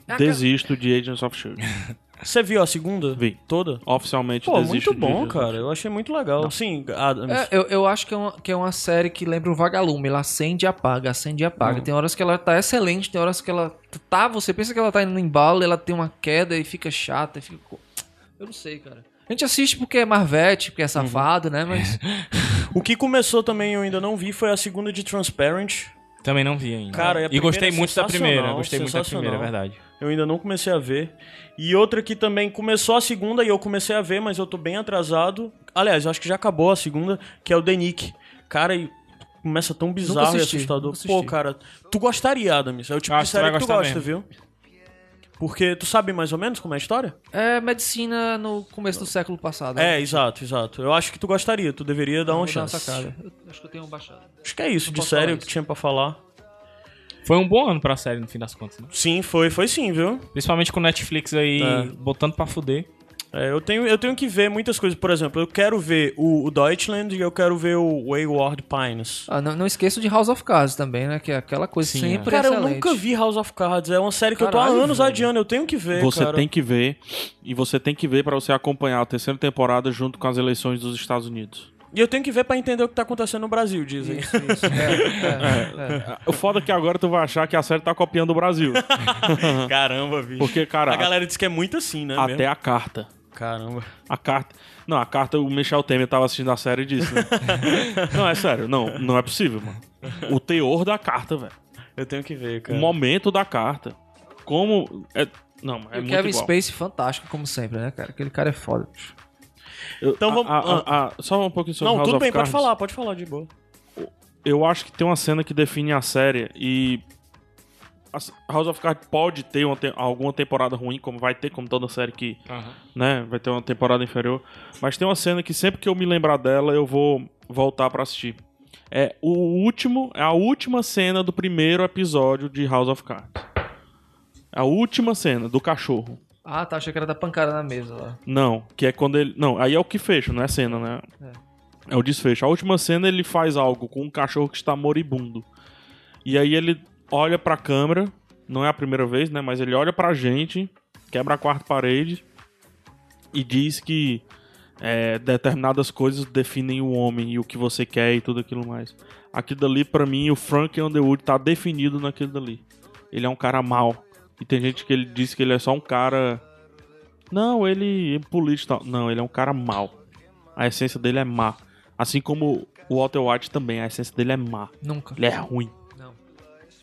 [SPEAKER 4] É aquela-
[SPEAKER 2] desisto de Agents of S.H.I.E.L.D.
[SPEAKER 5] Você viu a segunda?
[SPEAKER 2] Vi.
[SPEAKER 5] Toda?
[SPEAKER 2] Oficialmente
[SPEAKER 5] Pô,
[SPEAKER 2] desisto
[SPEAKER 5] muito
[SPEAKER 2] de
[SPEAKER 5] bom,
[SPEAKER 2] Agents of
[SPEAKER 5] cara. Eu achei muito legal. Sim, Adams.
[SPEAKER 4] É, eu, eu acho que é, uma, que é uma série que lembra um vagalume. Ela acende e apaga, acende e
[SPEAKER 5] Uhum.
[SPEAKER 4] apaga. Tem horas que ela tá excelente, tem horas que ela tá. Você pensa que ela tá indo no embalo, ela tem uma queda e fica chata. E fica... co- Eu não sei, cara. A gente assiste porque é Marvete,
[SPEAKER 5] Uhum.
[SPEAKER 4] porque é safado, né? Mas.
[SPEAKER 5] O que começou também, eu ainda não vi, foi a segunda de Transparent.
[SPEAKER 3] Também não vi ainda.
[SPEAKER 5] Cara, e a
[SPEAKER 3] e
[SPEAKER 5] primeira
[SPEAKER 3] gostei
[SPEAKER 5] é
[SPEAKER 3] muito da primeira.
[SPEAKER 5] sensacional,
[SPEAKER 3] Gostei muito da primeira, é
[SPEAKER 5] sensacional.
[SPEAKER 3] verdade.
[SPEAKER 5] Eu ainda não comecei a ver. E outra que também começou a segunda e eu comecei a ver, mas eu tô bem atrasado. Aliás, eu acho que já acabou a segunda, que é o The Nick. Cara, e começa tão bizarro e
[SPEAKER 4] assisti,
[SPEAKER 5] assustador.
[SPEAKER 4] nunca assisti.
[SPEAKER 5] Pô, cara, tu gostaria, Adams. É o tipo
[SPEAKER 3] Eu
[SPEAKER 5] de
[SPEAKER 3] acho que Ah, tu
[SPEAKER 5] série
[SPEAKER 3] vai
[SPEAKER 5] que tu
[SPEAKER 3] gostar
[SPEAKER 5] gosta, viu? Porque tu sabe mais ou menos como é a história?
[SPEAKER 4] É medicina no começo do século passado. né?
[SPEAKER 5] É, exato, exato. Eu acho que tu gostaria, tu deveria dar
[SPEAKER 4] Vou
[SPEAKER 5] uma
[SPEAKER 4] dar uma
[SPEAKER 5] chance.
[SPEAKER 4] sacada. Eu acho que eu tenho um baixado.
[SPEAKER 5] Acho que é isso, de
[SPEAKER 4] posso falar
[SPEAKER 5] sério,
[SPEAKER 4] isso.
[SPEAKER 5] que tinha pra falar.
[SPEAKER 3] Foi um bom ano pra série, no fim das contas, né?
[SPEAKER 5] Sim, foi, foi sim, viu?
[SPEAKER 3] Principalmente com o Netflix aí
[SPEAKER 5] É.
[SPEAKER 3] botando pra fuder.
[SPEAKER 5] É, eu, tenho, eu tenho que ver muitas coisas. Por exemplo, eu quero ver o, o Deutschland e eu quero ver o Wayward Pines.
[SPEAKER 4] Ah, não, não esqueço de House of Cards também, né? Que é aquela coisa
[SPEAKER 3] Sim,
[SPEAKER 4] sempre
[SPEAKER 5] Cara, eu
[SPEAKER 4] excelente.
[SPEAKER 5] nunca vi House of Cards. É uma série que eu tô
[SPEAKER 4] Caralho,
[SPEAKER 5] há anos
[SPEAKER 4] velho.
[SPEAKER 5] adiando. Eu tenho que ver,
[SPEAKER 2] Você
[SPEAKER 5] cara.
[SPEAKER 2] tem que ver e você tem que ver pra você acompanhar a terceira temporada junto com as eleições dos Estados Unidos.
[SPEAKER 5] E eu tenho que ver pra entender o que tá acontecendo no Brasil, dizem.
[SPEAKER 4] Isso, isso. É, é, é.
[SPEAKER 2] O foda é que agora tu vai achar que a série tá copiando o Brasil,
[SPEAKER 5] Caramba, bicho.
[SPEAKER 2] porque cara,
[SPEAKER 5] a galera diz que é muito assim, né?
[SPEAKER 2] até
[SPEAKER 5] mesmo?
[SPEAKER 2] a carta.
[SPEAKER 5] Caramba.
[SPEAKER 2] A carta. Não, a carta, o Michel Temer tava assistindo a série e disse, né? não, é sério, não, não é possível, mano. O teor da carta, velho.
[SPEAKER 5] Eu tenho que ver,
[SPEAKER 2] O
[SPEAKER 5] cara.
[SPEAKER 2] momento da carta. Como. É... Não, é
[SPEAKER 4] o
[SPEAKER 2] muito
[SPEAKER 4] Kevin
[SPEAKER 2] igual.
[SPEAKER 4] Spacey, fantástico, como sempre, né, cara? Aquele cara é foda. bicho.
[SPEAKER 2] Eu-
[SPEAKER 5] Então
[SPEAKER 2] a-
[SPEAKER 5] vamos-
[SPEAKER 2] a- a- a- só um pouquinho sobre
[SPEAKER 5] Não,
[SPEAKER 2] House
[SPEAKER 5] tudo
[SPEAKER 2] of
[SPEAKER 5] bem,
[SPEAKER 2] Cards.
[SPEAKER 5] pode falar, pode falar de boa.
[SPEAKER 2] Eu acho que tem uma cena que define a série e. a House of Cards pode ter uma te- alguma temporada ruim, como vai ter, como toda série que né, vai ter uma temporada inferior. Mas tem uma cena que sempre que eu me lembrar dela, eu vou voltar pra assistir. É o último, é a última cena do primeiro episódio de House of Cards. A última cena do cachorro.
[SPEAKER 4] Ah, tá. Achei que era da pancada na mesa lá.
[SPEAKER 2] Não, que é quando ele. Não, aí é o que fecha, não é cena, né? É. o desfecho. A última cena ele faz algo com um cachorro que está moribundo. E aí ele olha pra câmera, não é a primeira vez, né? Mas ele olha pra gente, quebra a quarta parede e diz que é, determinadas coisas definem o homem e o que você quer e tudo aquilo mais. Aquilo dali, pra mim, o Frank Underwood tá definido naquilo dali. Ele é um cara mau. E tem gente que ele diz que ele é só um cara. Não, ele é político. e tal. Não, ele é um cara mau. A essência dele é má. Assim como o Walter White também, a essência dele é má.
[SPEAKER 4] Nunca.
[SPEAKER 2] Ele é ruim.
[SPEAKER 4] Não.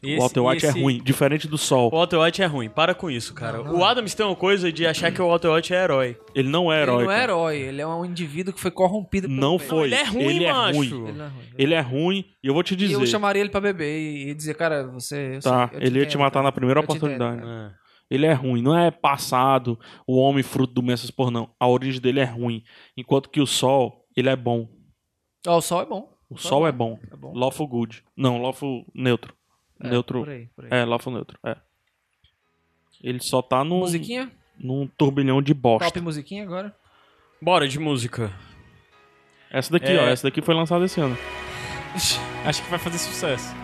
[SPEAKER 3] E
[SPEAKER 2] o Walter
[SPEAKER 3] esse-
[SPEAKER 2] White
[SPEAKER 3] e
[SPEAKER 2] é
[SPEAKER 3] esse-
[SPEAKER 2] ruim, diferente do Sol.
[SPEAKER 5] O Walter White é ruim, para com isso, cara. o Adams tem uma coisa de achar que o Walter White é herói.
[SPEAKER 2] Ele não é herói.
[SPEAKER 4] ele não é
[SPEAKER 2] cara.
[SPEAKER 4] herói. Ele é um indivíduo que foi corrompido pelo
[SPEAKER 2] Não
[SPEAKER 4] bem.
[SPEAKER 2] foi.
[SPEAKER 5] Ele é ruim,
[SPEAKER 2] ele
[SPEAKER 5] macho.
[SPEAKER 2] É ruim.
[SPEAKER 4] Ele não é ruim.
[SPEAKER 2] Ele é ruim e eu vou te
[SPEAKER 4] E
[SPEAKER 2] dizer.
[SPEAKER 4] eu chamaria ele pra beber e, e dizer, cara, você... eu
[SPEAKER 2] Tá,
[SPEAKER 4] sei- eu
[SPEAKER 2] ele ia te
[SPEAKER 4] entendo, né?
[SPEAKER 2] matar
[SPEAKER 4] cara.
[SPEAKER 2] na primeira
[SPEAKER 4] Eu te
[SPEAKER 2] oportunidade.
[SPEAKER 4] entendo,
[SPEAKER 5] É.
[SPEAKER 2] Ele é ruim, não é passado, o homem fruto do Messas por não. A origem dele é ruim. Enquanto que o Sol, ele é bom.
[SPEAKER 4] cara. Ó, o sol é bom.
[SPEAKER 2] O Sol é bom.
[SPEAKER 4] É bom.
[SPEAKER 2] Lawful good. Não, lawful neutro.
[SPEAKER 4] É,
[SPEAKER 2] neutro.
[SPEAKER 4] Por aí, por aí.
[SPEAKER 2] É, lawful neutro, é. Ele só tá num,
[SPEAKER 4] Musiquinha?
[SPEAKER 2] num turbilhão de bosta.
[SPEAKER 4] Top musiquinha agora?
[SPEAKER 5] Bora de música.
[SPEAKER 2] Essa daqui,
[SPEAKER 5] É.
[SPEAKER 2] ó. Essa daqui foi lançada esse ano.
[SPEAKER 3] Acho que vai fazer sucesso.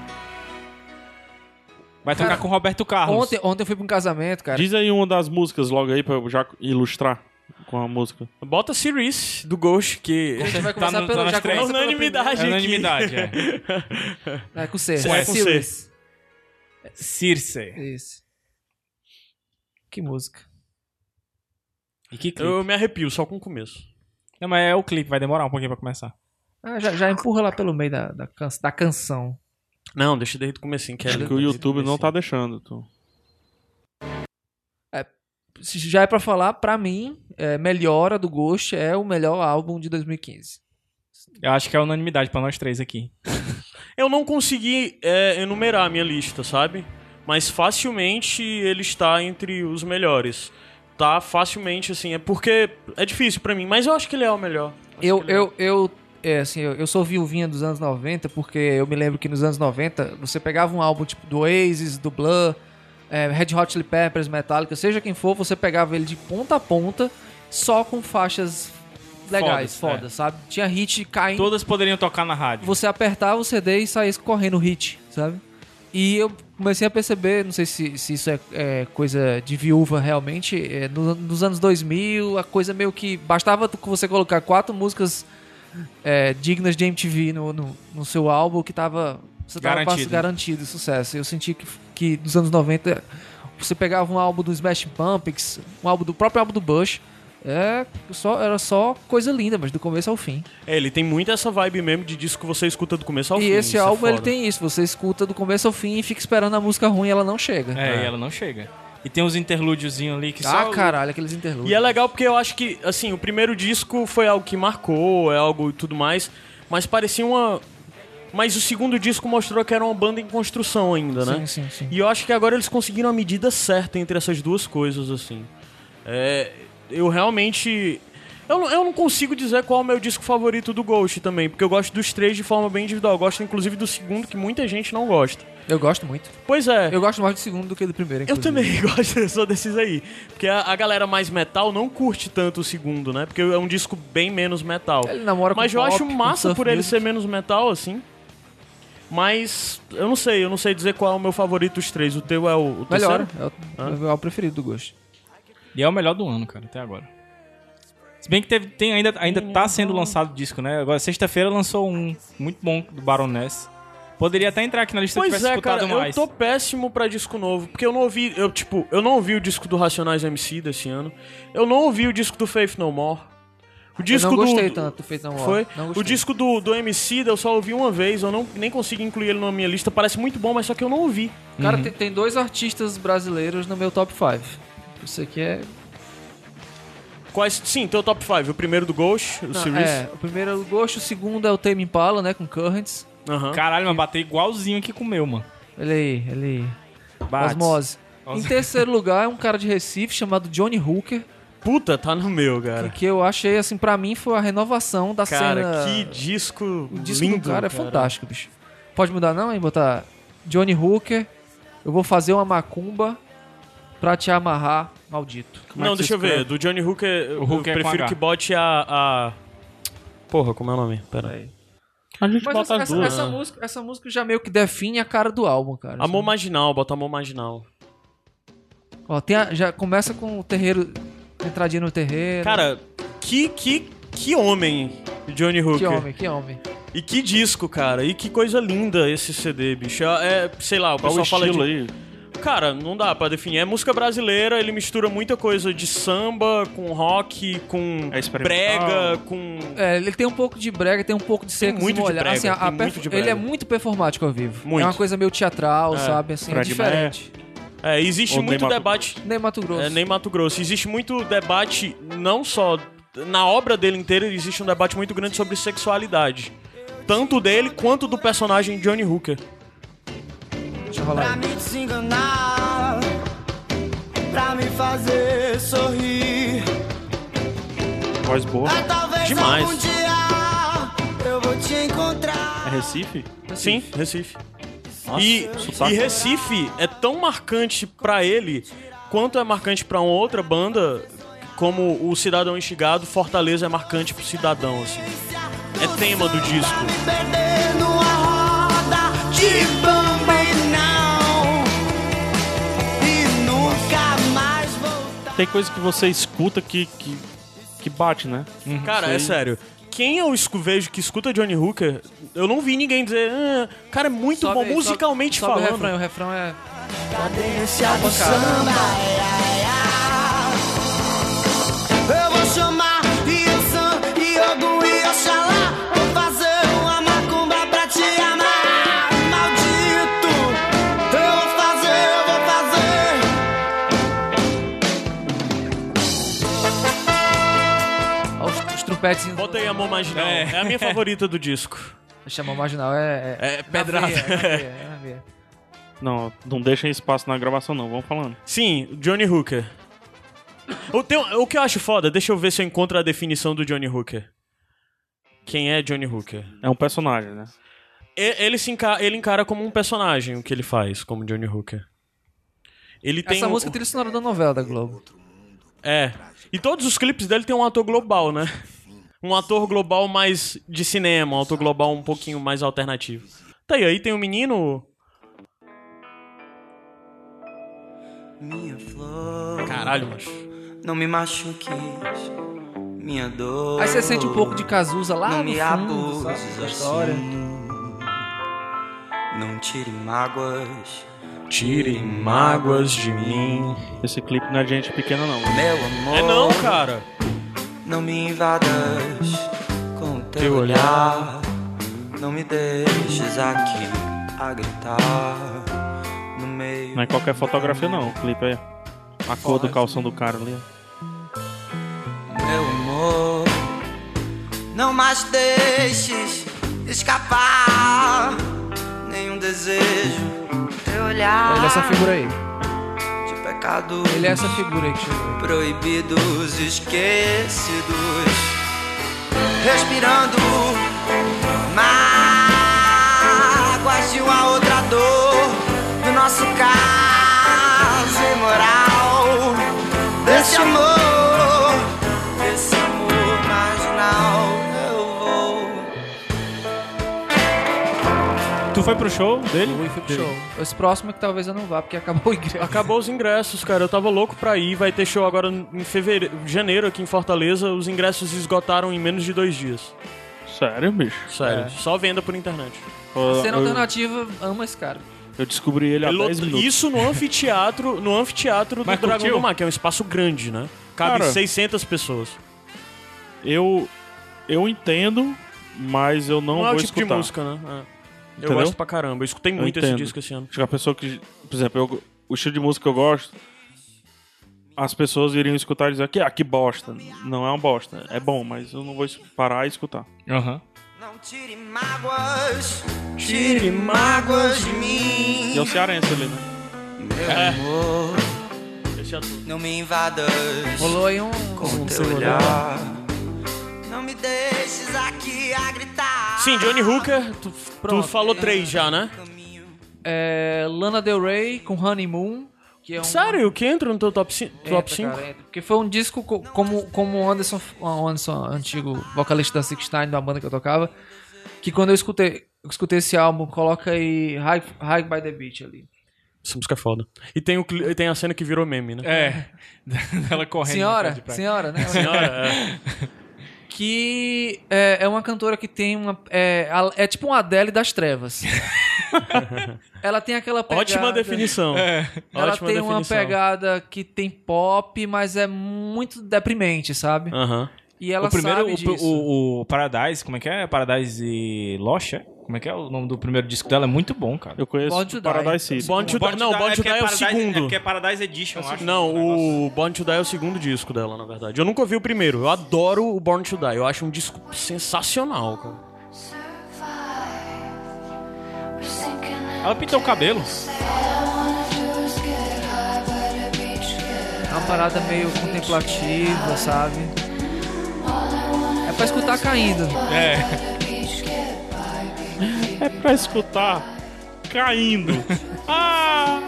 [SPEAKER 3] Vai tocar
[SPEAKER 4] Cara,
[SPEAKER 3] com Roberto Carlos. É
[SPEAKER 4] Ontem, ontem eu fui pra um casamento, cara.
[SPEAKER 2] Ah, Diz aí uma das músicas logo aí pra eu já ilustrar com a música.
[SPEAKER 5] Bota Series do Ghost, que
[SPEAKER 4] A gente vai
[SPEAKER 3] Tá
[SPEAKER 4] começar
[SPEAKER 3] no- tá
[SPEAKER 4] pelo.
[SPEAKER 3] nas
[SPEAKER 4] Já
[SPEAKER 3] três.
[SPEAKER 4] começa pela
[SPEAKER 5] Unanimidade.
[SPEAKER 3] é unanimidade, é.
[SPEAKER 4] primeira. É com C.
[SPEAKER 5] É com C.
[SPEAKER 4] Sirius.
[SPEAKER 3] Circe.
[SPEAKER 4] Isso. Que música.
[SPEAKER 3] E que clipe?
[SPEAKER 5] eu me arrepio só com o começo.
[SPEAKER 3] Não, mas é o clipe, vai demorar um pouquinho pra começar.
[SPEAKER 4] Ah, já, já empurra lá pelo meio da, da, can- da canção.
[SPEAKER 5] Não, deixa desde o comecinho, que é
[SPEAKER 2] Acho que o YouTube não tá deixando. tu.
[SPEAKER 4] Já é pra falar, pra mim, é, Melhora do Ghost é o melhor álbum de 2015.
[SPEAKER 3] Eu acho que é unanimidade pra nós três aqui.
[SPEAKER 2] tá-
[SPEAKER 5] Eu não consegui é, enumerar a minha lista, sabe? Mas facilmente ele está entre os melhores. Tá facilmente, assim, é porque é difícil pra mim, mas eu acho que ele é o melhor. Acho
[SPEAKER 4] Eu,
[SPEAKER 5] que ele é o-
[SPEAKER 4] eu, eu, é, assim, eu, eu sou viuvinha dos anos 90, porque eu me lembro que nos anos 90 você pegava um álbum tipo do Oasis, do Blur, é, Red Hot Chili Peppers, Metallica, seja quem for, você pegava ele de ponta a ponta só com faixas legais,
[SPEAKER 3] Fodas,
[SPEAKER 4] foda,
[SPEAKER 3] é.
[SPEAKER 4] sabe? Tinha hit caindo,
[SPEAKER 3] Todas poderiam tocar na rádio.
[SPEAKER 4] você apertava o CD e saía correndo o hit, sabe? E eu comecei a perceber, não sei se, se isso é, é, coisa de viúva realmente, é, no- nos anos 2000, a coisa meio que. Bastava tu- você colocar quatro músicas é, dignas de MTV no, no, no seu álbum que tava. Você tava
[SPEAKER 3] Garantido.
[SPEAKER 4] quase garantido sucesso. Eu senti que, que nos anos 90 você pegava um álbum do Smash Pumpkins, um álbum do próprio álbum do Bush. É, só, era só coisa linda, mas do começo ao fim.
[SPEAKER 5] É, ele tem muito essa vibe mesmo de disco que você escuta do começo ao
[SPEAKER 4] E
[SPEAKER 5] fim.
[SPEAKER 4] esse
[SPEAKER 5] isso é
[SPEAKER 4] álbum ele
[SPEAKER 5] foda.
[SPEAKER 4] tem isso, você escuta do começo ao fim e fica esperando a música ruim e ela não chega.
[SPEAKER 3] É, e ela não chega. E tem uns interlúdiozinhos ali que
[SPEAKER 4] Ah,
[SPEAKER 3] só...
[SPEAKER 4] caralho, aqueles interlúdios.
[SPEAKER 5] é E é legal porque eu acho que, assim, o primeiro disco foi algo que marcou, é algo e tudo mais, mas parecia uma. Mas o segundo disco mostrou que era uma banda em construção ainda, né?
[SPEAKER 4] Sim, sim, sim.
[SPEAKER 5] E eu acho que agora eles conseguiram a medida certa entre essas duas coisas, assim. É, eu realmente. Eu não, eu não consigo dizer qual é o meu disco favorito do Ghost também, porque eu gosto dos três de forma bem individual. Eu gosto inclusive do segundo, que muita gente não gosta.
[SPEAKER 4] Eu gosto muito.
[SPEAKER 5] Pois é.
[SPEAKER 4] Eu gosto mais do segundo do que do primeiro,
[SPEAKER 5] Eu
[SPEAKER 4] inclusive.
[SPEAKER 5] também gosto, eu sou desses aí. Porque a, a galera mais metal não curte tanto o segundo, né? Porque é um disco bem menos metal.
[SPEAKER 4] Ele namora com
[SPEAKER 5] Mas eu
[SPEAKER 4] pop,
[SPEAKER 5] acho
[SPEAKER 4] com
[SPEAKER 5] massa
[SPEAKER 4] surf
[SPEAKER 5] por ele
[SPEAKER 4] music.
[SPEAKER 5] ser menos metal, assim. Mas eu não sei, eu não sei dizer qual é o meu favorito dos três. O teu é o, o
[SPEAKER 4] Melhor,
[SPEAKER 5] terceiro?
[SPEAKER 4] é o, é o álbum preferido do Ghost.
[SPEAKER 3] E é o melhor do ano, cara, até agora. Se bem que teve, tem ainda, ainda tá sendo lançado disco, né? Agora, sexta-feira lançou um muito bom do Baroness. Poderia até entrar aqui na lista se
[SPEAKER 5] Pois
[SPEAKER 3] tivesse
[SPEAKER 5] é,
[SPEAKER 3] escutado
[SPEAKER 5] cara,
[SPEAKER 3] mais.
[SPEAKER 5] eu tô péssimo pra disco novo, porque eu não ouvi, eu tipo, eu não ouvi o disco do Racionais MC desse ano. Eu não ouvi o disco do Faith No More. O disco
[SPEAKER 4] eu não
[SPEAKER 5] do-
[SPEAKER 4] gostei
[SPEAKER 5] do,
[SPEAKER 4] tanto do Feito Não
[SPEAKER 5] Foi.
[SPEAKER 4] Não gostei.
[SPEAKER 5] O disco do, do MC eu só ouvi uma vez, eu não, nem consigo incluir ele na minha lista. Parece muito bom, mas só que eu não ouvi.
[SPEAKER 4] Cara,
[SPEAKER 5] Uhum.
[SPEAKER 4] tem, tem dois artistas brasileiros no meu top 5. Isso aqui é...
[SPEAKER 5] Quais, sim, teu top 5. O primeiro do Ghost, o
[SPEAKER 4] Não,
[SPEAKER 5] Series.
[SPEAKER 4] é, o primeiro é o Ghost, o segundo é o Tame Impala, né, com Currents.
[SPEAKER 5] Aham.
[SPEAKER 3] Caralho, mas bateu igualzinho aqui com o meu, mano.
[SPEAKER 4] Olha aí, olha aí.
[SPEAKER 3] Bates.
[SPEAKER 4] Osmose. Em terceiro lugar é um cara de Recife chamado Johnny Hooker.
[SPEAKER 5] Puta, tá no meu, cara.
[SPEAKER 4] Que eu achei, assim, pra mim foi a renovação da cena.
[SPEAKER 5] Cara, que disco
[SPEAKER 4] O disco
[SPEAKER 5] lindo.
[SPEAKER 4] do cara é fantástico, bicho. Pode mudar não, hein? Botar Johnny Hooker, eu vou fazer uma macumba pra te amarrar, maldito.
[SPEAKER 2] é
[SPEAKER 5] não,
[SPEAKER 2] que
[SPEAKER 5] deixa eu
[SPEAKER 2] você
[SPEAKER 5] ver. Do Johnny Hooker, eu
[SPEAKER 3] Hooker é com
[SPEAKER 5] prefiro
[SPEAKER 3] H.
[SPEAKER 5] que bote a, a- Porra, como é o nome? Pera aí.
[SPEAKER 2] A gente
[SPEAKER 4] Mas
[SPEAKER 2] bota
[SPEAKER 4] essa,
[SPEAKER 2] as
[SPEAKER 4] essa-
[SPEAKER 2] duas. né?
[SPEAKER 4] essa música, essa música já meio que define a cara do álbum, cara. Assim,
[SPEAKER 5] Amor Marginal, bota Amor Marginal.
[SPEAKER 4] Ó, tem a- já começa com o terreiro, entradinha no terreiro.
[SPEAKER 5] Cara, que, que, que homem, Johnny Hooker.
[SPEAKER 4] que homem, que homem.
[SPEAKER 5] E que disco, cara. E que coisa linda esse CD, bicho. É, é, sei lá, o
[SPEAKER 2] Qual o
[SPEAKER 5] pessoal fala de...
[SPEAKER 2] estilo aí?
[SPEAKER 5] Cara, não dá pra definir. É música brasileira, ele mistura muita coisa de samba com rock, com
[SPEAKER 2] É experimental.
[SPEAKER 5] brega, com...
[SPEAKER 4] É, ele tem um pouco de brega, tem um pouco de secos
[SPEAKER 5] muito
[SPEAKER 4] e
[SPEAKER 5] de
[SPEAKER 4] molhados.
[SPEAKER 5] brega,
[SPEAKER 4] Assim, a-
[SPEAKER 5] tem
[SPEAKER 4] a
[SPEAKER 5] muito
[SPEAKER 4] perf-
[SPEAKER 5] de
[SPEAKER 4] ele
[SPEAKER 5] brega.
[SPEAKER 4] é muito performático ao vivo.
[SPEAKER 5] Muito.
[SPEAKER 4] É uma coisa meio teatral,
[SPEAKER 5] É,
[SPEAKER 4] sabe? Assim, é
[SPEAKER 2] Fred Maia.
[SPEAKER 4] diferente.
[SPEAKER 5] É, existe
[SPEAKER 2] Ou nem
[SPEAKER 5] muito
[SPEAKER 2] Mato
[SPEAKER 5] debate...
[SPEAKER 4] Nem Mato Grosso.
[SPEAKER 5] É, nem Mato Grosso. Existe muito debate, não só... Na obra dele inteira, existe um debate muito grande sobre sexualidade. Tanto dele quanto do personagem Johnny Hooker.
[SPEAKER 4] Deixa eu rolar aí.
[SPEAKER 9] Pra me desenganar, pra me fazer sorrir.
[SPEAKER 2] Voz boa.
[SPEAKER 9] Ah, talvez
[SPEAKER 5] Demais.
[SPEAKER 9] algum dia eu vou te encontrar.
[SPEAKER 2] É Recife?
[SPEAKER 5] Sim, Recife.
[SPEAKER 4] é
[SPEAKER 5] E,
[SPEAKER 4] um
[SPEAKER 2] sotaque.
[SPEAKER 5] e Recife é tão marcante pra ele quanto é marcante pra uma outra banda, como o Cidadão Instigado, Fortaleza é marcante pro Cidadão, assim. É tema do disco.
[SPEAKER 9] Perder numa roda de bambu e não.
[SPEAKER 2] tem coisa que você escuta que, que, que bate, né?
[SPEAKER 4] Uhum.
[SPEAKER 5] Cara, é sério. Quem eu escu- vejo que escuta Johnny Hooker, eu não vi ninguém dizer, "Ah, cara, é muito
[SPEAKER 4] Sobe
[SPEAKER 5] bom
[SPEAKER 4] aí, sobe-
[SPEAKER 5] musicalmente
[SPEAKER 4] sobe O
[SPEAKER 5] falando.
[SPEAKER 4] refrão, o refrão é.
[SPEAKER 10] Cadência do
[SPEAKER 4] Pancada.
[SPEAKER 10] samba. ai, ai, ai. Eu vou chamar Iansan, Iogo e Oxalá. Vou fazer uma macumba pra te amar. Maldito, eu vou fazer, eu vou fazer.
[SPEAKER 4] Ó, os, os trompetes.
[SPEAKER 5] Bota aí a mão marginal. É. a minha favorita do disco.
[SPEAKER 4] Chama marginal, é.
[SPEAKER 5] É pedrada.
[SPEAKER 4] É, na veia, é, na veia, é na veia.
[SPEAKER 2] Não, não deixem espaço na gravação, não. Vamos falando.
[SPEAKER 5] Sim, Johnny Hooker. O, tem- o que eu acho foda, deixa eu ver se eu encontro a definição do Johnny Hooker. Quem é Johnny Hooker?
[SPEAKER 2] É um personagem, né?
[SPEAKER 5] E- Ele, se enca- ele encara como um personagem o que ele faz, como Johnny Hooker. Ele tem
[SPEAKER 4] Essa
[SPEAKER 5] um-
[SPEAKER 4] música é trilha sonora da novela da Globo.
[SPEAKER 5] É. E todos os clipes dele tem um ator global, né? Um ator global mais de cinema, um ator global um pouquinho mais alternativo. Tá aí, aí tem um menino.
[SPEAKER 10] Minha flor,
[SPEAKER 5] Caralho, macho.
[SPEAKER 10] não me machuques, minha dor.
[SPEAKER 4] Aí você sente um pouco de Cazuza lá
[SPEAKER 10] Não
[SPEAKER 4] no
[SPEAKER 10] me
[SPEAKER 4] fundo, sabe,
[SPEAKER 10] abuses
[SPEAKER 4] da história.
[SPEAKER 10] assim. Não tire mágoas,
[SPEAKER 5] Tire mágoas de mim.
[SPEAKER 2] Esse clipe não é de gente pequena, não.
[SPEAKER 10] meu amor.
[SPEAKER 5] É não, cara.
[SPEAKER 10] Não me invadas com o teu
[SPEAKER 5] Teu olhar.
[SPEAKER 10] olhar. Não me deixes aqui a gritar no meio.
[SPEAKER 2] Não é qualquer fotografia, não. O clipe é a cor do calção do cara ali.
[SPEAKER 10] Meu amor, não mais deixes escapar nenhum desejo. Teu olhar
[SPEAKER 4] Ele é essa figura aí.
[SPEAKER 10] de pecado.
[SPEAKER 4] Ele é essa figura aí que chegou.
[SPEAKER 10] Proibidos, esquecidos, respirando mágoas de uma outra dor do nosso caso imoral. Desse amor, desse amor marginal, eu vou.
[SPEAKER 3] Tu foi pro show dele?
[SPEAKER 4] Fui, fui pro show. Esse próximo é que talvez eu não vá, porque acabou o ingresso.
[SPEAKER 5] Acabou os ingressos, cara. Eu tava louco pra ir. Vai ter show agora em fevereiro, janeiro aqui em Fortaleza. Os ingressos esgotaram em menos de dois dias.
[SPEAKER 2] Sério, bicho?
[SPEAKER 5] Sério. Só venda por internet.
[SPEAKER 4] Cena
[SPEAKER 5] tá
[SPEAKER 2] Eu, eu,
[SPEAKER 4] alternativa, ama esse cara.
[SPEAKER 2] eu descobri ele há
[SPEAKER 5] Ele
[SPEAKER 2] 10
[SPEAKER 5] lotou-
[SPEAKER 2] minutos.
[SPEAKER 5] É Isso no anfiteatro, no anfiteatro do
[SPEAKER 3] Mas
[SPEAKER 5] Dragão
[SPEAKER 3] curtiu?
[SPEAKER 5] do Mar, que é um espaço grande, né? Cabe
[SPEAKER 2] Cara.
[SPEAKER 5] 600 pessoas.
[SPEAKER 2] Eu, eu entendo, mas eu não,
[SPEAKER 5] Não, é
[SPEAKER 2] vou
[SPEAKER 5] o tipo
[SPEAKER 2] escutar.
[SPEAKER 5] de música, né? É. Eu
[SPEAKER 2] Entendeu?
[SPEAKER 5] gosto pra caramba. Eu escutei muito esse
[SPEAKER 2] entendo.
[SPEAKER 5] disco esse ano.
[SPEAKER 2] Acho que a pessoa que. Por exemplo, eu- o estilo de música que eu gosto, as pessoas iriam escutar e dizer que, ah, que bosta. Não é uma bosta. É bom, mas eu não vou es- parar e escutar.
[SPEAKER 3] Aham.
[SPEAKER 10] Não tire mágoas, tire mágoas de mim.
[SPEAKER 2] E é o cearense ali, né?
[SPEAKER 10] Meu amor,
[SPEAKER 5] Esse ator.
[SPEAKER 10] não me invadas.
[SPEAKER 4] Rolou aí um.
[SPEAKER 10] com teu olhar. Não me deixes aqui a gritar.
[SPEAKER 5] Sim, Johnny Hooker, tu, tu falou três já, né?
[SPEAKER 10] Caminho.
[SPEAKER 4] É, Lana Del Rey com Honeymoon. Que é um,
[SPEAKER 5] Sério, o que entra no teu top 5?
[SPEAKER 4] Entra,
[SPEAKER 5] top 5?
[SPEAKER 4] cara, entra. Porque foi um disco co- como, como o Anderson, o Anderson, antigo vocalista da Six Nine, da banda que eu tocava, que quando eu escutei, eu escutei esse álbum, coloca aí High, High by the Beach ali.
[SPEAKER 5] Essa música é foda. E tem, o, cli- e tem a cena que virou meme, né?
[SPEAKER 3] É. Ela correndo. pra
[SPEAKER 4] Senhora,
[SPEAKER 3] de praia.
[SPEAKER 4] senhora, né?
[SPEAKER 5] Senhora, é.
[SPEAKER 4] Que é, é uma cantora que tem uma. É, a- é tipo uma Adele das trevas. Ela tem aquela pegada.
[SPEAKER 5] Ótima definição.
[SPEAKER 4] Ela
[SPEAKER 5] Ótima
[SPEAKER 4] tem
[SPEAKER 5] definição.
[SPEAKER 4] uma pegada que tem pop, mas é muito deprimente, sabe?
[SPEAKER 5] Aham.
[SPEAKER 4] E ela
[SPEAKER 3] o primeiro,
[SPEAKER 4] sabe
[SPEAKER 3] o,
[SPEAKER 4] disso.
[SPEAKER 3] o- o Paradise, como é que é? Paradise e Locha? Como é que é o nome do primeiro disco dela? É muito bom, cara.
[SPEAKER 2] Eu conheço
[SPEAKER 4] Born to Die.
[SPEAKER 2] Paradise City.
[SPEAKER 5] Born to Die- tá Não, Born to Die é o segundo.
[SPEAKER 3] é Paradise Edition, acho.
[SPEAKER 5] Não, o Born to Die é o segundo disco dela, na verdade. Eu nunca ouvi o primeiro. Eu adoro o Born to Die. Eu acho um disco sensacional, cara.
[SPEAKER 3] Ela pintou o cabelo.
[SPEAKER 4] É uma parada meio contemplativa, sabe? É pra escutar caindo.
[SPEAKER 3] É.
[SPEAKER 2] É pra escutar caindo. ah!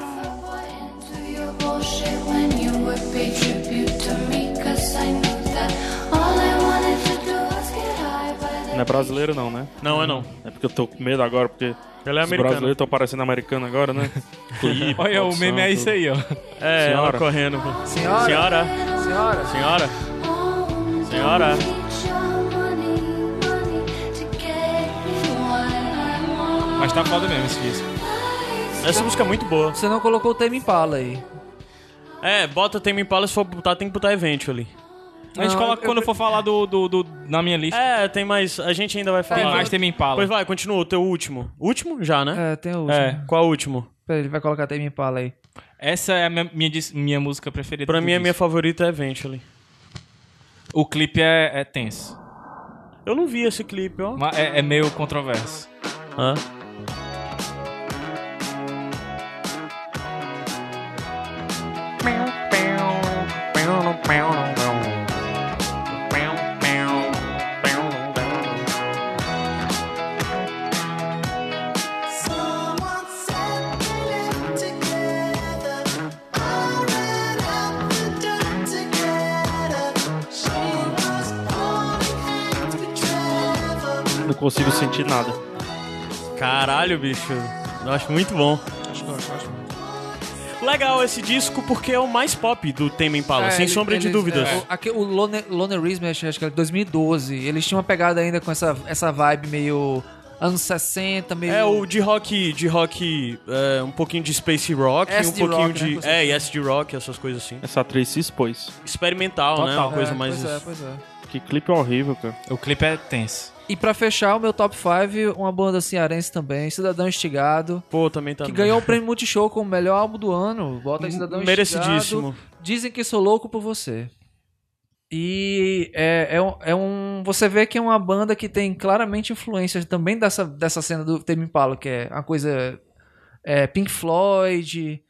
[SPEAKER 2] Não é é brasileiro não, né?
[SPEAKER 5] Não, é não.
[SPEAKER 2] É porque eu tô com medo agora, porque
[SPEAKER 5] Ela é
[SPEAKER 2] os
[SPEAKER 5] americana.
[SPEAKER 2] brasileiros estão parecendo americano agora, né? Clipe,
[SPEAKER 3] Olha, o meme é isso
[SPEAKER 2] produção,
[SPEAKER 3] aí, ó.
[SPEAKER 5] É,
[SPEAKER 2] Senhora.
[SPEAKER 5] ela correndo.
[SPEAKER 4] Senhora.
[SPEAKER 5] Senhora.
[SPEAKER 4] Senhora.
[SPEAKER 5] Senhora. Senhora.
[SPEAKER 3] Mas tá foda mesmo esse disco.
[SPEAKER 5] Essa música é muito boa.
[SPEAKER 4] Você não colocou o tema Impala aí.
[SPEAKER 5] É, bota Tame Impala, se for botar, tem que botar Event ali.
[SPEAKER 3] A gente
[SPEAKER 4] Não,
[SPEAKER 3] coloca
[SPEAKER 4] eu-
[SPEAKER 3] quando eu for falar do, do, do- na minha lista.
[SPEAKER 5] É, tem mais. A gente ainda vai falar.
[SPEAKER 3] Tem mais, tem me impala.
[SPEAKER 5] É, Pois vai, continua, o teu último. Último? Já, né?
[SPEAKER 4] É, tem o último.
[SPEAKER 5] É, qual é o último?
[SPEAKER 4] Peraí, ele vai colocar tema Impala aí.
[SPEAKER 3] Essa é a minha, minha, dis- minha música preferida.
[SPEAKER 5] Pra
[SPEAKER 3] do
[SPEAKER 5] mim, a minha
[SPEAKER 3] disco.
[SPEAKER 5] favorita é Eventually.
[SPEAKER 3] O clipe é, é tenso.
[SPEAKER 5] Eu não vi esse clipe, ó.
[SPEAKER 3] Mas É, é meio controverso.
[SPEAKER 5] Hã? é-
[SPEAKER 2] Não consigo sentir nada.
[SPEAKER 5] Caralho, bicho. Eu acho muito bom. Legal esse disco porque é o mais pop do Tame Impala,
[SPEAKER 4] É,
[SPEAKER 5] sem
[SPEAKER 4] ele-
[SPEAKER 5] sombra de
[SPEAKER 4] eles-
[SPEAKER 5] dúvidas.
[SPEAKER 4] é, o, aqui, o Lone, Lonerism, acho, acho que é era 2012. Eles tinham uma pegada ainda com essa, essa vibe meio anos 60, meio.
[SPEAKER 5] É o de rock, de rock, é, um pouquinho de space rock, e um
[SPEAKER 4] SD
[SPEAKER 5] pouquinho
[SPEAKER 4] rock, né,
[SPEAKER 5] de,
[SPEAKER 4] com
[SPEAKER 5] é,
[SPEAKER 4] certeza.
[SPEAKER 5] e SD rock, essas coisas assim.
[SPEAKER 2] Essa atriz se expôs.
[SPEAKER 5] Experimental, né?
[SPEAKER 2] Total.
[SPEAKER 5] Uma coisa
[SPEAKER 4] É,
[SPEAKER 5] mais
[SPEAKER 4] Pois é, pois é.
[SPEAKER 2] Que clipe horrível, cara.
[SPEAKER 3] O clipe é tenso.
[SPEAKER 4] E pra fechar o meu top 5, uma banda cearense também, Cidadão Estigado,
[SPEAKER 5] Pô, também tá.
[SPEAKER 4] é. que ganhou o prêmio Multishow como melhor álbum do ano. Bota aí Cidadão
[SPEAKER 5] merecidíssimo.
[SPEAKER 4] Estigado. Dizem que sou louco por você. E é, é, um, é um- Você vê que é uma banda que tem claramente influências também dessa, dessa cena do Tame Impala, que é uma coisa. é, Pink Floyd,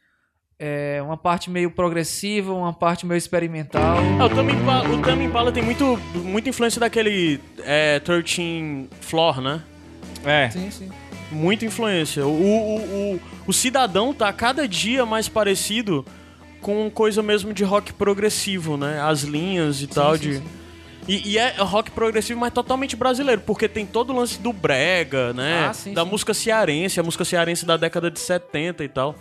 [SPEAKER 4] é, uma parte meio progressiva, uma parte meio experimental.
[SPEAKER 5] É, o Tame Impala, o Tame Impala tem muito, muita influência daquele é, 13 Floor, né?
[SPEAKER 3] É.
[SPEAKER 4] Sim, sim.
[SPEAKER 5] Muita influência. O, o, o, o cidadão tá cada dia mais parecido com coisa mesmo de rock progressivo, né? As linhas e tal de. E, e é rock progressivo, mas totalmente brasileiro, porque tem todo o lance do brega, né?
[SPEAKER 4] Ah, sim,
[SPEAKER 5] da
[SPEAKER 4] sim.
[SPEAKER 5] música cearense, a música cearense da década de 70 e tal.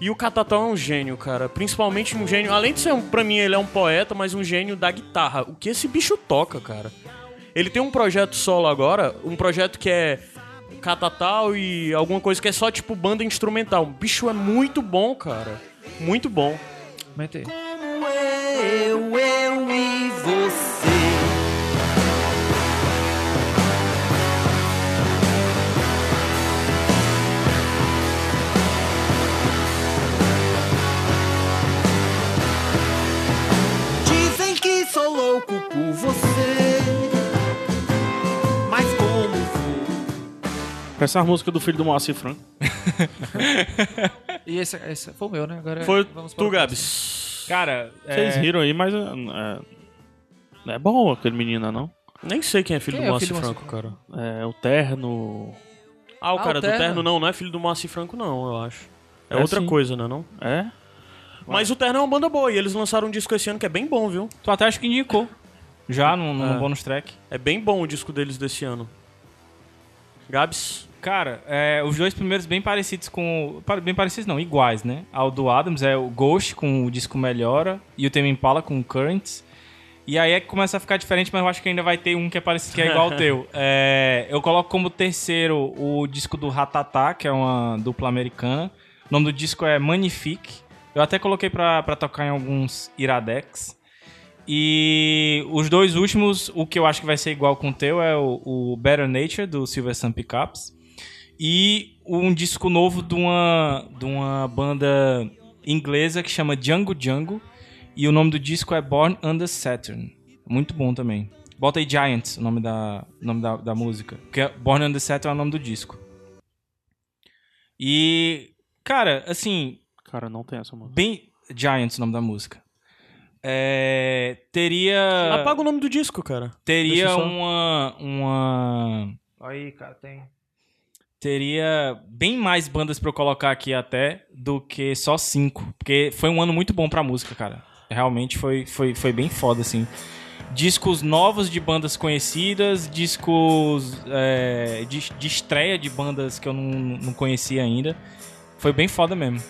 [SPEAKER 5] E o Catatão é um gênio, cara. Principalmente um gênio. Além de ser, um, pra mim, ele é um poeta, mas um gênio da guitarra. O que esse bicho toca, cara? Ele tem um projeto solo agora, um projeto que é catatal e alguma coisa que é só tipo banda instrumental. O bicho é muito bom, cara. Muito bom.
[SPEAKER 4] Comenta aí.
[SPEAKER 9] Como eu, eu e você. Dizem que sou louco por você. Mas como vou?
[SPEAKER 2] Parece é a música do filho do Moacir Franco.
[SPEAKER 4] E esse, esse foi o meu, né? Agora
[SPEAKER 5] Foi
[SPEAKER 4] para
[SPEAKER 5] tu,
[SPEAKER 4] o
[SPEAKER 5] Gabs.
[SPEAKER 3] Cara,
[SPEAKER 2] Vocês
[SPEAKER 3] é...
[SPEAKER 2] riram aí, mas... É, é bom aquele menino, não?
[SPEAKER 5] Nem sei quem é filho
[SPEAKER 4] Quem
[SPEAKER 5] do
[SPEAKER 4] é o filho
[SPEAKER 5] Moacir
[SPEAKER 4] do Moacir
[SPEAKER 5] Franco, cara.
[SPEAKER 2] É, o terno...
[SPEAKER 5] Ah, o
[SPEAKER 4] Ah,
[SPEAKER 5] cara
[SPEAKER 4] o
[SPEAKER 5] do
[SPEAKER 4] Terno.
[SPEAKER 5] Terno não, não é filho do Moacir Franco, não, eu acho. É,
[SPEAKER 2] É
[SPEAKER 5] outra
[SPEAKER 2] sim.
[SPEAKER 5] coisa, né, não?
[SPEAKER 2] É?
[SPEAKER 5] Mas o Terno é uma banda boa e eles lançaram um disco esse ano que é bem bom, viu?
[SPEAKER 3] tu até acho que indicou. Já no, no
[SPEAKER 5] É.
[SPEAKER 3] bônus track.
[SPEAKER 5] É bem bom o disco deles desse ano. Gabs,
[SPEAKER 3] Cara, é, os dois primeiros bem parecidos com. pa- Bem parecidos não, iguais, né? Ao do Adams é o Ghost com o disco Melhora e o Tame Impala com o Currents. E aí é que começa a ficar diferente, mas eu acho que ainda vai ter um que é parecido que é igual ao teu. É, eu coloco como terceiro o disco do Ratatá, que é uma dupla americana. O nome do disco é Magnifique. Eu até coloquei pra, pra tocar em alguns Iradex. E os dois últimos, o que eu acho que vai ser igual com o teu é o, o Better Nature, do Silver Sun Pickups e um disco novo de uma, de uma banda inglesa que chama Django Django. E o nome do disco é Born Under Saturn. Muito bom também. Bota aí Giants, o nome da, o nome da, da música. Porque Born Under Saturn é o nome do disco. E, cara, assim,
[SPEAKER 2] Cara, não tem essa música.
[SPEAKER 3] bem. Giants, o nome da música. É, teria.
[SPEAKER 5] apaga o nome do disco, cara. deixa eu
[SPEAKER 3] teria
[SPEAKER 5] só-
[SPEAKER 3] uma. Uma
[SPEAKER 4] Aí, cara, tem.
[SPEAKER 3] teria bem mais bandas pra eu colocar aqui até do que só cinco. Porque foi um ano muito bom pra música, cara. Realmente foi, foi, foi bem foda, assim. discos novos de bandas conhecidas, discos é, de, de estreia de bandas que eu não, não conhecia ainda. Foi bem foda mesmo.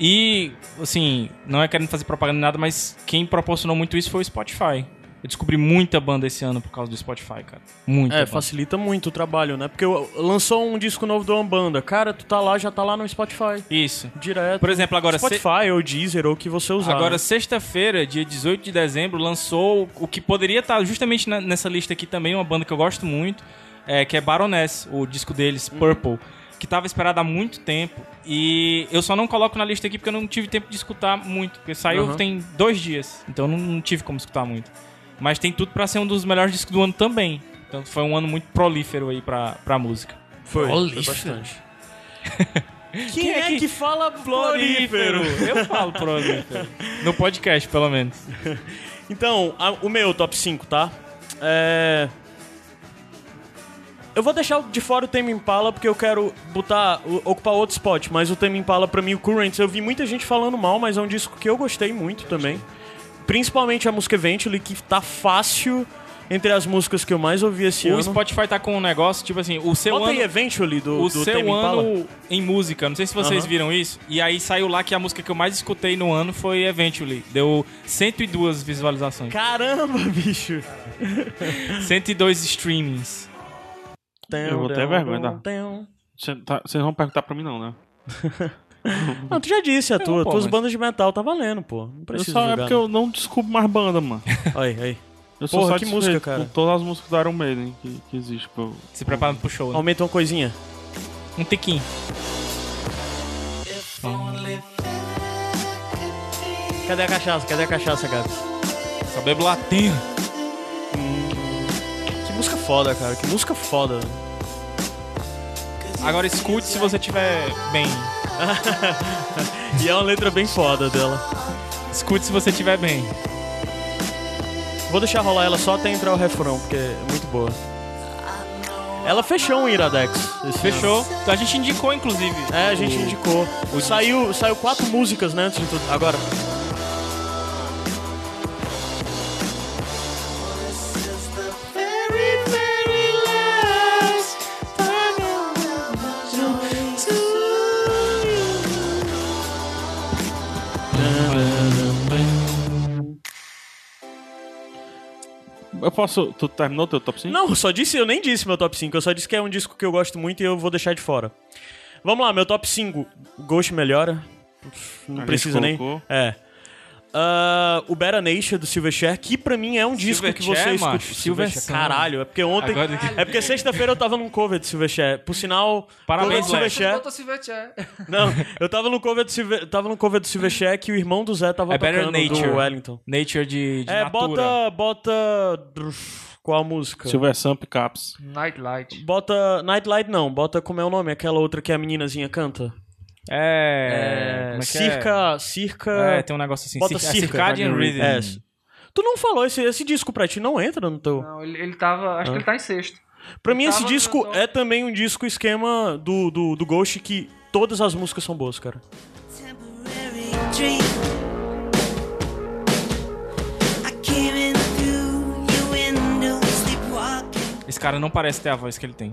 [SPEAKER 3] E, assim, não é querendo fazer propaganda nem nada, mas quem proporcionou muito isso foi o Spotify. Eu descobri muita banda esse ano por causa do Spotify, cara. Muita.
[SPEAKER 5] É,
[SPEAKER 3] banda.
[SPEAKER 5] facilita muito o trabalho, né? Porque eu- lançou um disco novo do Umbanda. Cara, tu tá lá, já tá lá no Spotify.
[SPEAKER 3] Isso.
[SPEAKER 5] Direto.
[SPEAKER 3] Por exemplo, agora, se-
[SPEAKER 5] Spotify ou Deezer ou o que você usar.
[SPEAKER 3] Agora,
[SPEAKER 5] né?
[SPEAKER 3] sexta-feira, dia 18 de dezembro, lançou o que poderia estar justamente na- nessa lista aqui também, uma banda que eu gosto muito, é, que é Baroness, o disco deles,
[SPEAKER 5] Uhum.
[SPEAKER 3] Purple, que tava esperado há muito tempo. E eu só não coloco na lista aqui porque eu não tive tempo de escutar muito, porque saiu
[SPEAKER 5] Uhum.
[SPEAKER 3] tem dois dias, então eu não, não tive como escutar muito. Mas tem tudo pra ser um dos melhores discos do ano também. Então foi um ano muito prolífero aí pra, pra música.
[SPEAKER 5] foi, foi
[SPEAKER 4] Prolífero.
[SPEAKER 5] bastante. Quem,
[SPEAKER 3] é que
[SPEAKER 5] fala
[SPEAKER 3] Eu falo prolífero. No podcast, pelo menos.
[SPEAKER 5] Então, a- o meu top 5, tá? É... Eu vou deixar de fora o Tame Impala porque eu quero botar, o- ocupar outro spot, mas o Tame Impala pra mim o Currents, eu vi muita gente falando mal, mas é um disco que eu gostei muito também. Principalmente a música Eventually, que tá fácil entre as músicas que eu mais ouvi esse
[SPEAKER 3] O
[SPEAKER 5] ano.
[SPEAKER 3] Spotify tá com um negócio, tipo assim, o seu
[SPEAKER 5] Bota aí
[SPEAKER 3] ano...
[SPEAKER 5] Eventually do,
[SPEAKER 3] o
[SPEAKER 5] do
[SPEAKER 3] seu
[SPEAKER 5] Tame Impala.
[SPEAKER 3] ano em música. Não sei se vocês
[SPEAKER 5] Aham.
[SPEAKER 3] viram isso. E aí saiu lá que a música que eu mais escutei no ano foi Eventually. Deu 102 visualizações.
[SPEAKER 5] Caramba, bicho!
[SPEAKER 3] 102 streamings.
[SPEAKER 2] Eu vou ter vergonha, tá, Vocês vão perguntar pra mim, não, né?
[SPEAKER 5] Não, tu já disse a tua.
[SPEAKER 3] pô,
[SPEAKER 5] Tuas
[SPEAKER 3] mas-
[SPEAKER 5] bandas de metal tá valendo, pô. Não
[SPEAKER 2] Eu
[SPEAKER 5] precisa
[SPEAKER 2] só, é
[SPEAKER 5] julgar,
[SPEAKER 2] porque eu não descubro mais banda, mano.
[SPEAKER 5] não. Aí, aí.
[SPEAKER 2] Eu sou
[SPEAKER 5] Porra, que
[SPEAKER 2] satisfeito
[SPEAKER 5] música, cara.
[SPEAKER 2] com todas as músicas do Iron Maiden que, que existe. Pô.
[SPEAKER 3] Se preparando pro show. né?
[SPEAKER 5] Aumenta uma coisinha.
[SPEAKER 3] Um tiquinho.
[SPEAKER 5] Cadê a cachaça? Cadê a cachaça, Gabs?
[SPEAKER 3] Só bebo latino.
[SPEAKER 5] Que música foda, cara. Que música foda.
[SPEAKER 3] Agora escute se você tiver bem.
[SPEAKER 5] E é uma letra bem foda dela.
[SPEAKER 3] Escute se você tiver bem.
[SPEAKER 5] Vou deixar rolar ela só até entrar o refrão, porque é muito boa. Ela fechou um Iradex. esse
[SPEAKER 3] Fechou?
[SPEAKER 5] ano.
[SPEAKER 3] A gente indicou, inclusive.
[SPEAKER 5] É, a gente indicou. Saiu, saiu quatro músicas, né, antes de tudo. Agora.
[SPEAKER 2] Eu posso. Tu terminou teu top 5?
[SPEAKER 5] Não, eu só disse, eu nem disse meu top 5, eu só disse que é um disco que eu gosto muito e eu vou deixar de fora. Vamos lá, meu top 5. Ghost melhora. Uf, Não
[SPEAKER 2] A
[SPEAKER 5] precisa
[SPEAKER 2] gente
[SPEAKER 5] nem.
[SPEAKER 2] colocou.
[SPEAKER 5] É. Ah, o Better Nation do Silverchair, que pra mim é um disco que você
[SPEAKER 3] Silverchair,
[SPEAKER 5] escuta.
[SPEAKER 3] macho, Silverchair.
[SPEAKER 5] Caralho, é porque ontem.
[SPEAKER 3] Agora-
[SPEAKER 5] É porque sexta-feira eu tava num cover do Silverchair. Por sinal,
[SPEAKER 3] Parabéns,
[SPEAKER 5] cover do
[SPEAKER 3] Lex.
[SPEAKER 5] Silverchair.
[SPEAKER 4] é.
[SPEAKER 5] Não, eu tava no cover do Silver, tava no cover do Silverchair que o irmão do Zé tava
[SPEAKER 3] É Better
[SPEAKER 5] tocando
[SPEAKER 3] Nature.
[SPEAKER 5] do Wellington.
[SPEAKER 3] Nature de, de
[SPEAKER 5] É,
[SPEAKER 3] Natura.
[SPEAKER 5] bota. Bota. Qual a música?
[SPEAKER 2] Silver Samp Caps.
[SPEAKER 4] Nightlight.
[SPEAKER 5] Bota Nightlight não, bota como é o nome, aquela outra que a meninazinha canta.
[SPEAKER 3] É... como é que é?
[SPEAKER 5] circa, circa.
[SPEAKER 3] É, tem um negócio assim.
[SPEAKER 5] bota
[SPEAKER 3] Cir- é
[SPEAKER 5] circa.
[SPEAKER 3] Circadian Rhythm.
[SPEAKER 5] É. Tu não falou esse, esse disco pra ti não entra no teu.
[SPEAKER 4] Não, ele, ele tava. Acho que
[SPEAKER 5] Ah.
[SPEAKER 4] ele tá em sexto.
[SPEAKER 5] Pra mim esse
[SPEAKER 4] Tava,
[SPEAKER 5] disco
[SPEAKER 4] não.
[SPEAKER 5] é também um disco esquema do, do, do Ghost que todas as músicas são boas, cara.
[SPEAKER 3] Esse cara não parece ter a voz que ele tem.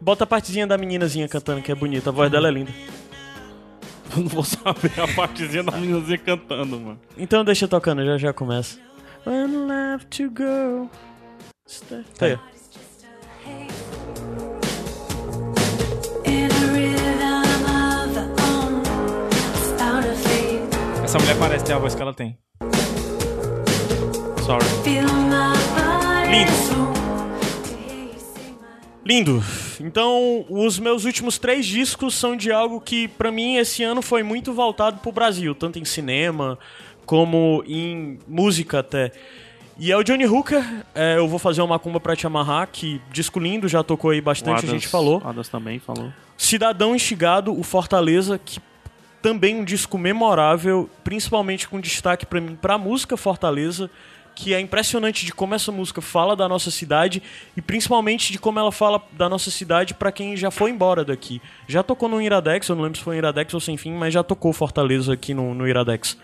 [SPEAKER 5] Bota a partezinha da meninazinha cantando que é bonita, a voz dela é linda.
[SPEAKER 2] Eu não vou saber a partezinha da meninazinha cantando, mano.
[SPEAKER 5] Então deixa tocando, já já começa. When left to go. Stay- Tá aí.
[SPEAKER 3] Essa mulher parece ter a voz que ela tem.
[SPEAKER 2] Sorry.
[SPEAKER 5] Lindo. Então, os meus últimos três discos são de algo que, pra mim, esse ano foi muito voltado pro Brasil, tanto em cinema como em música até. E é o Johnny Hooker, é, eu vou fazer uma macumba pra te amarrar, que disco lindo, já tocou aí
[SPEAKER 2] O
[SPEAKER 5] bastante, a
[SPEAKER 2] Adams-
[SPEAKER 5] gente falou.
[SPEAKER 2] o Adams também falou.
[SPEAKER 5] Cidadão Instigado, o Fortaleza, que também um disco memorável, principalmente com destaque pra mim pra música Fortaleza, que é impressionante de como essa música fala da nossa cidade e principalmente de como ela fala da nossa cidade pra quem já foi embora daqui. Já tocou no Iradex, eu não lembro se foi no Iradex ou sem fim, mas já tocou Fortaleza aqui no, no Iradex.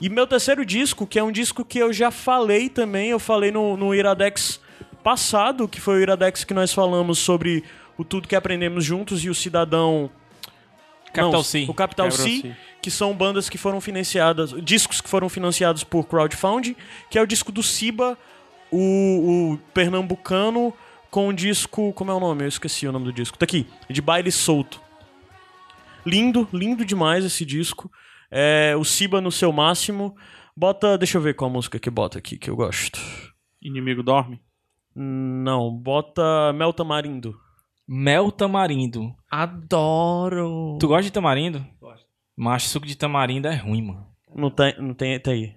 [SPEAKER 5] E meu terceiro disco, que é um disco que eu já falei também, eu falei no, no Iradex passado, que foi o Iradex que nós falamos sobre o Tudo que Aprendemos Juntos e o Cidadão
[SPEAKER 3] Capital
[SPEAKER 5] não,
[SPEAKER 3] C.
[SPEAKER 5] O Capital
[SPEAKER 2] Capital
[SPEAKER 5] C,
[SPEAKER 2] C.
[SPEAKER 5] que são bandas que foram financiadas, discos que foram financiados por crowdfunding, que é o disco do Ciba, o, o pernambucano, com o disco. Como é o nome? Eu esqueci o nome do disco. Tá aqui, de baile solto. Lindo, lindo demais esse disco. É, o Ciba no seu máximo. Bota. Deixa eu ver qual música que bota aqui que eu gosto.
[SPEAKER 2] Inimigo dorme.
[SPEAKER 5] Não, bota Mel Tamarindo.
[SPEAKER 3] Mel tamarindo.
[SPEAKER 4] Adoro.
[SPEAKER 3] Tu gosta de tamarindo? Gosto. Mas suco de tamarindo é ruim, mano.
[SPEAKER 5] Não tem, não tem, tá aí.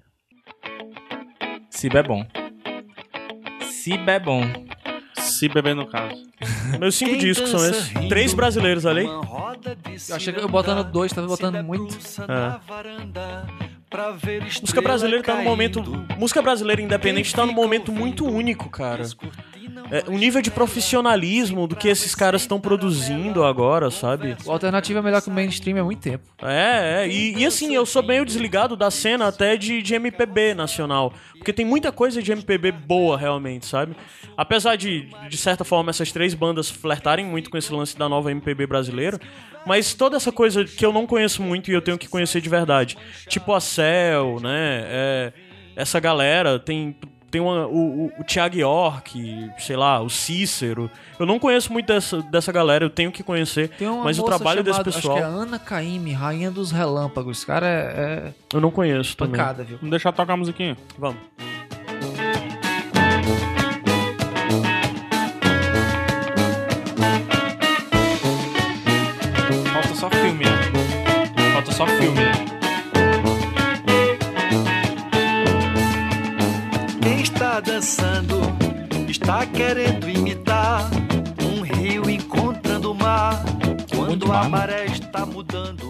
[SPEAKER 3] Ciba é bom. Ciba é bom.
[SPEAKER 2] Se beber no caso.
[SPEAKER 5] Meus cinco
[SPEAKER 9] Quem
[SPEAKER 5] discos são
[SPEAKER 9] dança
[SPEAKER 5] esses.
[SPEAKER 9] rindo,
[SPEAKER 5] Três brasileiros, olha aí.
[SPEAKER 9] Uma roda de
[SPEAKER 4] Eu achei que eu
[SPEAKER 9] ciranda,
[SPEAKER 4] botando dois, tava
[SPEAKER 9] se
[SPEAKER 4] botando muito.
[SPEAKER 9] debruça na varanda pra ver
[SPEAKER 5] Ah. Música
[SPEAKER 9] estrela
[SPEAKER 5] brasileira tá num
[SPEAKER 9] caindo.
[SPEAKER 5] momento. Música brasileira independente tá num momento muito único, cara. É, o nível de profissionalismo do que esses caras estão produzindo agora, sabe?
[SPEAKER 4] O alternativo é melhor que o mainstream há muito tempo.
[SPEAKER 5] É, é. E, e assim, eu sou meio desligado da cena até de, de MPB nacional. Porque tem muita coisa de MPB boa, realmente, sabe? Apesar de, de certa forma, essas três bandas flertarem muito com esse lance da nova MPB brasileira. Mas toda essa coisa que eu não conheço muito e eu tenho que conhecer de verdade. Tipo a Cell, né? É, essa galera tem. Tem uma- o, o, o Thiago York, sei lá, o Cícero. Eu não conheço muito dessa, dessa galera, eu tenho que conhecer.
[SPEAKER 4] Tem uma
[SPEAKER 5] mas o
[SPEAKER 4] moça
[SPEAKER 5] trabalho desse
[SPEAKER 4] chamada-
[SPEAKER 5] pessoal,
[SPEAKER 4] Acho que é Ana Caymmi, Rainha dos Relâmpagos. Esse cara é, é
[SPEAKER 5] eu não conheço também.
[SPEAKER 4] pancada, viu?
[SPEAKER 2] Vamos deixar tocar a musiquinha.
[SPEAKER 5] Vamos.
[SPEAKER 3] Falta só filme, né? Falta só filme, né?
[SPEAKER 9] Quem está dançando está querendo imitar um rio encontrando o mar. Quando a maré está mudando.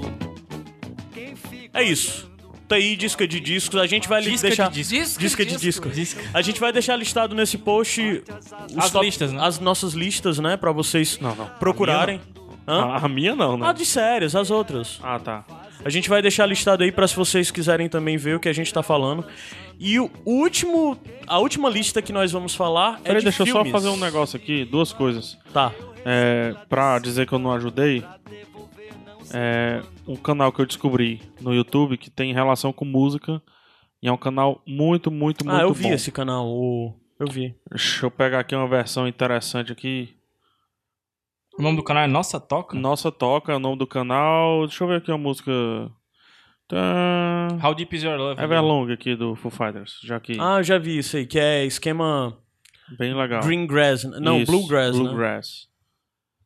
[SPEAKER 9] Quem fica
[SPEAKER 5] É isso. Tá aí, disca de discos. A gente vai li-
[SPEAKER 3] Disca
[SPEAKER 5] deixar.
[SPEAKER 3] de disco.
[SPEAKER 4] Disco,
[SPEAKER 5] Disca de disco. A gente vai deixar listado nesse post os
[SPEAKER 3] As listas, né?
[SPEAKER 5] as nossas listas, né? Pra vocês
[SPEAKER 2] Não, não.
[SPEAKER 5] procurarem. Hã?
[SPEAKER 2] A, a minha não, né?
[SPEAKER 5] Ah, de séries, as outras.
[SPEAKER 2] Ah, tá.
[SPEAKER 5] A gente vai deixar listado aí pra se vocês quiserem também ver o que a gente tá falando. E o último, a última lista que nós vamos falar é
[SPEAKER 2] Peraí,
[SPEAKER 5] de
[SPEAKER 2] deixa eu só
[SPEAKER 5] filmes.
[SPEAKER 2] fazer um negócio aqui, duas coisas.
[SPEAKER 5] Tá.
[SPEAKER 2] É, pra dizer que eu não ajudei, é um canal que eu descobri no YouTube que tem relação com música. E é um canal muito, muito, muito
[SPEAKER 5] ah, eu
[SPEAKER 2] bom.
[SPEAKER 5] vi esse canal. o- Eu vi.
[SPEAKER 2] Deixa eu pegar aqui uma versão interessante aqui.
[SPEAKER 3] O nome do canal é Nossa Toca?
[SPEAKER 2] Nossa Toca é o nome do canal. Deixa eu ver aqui a música. Tá...
[SPEAKER 3] How Deep Is Your Love?
[SPEAKER 2] Everlong aqui do Foo Fighters, já que
[SPEAKER 5] Ah, eu já vi isso aí, que é esquema
[SPEAKER 2] bem legal.
[SPEAKER 5] Greengrass. Não,
[SPEAKER 2] Isso,
[SPEAKER 5] Bluegrass, né?
[SPEAKER 2] Bluegrass.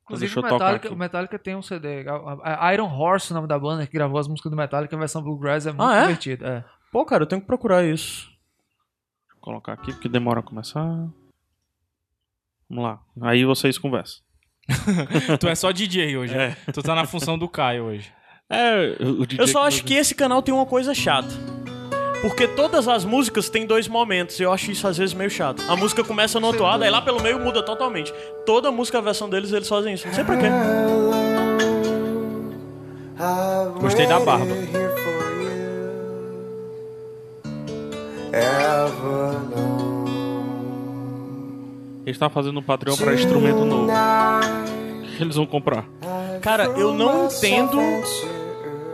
[SPEAKER 4] Inclusive,
[SPEAKER 2] Deixa eu
[SPEAKER 4] o,
[SPEAKER 2] tocar
[SPEAKER 4] Metallica,
[SPEAKER 2] aqui.
[SPEAKER 4] o Metallica tem um CD. A- a- Iron Horse, o nome da banda, que gravou as músicas do Metallica, a versão Bluegrass é muito
[SPEAKER 5] Ah, é?
[SPEAKER 4] divertida. É.
[SPEAKER 5] Pô, cara, eu tenho que procurar isso.
[SPEAKER 2] Vou colocar aqui porque demora a começar. Vamos lá. Aí vocês conversam.
[SPEAKER 3] Tu é só DJ hoje. né? Tu tá na função do Caio hoje.
[SPEAKER 2] É, o DJ
[SPEAKER 5] Eu só acho que esse canal tem uma coisa chata. Porque todas as músicas têm dois momentos, e eu acho isso às vezes meio chato. A música começa no toada, aí lá pelo meio muda totalmente. Toda música, a versão deles, eles fazem isso. Não sei pra quê.
[SPEAKER 3] Gostei da
[SPEAKER 10] é
[SPEAKER 3] barba.
[SPEAKER 10] É
[SPEAKER 2] Eles estão fazendo um Patreon pra instrumento novo. O que eles vão comprar?
[SPEAKER 5] Cara, eu não entendo.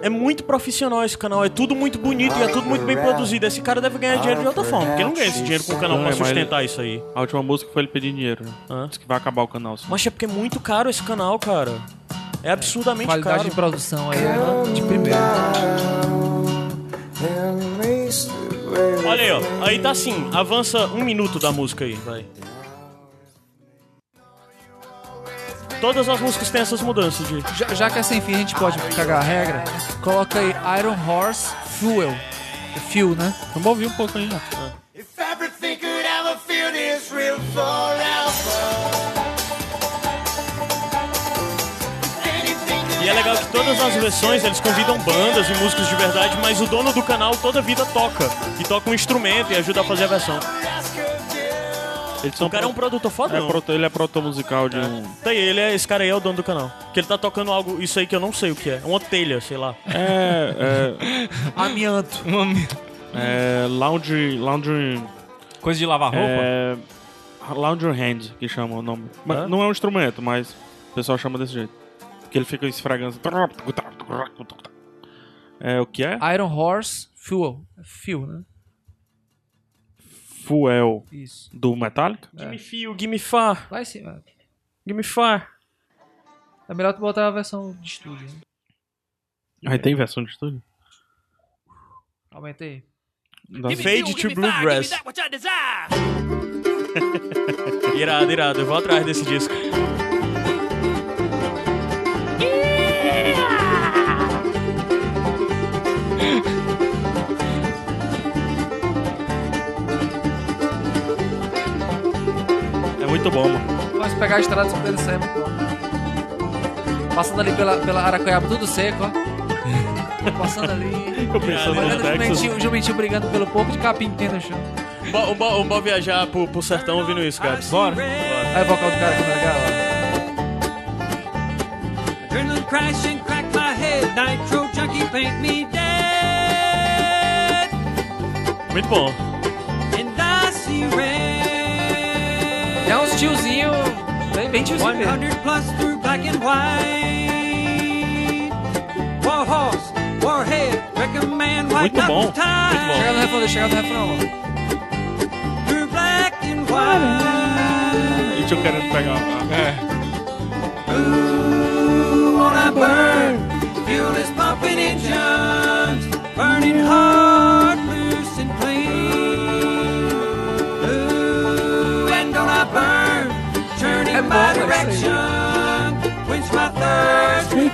[SPEAKER 5] É muito profissional esse canal, é tudo muito bonito e é tudo muito bem produzido. Esse cara deve ganhar dinheiro de outra forma, porque ele não ganha esse dinheiro com o canal
[SPEAKER 2] Ganha,
[SPEAKER 5] pra
[SPEAKER 2] mas ele-
[SPEAKER 5] sustentar isso aí.
[SPEAKER 2] A última música foi ele pedir dinheiro. né?
[SPEAKER 5] Hã?
[SPEAKER 2] Diz que vai acabar o canal. sim.
[SPEAKER 5] Mas é porque é muito caro esse canal, cara. É absurdamente
[SPEAKER 4] Qualidade
[SPEAKER 5] caro.
[SPEAKER 4] de produção aí é de primeiro.
[SPEAKER 5] Olha aí, ó. Aí tá assim, avança um minuto da música aí, vai. Todas as músicas têm essas mudanças de.
[SPEAKER 4] Já, já que é sem fim, a gente pode cagar a regra. Coloca aí Iron Horse Fuel. É Fuel, né?
[SPEAKER 2] Vamos ouvir um pouco aí.
[SPEAKER 9] If everything could ever feel this real forever. If anything could
[SPEAKER 5] E é legal que todas as versões eles convidam bandas e músicos de verdade, mas o dono do canal toda vida toca. E toca um instrumento e ajuda a fazer a versão.
[SPEAKER 2] Eles
[SPEAKER 5] O cara é um produtor foda,
[SPEAKER 2] é
[SPEAKER 5] não.
[SPEAKER 2] proto, ele é produtor musical de um.
[SPEAKER 5] Tá aí, ele é, esse cara aí é o dono do canal. Que ele tá tocando algo, isso aí que eu não sei o que é. Uma telha, sei lá.
[SPEAKER 2] É.
[SPEAKER 4] Amianto.
[SPEAKER 3] Um
[SPEAKER 2] É. é lounge. Lounge.
[SPEAKER 3] Coisa de lavar roupa.
[SPEAKER 2] É, lounge hand, que chama o nome. Mas
[SPEAKER 5] Hã?
[SPEAKER 2] Não é um instrumento, mas o pessoal chama desse jeito. Porque ele fica esfregando. assim, É o que é?
[SPEAKER 4] Iron Horse Fuel. É Fuel, né?
[SPEAKER 2] Fuel
[SPEAKER 4] Isso.
[SPEAKER 2] do Metallica?
[SPEAKER 5] Gimme fio, gimme fá,
[SPEAKER 4] Lá em cima.
[SPEAKER 5] gimme fá.
[SPEAKER 4] É melhor tu botar a versão de estúdio. Né?
[SPEAKER 2] Aí tem versão de estúdio?
[SPEAKER 4] Aumenta aí.
[SPEAKER 2] Dá-
[SPEAKER 5] Fade to Bluegrass. Irado, irado. Eu vou atrás desse disco.
[SPEAKER 2] É muito bom, mano.
[SPEAKER 4] Mas pegar a estrada do Pedro Serra é muito bom. Passando ali pela, pela Aracoiaba, tudo seco, ó. Passando ali.
[SPEAKER 2] Eu pensando
[SPEAKER 4] Olhando
[SPEAKER 2] no
[SPEAKER 4] o
[SPEAKER 2] Texas.
[SPEAKER 4] jumentinho, o jumentinho brigando pelo pouco de capim que tem no chão.
[SPEAKER 5] O bo- O bo- o bo um viajar pro, pro sertão ouvindo isso, cara. Bora. Bora.
[SPEAKER 4] Aí o vocal do cara que é legal, ó.
[SPEAKER 9] Turn and crash and crack my head. Nitro junkie paint me dead.
[SPEAKER 5] Muito bom.
[SPEAKER 9] And I see red.
[SPEAKER 4] É uns tiozinho. Bem, bem tiozinho mesmo.
[SPEAKER 9] 100 plus through black and white. War horse, warhead, recommend white
[SPEAKER 2] Muito bom,
[SPEAKER 9] mountain
[SPEAKER 5] muito
[SPEAKER 9] time.
[SPEAKER 4] Chega no refrão, deixa eu chegar no refrão. ó.
[SPEAKER 9] Through black and white.
[SPEAKER 2] E eu querendo pegar. a-
[SPEAKER 9] Ooh, wanna burn. Fuel is pumping engines. Burning hard, loose and clean. Ooh, and gonna burn.
[SPEAKER 4] É
[SPEAKER 9] Turning
[SPEAKER 4] bom,
[SPEAKER 9] my
[SPEAKER 4] mas isso aí.
[SPEAKER 9] direction. Quench my thirst with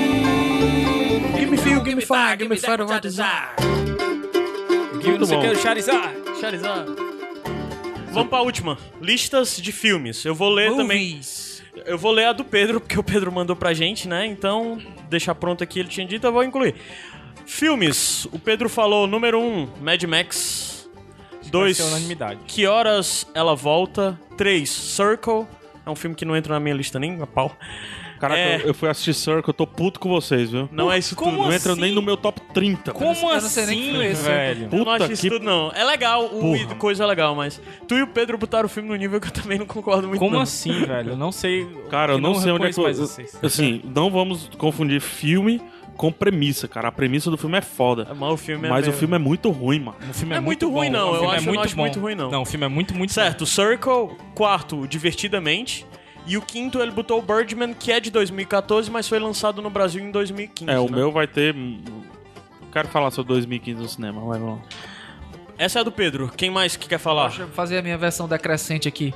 [SPEAKER 9] gasoline. Give me fuel, give me fire, give me fire, what I desire.
[SPEAKER 3] que não sei o
[SPEAKER 2] bom.
[SPEAKER 3] que, o Charizard.
[SPEAKER 5] Vamos pra última. Listas de filmes. Eu vou ler também.
[SPEAKER 4] Movies.
[SPEAKER 5] Eu vou ler a do Pedro, porque o Pedro mandou pra gente, né? Então, deixar pronto aqui, ele tinha dito, eu vou incluir. Filmes. O Pedro falou, número 1, um, Mad Max. 2,
[SPEAKER 3] ser unanimidade.
[SPEAKER 5] Que Horas Ela Volta. 3, Circle. É um filme que não entra na minha lista nem a pau.
[SPEAKER 2] Caraca,
[SPEAKER 5] É.
[SPEAKER 2] eu- eu fui assistir Circle, eu tô puto com vocês, viu?
[SPEAKER 5] Não é isso
[SPEAKER 3] Como
[SPEAKER 5] tudo.
[SPEAKER 2] Não entra
[SPEAKER 3] assim?
[SPEAKER 2] nem no meu top 30.
[SPEAKER 3] Como
[SPEAKER 4] eu não sei nem que
[SPEAKER 3] assim,
[SPEAKER 4] filme é esse,
[SPEAKER 3] velho?
[SPEAKER 5] Eu não
[SPEAKER 2] Puta
[SPEAKER 5] acho isso
[SPEAKER 2] que-
[SPEAKER 5] tudo, não. É legal, o
[SPEAKER 2] Porra.
[SPEAKER 5] coisa é legal, mas tu e o Pedro botaram o filme no nível que eu também não concordo muito.
[SPEAKER 3] Como
[SPEAKER 5] não.
[SPEAKER 3] assim, velho? Eu não sei.
[SPEAKER 2] Cara, eu não, sei onde é que
[SPEAKER 3] reconheço mais
[SPEAKER 2] eu-
[SPEAKER 3] vocês.
[SPEAKER 2] Assim, não vamos confundir filme com premissa, cara. A premissa do filme é foda.
[SPEAKER 5] É, Mas o filme é
[SPEAKER 2] Mas o
[SPEAKER 5] meio-
[SPEAKER 2] filme é muito ruim, mano.
[SPEAKER 3] O filme
[SPEAKER 5] é muito ruim,
[SPEAKER 3] bom.
[SPEAKER 5] não.
[SPEAKER 3] O
[SPEAKER 5] Eu
[SPEAKER 3] filme
[SPEAKER 5] acho- eu não acho muito ruim, não.
[SPEAKER 3] Não, o filme é muito, muito
[SPEAKER 5] Certo, Circle, quarto, Divertidamente. E o quinto, ele botou o Birdman, que é de 2014, mas foi lançado no Brasil em 2015.
[SPEAKER 2] É, o
[SPEAKER 5] né?
[SPEAKER 2] meu vai ter. Eu Quero falar sobre 2015 no cinema, vai, vamos lá.
[SPEAKER 5] Essa é a do Pedro. Quem mais que quer falar?
[SPEAKER 4] Deixa eu fazer a minha versão decrescente aqui.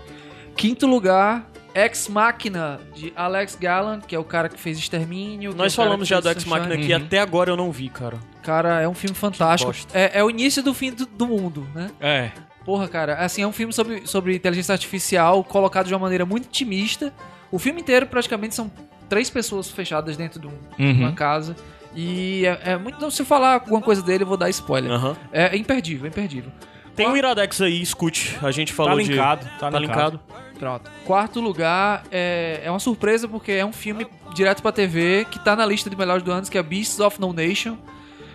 [SPEAKER 4] Quinto lugar, Ex Machina, de Alex Garland, que é o cara que fez Extermínio. que é
[SPEAKER 5] Nós
[SPEAKER 4] o cara
[SPEAKER 5] falamos
[SPEAKER 4] que
[SPEAKER 5] já
[SPEAKER 4] fez
[SPEAKER 5] do Ex Machina
[SPEAKER 4] Sunshine.
[SPEAKER 5] que
[SPEAKER 3] Uhum.
[SPEAKER 5] até agora eu não vi, cara.
[SPEAKER 4] Cara, é um filme fantástico.
[SPEAKER 5] Bosta.
[SPEAKER 4] É, é o início do fim do, do mundo, né?
[SPEAKER 3] É.
[SPEAKER 4] Porra, cara, assim, é um filme sobre, sobre inteligência artificial colocado de uma maneira muito otimista. O filme inteiro praticamente são três pessoas fechadas dentro de um- uma
[SPEAKER 3] Uhum.
[SPEAKER 4] casa. E é, é muito. Então, se eu falar alguma coisa dele, eu vou dar spoiler.
[SPEAKER 5] Aham.
[SPEAKER 4] É, é imperdível, é imperdível.
[SPEAKER 5] Tem um Iradex aí, escute. A gente falou
[SPEAKER 3] Tá
[SPEAKER 5] de...
[SPEAKER 3] linkado, tá,
[SPEAKER 5] Tá
[SPEAKER 3] linkado.
[SPEAKER 5] linkado.
[SPEAKER 4] Pronto. Quarto lugar é, é uma surpresa porque é um filme direto pra TV que tá na lista de melhores do ano, que é Beasts of No Nation.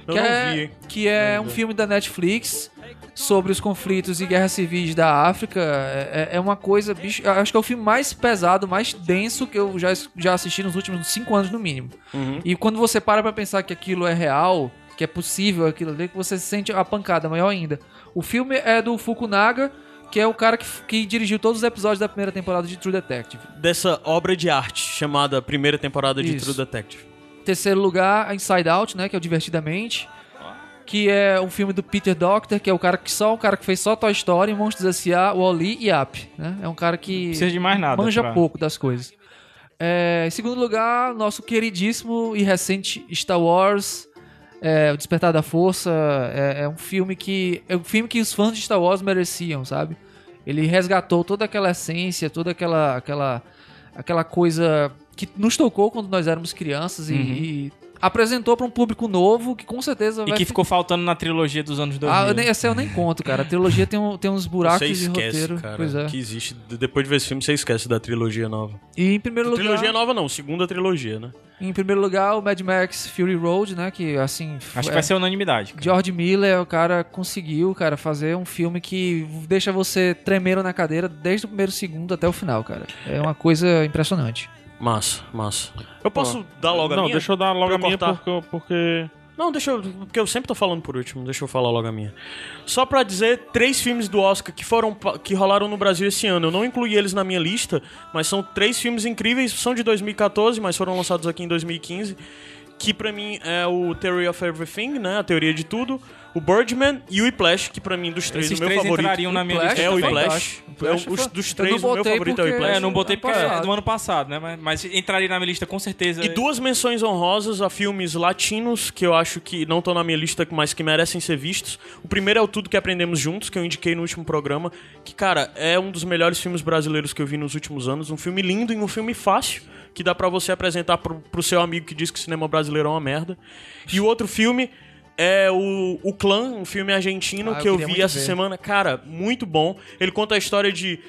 [SPEAKER 5] Eu
[SPEAKER 4] que
[SPEAKER 5] não
[SPEAKER 4] é,
[SPEAKER 5] vi, hein?
[SPEAKER 4] Que é um filme da Netflix sobre os conflitos e guerras civis da África. É, é- é uma coisa, bicho. eu Acho que é o filme mais pesado, mais denso que eu já, já assisti nos últimos cinco anos, no mínimo.
[SPEAKER 5] Uhum.
[SPEAKER 4] E quando você para pra pensar que aquilo é real, que é possível aquilo ali, que você sente a pancada maior ainda. O filme é do Fukunaga, que é o cara que, que dirigiu todos os episódios da primeira temporada de True Detective.
[SPEAKER 5] Dessa obra de arte chamada primeira temporada de
[SPEAKER 4] Isso.
[SPEAKER 5] True Detective.
[SPEAKER 4] Terceiro lugar, Inside Out, né? Que é o Divertidamente. Que é um filme do Peter Doctor, que é o cara que só o cara que fez só Toy Story, Monstros S.A., Wall-E e Up. Né? É um cara que
[SPEAKER 3] Precisa de mais nada.
[SPEAKER 4] manja
[SPEAKER 3] pra-
[SPEAKER 4] pouco das coisas. É, em segundo lugar, nosso queridíssimo e recente Star Wars, é, O Despertar da Força. É, é um filme que é um filme que os fãs de Star Wars mereciam, sabe? Ele resgatou toda aquela essência, toda aquela aquela aquela coisa que nos tocou quando nós éramos crianças e,
[SPEAKER 3] Uhum.
[SPEAKER 4] e apresentou pra um público novo que com certeza
[SPEAKER 3] E
[SPEAKER 4] vai
[SPEAKER 3] que ficou faltando na trilogia dos anos 2000.
[SPEAKER 4] Ah, eu nem, essa eu nem conto, cara. A trilogia tem, um- tem uns buracos
[SPEAKER 5] Você
[SPEAKER 4] de
[SPEAKER 5] esquece,
[SPEAKER 4] roteiro.
[SPEAKER 5] cara,
[SPEAKER 4] pois é.
[SPEAKER 5] que existe. De- Depois de ver esse filme, você esquece da trilogia nova.
[SPEAKER 4] E em primeiro lugar,
[SPEAKER 5] Trilogia nova não, segunda trilogia, né?
[SPEAKER 4] em primeiro lugar, o Mad Max Fury Road, né, que assim,
[SPEAKER 3] Acho que
[SPEAKER 4] é-
[SPEAKER 3] vai ser unanimidade. cara.
[SPEAKER 4] George Miller, o cara conseguiu, cara, fazer um filme que deixa você tremendo na cadeira desde o primeiro segundo até o final, cara. É uma coisa impressionante.
[SPEAKER 5] Massa, massa. Eu posso dar logo a
[SPEAKER 2] Não,
[SPEAKER 5] minha?
[SPEAKER 2] deixa eu dar logo
[SPEAKER 5] Pra
[SPEAKER 2] a minha
[SPEAKER 5] cortar.
[SPEAKER 2] porque, eu- porque.
[SPEAKER 5] Não, deixa eu. Porque eu sempre tô falando por último, deixa eu falar logo a minha. Só pra dizer, três filmes do Oscar que foram pa- que rolaram no Brasil esse ano. Eu não incluí eles na minha lista, mas são três filmes incríveis, são de 2014, mas foram lançados aqui em 2015. Que pra mim é o Theory of Everything, né? A teoria de tudo. O Birdman e o Whiplash, que pra mim dos três,
[SPEAKER 3] Esses
[SPEAKER 5] o meu
[SPEAKER 3] três
[SPEAKER 5] favorito.
[SPEAKER 3] entrariam na minha
[SPEAKER 4] Whiplash
[SPEAKER 3] lista
[SPEAKER 5] É o
[SPEAKER 3] também.
[SPEAKER 5] Whiplash. É
[SPEAKER 4] Whiplash
[SPEAKER 5] o- os-
[SPEAKER 4] foi-
[SPEAKER 5] dos
[SPEAKER 4] eu
[SPEAKER 5] três,
[SPEAKER 4] não
[SPEAKER 5] o meu
[SPEAKER 4] botei
[SPEAKER 5] favorito é o
[SPEAKER 4] porque-
[SPEAKER 5] Whiplash.
[SPEAKER 3] É, não botei porque
[SPEAKER 4] Passado.
[SPEAKER 3] é do ano passado, né? Mas, mas entraria na minha lista com certeza.
[SPEAKER 5] E duas menções honrosas a filmes latinos que eu acho que não estão na minha lista, mas que merecem ser vistos. O primeiro é o Tudo que Aprendemos Juntos, que eu indiquei no último programa, que, cara, é um dos melhores filmes brasileiros que eu vi nos últimos anos. Um filme lindo e um filme fácil, que dá pra você apresentar pro, pro seu amigo que diz que cinema brasileiro é uma merda. E o outro filme é o, o Clã, um filme argentino
[SPEAKER 4] Ah, eu
[SPEAKER 5] que eu
[SPEAKER 4] queria
[SPEAKER 5] vi
[SPEAKER 4] muito
[SPEAKER 5] essa
[SPEAKER 4] ver.
[SPEAKER 5] semana. Cara, muito bom. Ele conta a história de.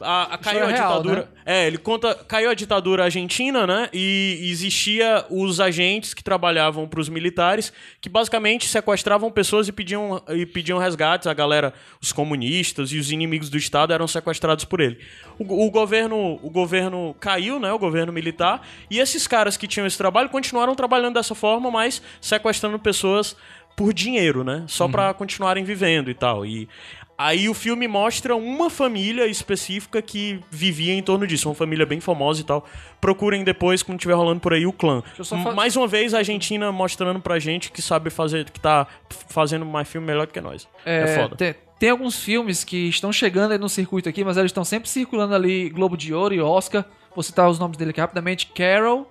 [SPEAKER 5] A, a- caiu a
[SPEAKER 4] História real,
[SPEAKER 5] ditadura.
[SPEAKER 4] né?
[SPEAKER 5] É, ele conta. Caiu a ditadura argentina, né? E existia os agentes que trabalhavam para os militares, que basicamente sequestravam pessoas e pediam, e pediam resgates. A galera, os comunistas e os inimigos do Estado eram sequestrados por ele. O, go- o governo, o governo caiu, né? O governo militar. E esses caras que tinham esse trabalho continuaram trabalhando dessa forma, mas sequestrando pessoas por dinheiro, né? Só pra
[SPEAKER 4] Uhum.
[SPEAKER 5] continuarem vivendo e tal. E aí o filme mostra uma família específica que vivia em torno disso, uma família bem famosa e tal. Procurem depois quando estiver rolando por aí o clã.
[SPEAKER 4] eu só fa-
[SPEAKER 5] Mais uma vez a Argentina mostrando pra gente que sabe fazer, que tá f- fazendo mais filme melhor do que nós. É, foda.
[SPEAKER 4] Tem, tem alguns filmes que estão chegando aí no circuito aqui, mas eles estão sempre circulando ali Globo de Ouro e Oscar. Vou citar os nomes dele aqui rapidamente: Carol,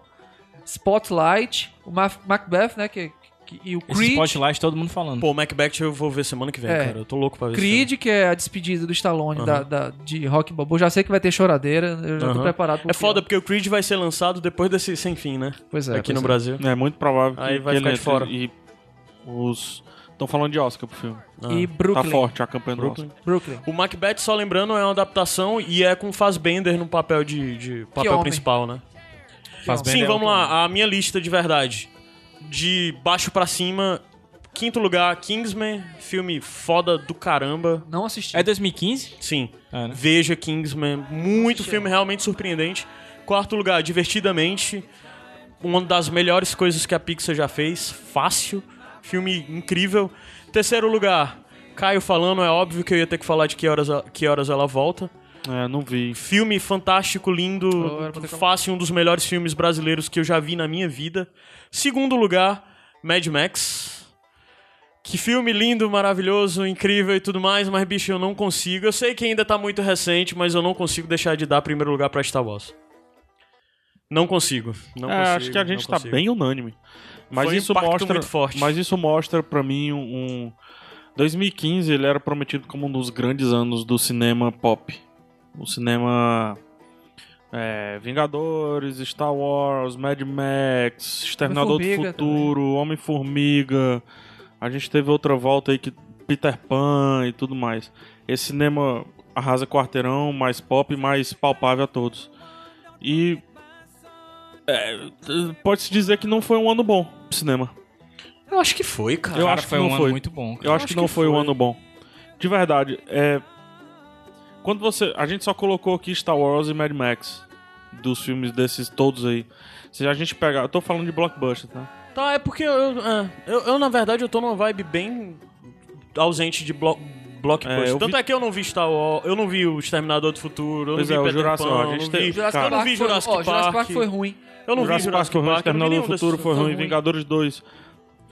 [SPEAKER 4] Spotlight, o Maf- Macbeth, né? Que, que- e o
[SPEAKER 3] Esse
[SPEAKER 4] Creed.
[SPEAKER 3] spotlight todo mundo falando.
[SPEAKER 5] Pô, Macbeth eu vou ver semana que vem,
[SPEAKER 4] É.
[SPEAKER 5] cara. Eu tô louco pra ver. esse filme.
[SPEAKER 4] Creed, que é a despedida do Stallone da, da- de Rock Balboa. Já sei que vai ter choradeira, eu já tô
[SPEAKER 5] Aham.
[SPEAKER 4] preparado. pro
[SPEAKER 5] É foda
[SPEAKER 4] filme.
[SPEAKER 5] porque o Creed vai ser lançado depois desse sem fim, né?
[SPEAKER 4] Pois é,
[SPEAKER 5] Aqui
[SPEAKER 4] pois é.
[SPEAKER 5] no Brasil.
[SPEAKER 2] É muito provável
[SPEAKER 5] Aí
[SPEAKER 2] que,
[SPEAKER 5] vai
[SPEAKER 2] que
[SPEAKER 5] ficar
[SPEAKER 2] ele
[SPEAKER 5] de fora.
[SPEAKER 2] entre. E os. Estão falando de Oscar pro filme.
[SPEAKER 5] Ah,
[SPEAKER 4] E Brooklyn.
[SPEAKER 2] Tá forte a campanha do Oscar.
[SPEAKER 4] Brooklyn.
[SPEAKER 5] O Macbeth, só lembrando, é uma adaptação e é com Fassbender no papel de, de papel
[SPEAKER 4] homem.
[SPEAKER 5] principal, né?
[SPEAKER 3] Faz bem,
[SPEAKER 5] Sim,
[SPEAKER 3] né?
[SPEAKER 5] vamos lá. A minha lista de verdade. De baixo pra cima, quinto lugar, Kingsman, filme foda do caramba.
[SPEAKER 4] Não assisti.
[SPEAKER 3] É 2015?
[SPEAKER 5] Sim.
[SPEAKER 3] É, né?
[SPEAKER 5] Veja Kingsman, muito filme realmente surpreendente. Quarto lugar, Divertidamente, uma das melhores coisas que a Pixar já fez, fácil, filme incrível. Terceiro lugar, Caio falando, é óbvio que eu ia ter que falar de que horas, a- que horas ela volta.
[SPEAKER 2] É, não vi.
[SPEAKER 5] Filme fantástico, lindo,
[SPEAKER 4] Oh, era pra ter acabado.
[SPEAKER 5] fácil, um dos melhores filmes brasileiros que eu já vi na minha vida. Segundo lugar, Mad Max. Que filme lindo, maravilhoso, incrível e tudo mais, mas bicho, eu não consigo. Eu sei que ainda tá muito recente, mas eu não consigo deixar de dar primeiro lugar pra Star Wars. Não consigo. Não
[SPEAKER 2] É,
[SPEAKER 5] consigo,
[SPEAKER 2] acho que a gente
[SPEAKER 5] não
[SPEAKER 2] tá
[SPEAKER 5] consigo.
[SPEAKER 2] bem unânime. Mas
[SPEAKER 5] Foi um
[SPEAKER 2] isso
[SPEAKER 5] impacto
[SPEAKER 2] mostra,
[SPEAKER 5] muito forte.
[SPEAKER 2] mas isso mostra pra mim um, um- 2015 ele era prometido como um dos grandes anos do cinema pop, o cinema é, Vingadores, Star Wars, Mad Max, Exterminador do
[SPEAKER 4] Homem-Formiga
[SPEAKER 2] Futuro, Homem Formiga. A gente teve outra volta aí que Peter Pan e tudo mais. Esse cinema arrasa quarteirão, mais pop, mais palpável a todos. E é, pode-se dizer que não foi um ano bom pro cinema.
[SPEAKER 5] Eu acho que foi, cara.
[SPEAKER 2] Eu
[SPEAKER 3] Cara,
[SPEAKER 2] acho que
[SPEAKER 3] foi
[SPEAKER 2] não
[SPEAKER 3] um
[SPEAKER 2] foi.
[SPEAKER 3] ano muito bom.
[SPEAKER 2] Eu acho que não foi um ano bom. De verdade, é. Quando você. A gente só colocou aqui Star Wars e Mad Max. Dos filmes desses todos aí. Se a gente pegar. Eu tô falando de blockbuster, tá?
[SPEAKER 5] Tá, é porque eu, é, eu, eu, na verdade, eu tô numa vibe bem ausente de blo
[SPEAKER 2] É,
[SPEAKER 5] blockbuster.
[SPEAKER 2] eu
[SPEAKER 5] Tanto é que eu não vi Star Wars, eu não vi o Exterminador do Futuro, eu
[SPEAKER 2] Pois
[SPEAKER 5] não vi
[SPEAKER 2] é, o
[SPEAKER 5] Peter
[SPEAKER 2] Jurassic-
[SPEAKER 5] Pan,
[SPEAKER 2] ó, a
[SPEAKER 5] eu
[SPEAKER 2] gente
[SPEAKER 5] não
[SPEAKER 2] tem-
[SPEAKER 5] vi,
[SPEAKER 2] Jurassic
[SPEAKER 5] eu não vi
[SPEAKER 4] foi-
[SPEAKER 5] Jurassic
[SPEAKER 4] ó,
[SPEAKER 5] Park, É,
[SPEAKER 4] Jurassic Park foi ruim.
[SPEAKER 5] eu não vi
[SPEAKER 2] Jurassic Park
[SPEAKER 5] Jurassic
[SPEAKER 2] foi ruim,
[SPEAKER 5] Park, eu não vi
[SPEAKER 2] Terminador
[SPEAKER 5] nenhum
[SPEAKER 2] do
[SPEAKER 5] desses
[SPEAKER 2] Futuro foi
[SPEAKER 4] foi
[SPEAKER 2] ruim,
[SPEAKER 4] ruim.
[SPEAKER 2] Vingadores 2.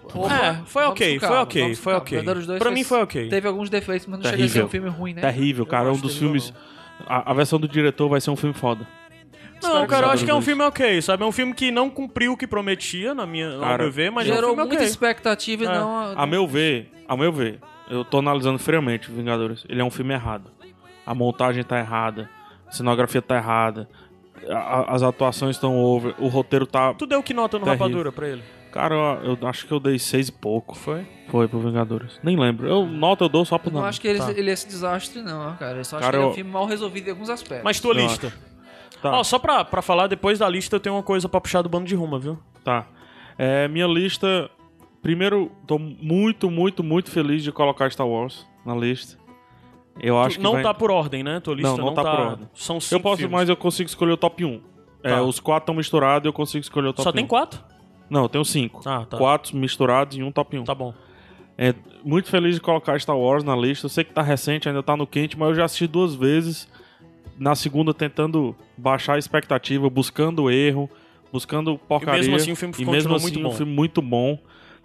[SPEAKER 5] É, foi
[SPEAKER 4] Vamos
[SPEAKER 5] ok,
[SPEAKER 4] com
[SPEAKER 5] foi
[SPEAKER 4] calma,
[SPEAKER 5] ok,
[SPEAKER 4] vamos com
[SPEAKER 5] foi
[SPEAKER 4] calma.
[SPEAKER 5] ok.
[SPEAKER 4] Vingadores dois
[SPEAKER 5] Pra
[SPEAKER 4] fez-
[SPEAKER 5] mim foi ok.
[SPEAKER 4] Teve alguns defeitos, mas não chega a ser um
[SPEAKER 2] Terrível.
[SPEAKER 4] filme ruim, né?
[SPEAKER 2] Terrível, cara. É um
[SPEAKER 5] acho
[SPEAKER 2] dos
[SPEAKER 5] terrível,
[SPEAKER 2] filmes. A, a versão do diretor vai ser um filme foda.
[SPEAKER 5] Não, cara, eu acho que é um
[SPEAKER 2] Vingadores.
[SPEAKER 5] filme ok, sabe? É um filme que não cumpriu o que prometia, na minha, ao
[SPEAKER 2] Cara,
[SPEAKER 5] meu ver, mas é um
[SPEAKER 4] Gerou
[SPEAKER 5] filme
[SPEAKER 4] muita
[SPEAKER 5] ok.
[SPEAKER 4] expectativa e
[SPEAKER 5] É.
[SPEAKER 4] não.
[SPEAKER 2] A meu ver, a meu ver, eu tô analisando friamente Vingadores. Ele é um filme errado. A montagem tá errada, a cenografia tá errada, a- as atuações estão over, o roteiro tá.
[SPEAKER 5] Tu deu é que nota no
[SPEAKER 2] Terrível.
[SPEAKER 5] Rapadura pra ele?
[SPEAKER 2] Cara, eu eu acho que eu dei seis e pouco.
[SPEAKER 5] Foi?
[SPEAKER 2] Foi pro Vingadores. Nem lembro. Eu nota eu dou só pro
[SPEAKER 4] Eu não,
[SPEAKER 2] nome.
[SPEAKER 4] acho que ele,
[SPEAKER 2] Tá.
[SPEAKER 4] ele é esse desastre, não, ó, cara. Eu só acho
[SPEAKER 2] Cara,
[SPEAKER 4] que ele é
[SPEAKER 2] eu-
[SPEAKER 4] um filme mal resolvido em alguns aspectos.
[SPEAKER 5] Mas tua
[SPEAKER 2] Eu
[SPEAKER 5] lista.
[SPEAKER 2] Tá.
[SPEAKER 5] Ó, só pra, pra falar, depois da lista eu tenho uma coisa pra puxar do bando de ruma, viu?
[SPEAKER 2] Tá. É, minha lista. Primeiro, tô muito, muito, muito feliz de colocar Star Wars na lista. Eu acho
[SPEAKER 5] Tu-
[SPEAKER 2] que.
[SPEAKER 5] não
[SPEAKER 2] vai-
[SPEAKER 5] tá por ordem, né? Tua lista
[SPEAKER 2] Não,
[SPEAKER 5] não,
[SPEAKER 2] não tá por ordem.
[SPEAKER 5] São cinco
[SPEAKER 2] Eu posso,
[SPEAKER 5] filmes.
[SPEAKER 2] mas eu consigo escolher o top 1. É,
[SPEAKER 5] Tá.
[SPEAKER 2] os quatro estão misturados e eu consigo escolher o top
[SPEAKER 5] Só
[SPEAKER 2] 1.
[SPEAKER 5] tem quatro?
[SPEAKER 2] Não, eu tenho cinco.
[SPEAKER 5] Ah, tá.
[SPEAKER 2] Quatro misturados e um top 1.
[SPEAKER 5] Tá bom.
[SPEAKER 2] É, muito feliz de colocar Star Wars na lista. Eu sei que tá recente, ainda tá no quente, mas eu já assisti duas vezes. Na segunda, tentando baixar a expectativa, buscando erro, buscando porcaria.
[SPEAKER 5] mesmo assim, o filme
[SPEAKER 2] E
[SPEAKER 5] continua
[SPEAKER 2] mesmo assim,
[SPEAKER 5] muito bom.
[SPEAKER 2] um filme muito bom.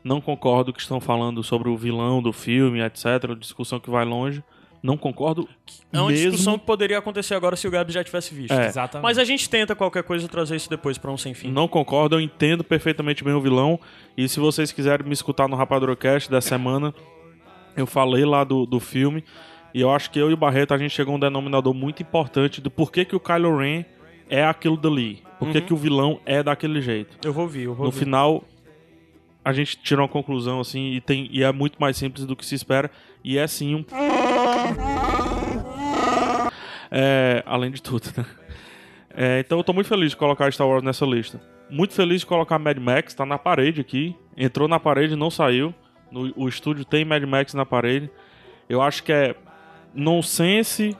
[SPEAKER 2] Não concordo que estão falando sobre o vilão do filme, etc. Discussão que vai longe. Não concordo.
[SPEAKER 5] É uma
[SPEAKER 2] mesmo.
[SPEAKER 5] discussão que poderia acontecer agora se o Gabi já tivesse visto.
[SPEAKER 2] É.
[SPEAKER 3] Exatamente.
[SPEAKER 5] Mas a gente tenta qualquer coisa trazer isso depois pra um sem fim.
[SPEAKER 2] Não concordo, eu entendo perfeitamente bem o vilão. E se vocês quiserem me escutar no Rapadurocast dessa semana, eu falei lá do, do filme. E eu acho que eu e o Barreto, a gente chegou a um denominador muito importante do porquê que o Kylo Ren é aquilo dali. Por que que o vilão é daquele jeito.
[SPEAKER 5] Eu vou ouvir, eu
[SPEAKER 2] No
[SPEAKER 5] vou ouvir.
[SPEAKER 2] final, a gente tira uma conclusão, assim, e, tem, e é muito mais simples do que se espera. E é sim um... É, além de tudo, né? É, então eu tô muito feliz de colocar Star Wars nessa lista. Muito feliz de colocar Mad Max, tá na parede aqui. Entrou na parede e não saiu. No- o estúdio tem Mad Max na parede. Eu acho que é nonsense,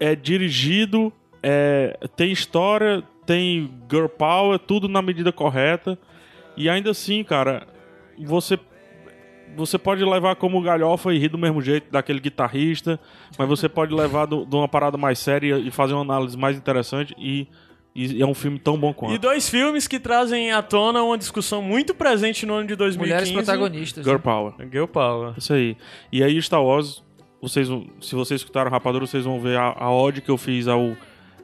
[SPEAKER 2] é dirigido, é, tem história, tem girl power, tudo na medida correta. E ainda assim, cara, você você pode levar como galhofa e rir do mesmo jeito daquele guitarrista, mas você pode levar do- de uma parada mais séria e fazer uma análise mais interessante e, e é um filme tão bom quanto.
[SPEAKER 5] E dois filmes que trazem à tona uma discussão muito presente no ano de 2015.
[SPEAKER 4] Mulheres protagonistas.
[SPEAKER 2] Girl Power.
[SPEAKER 5] Girl Power.
[SPEAKER 2] Isso aí. E aí, Star Wars, vocês, vão- se vocês escutaram Rapadura, vocês vão ver a, a ode que eu fiz ao,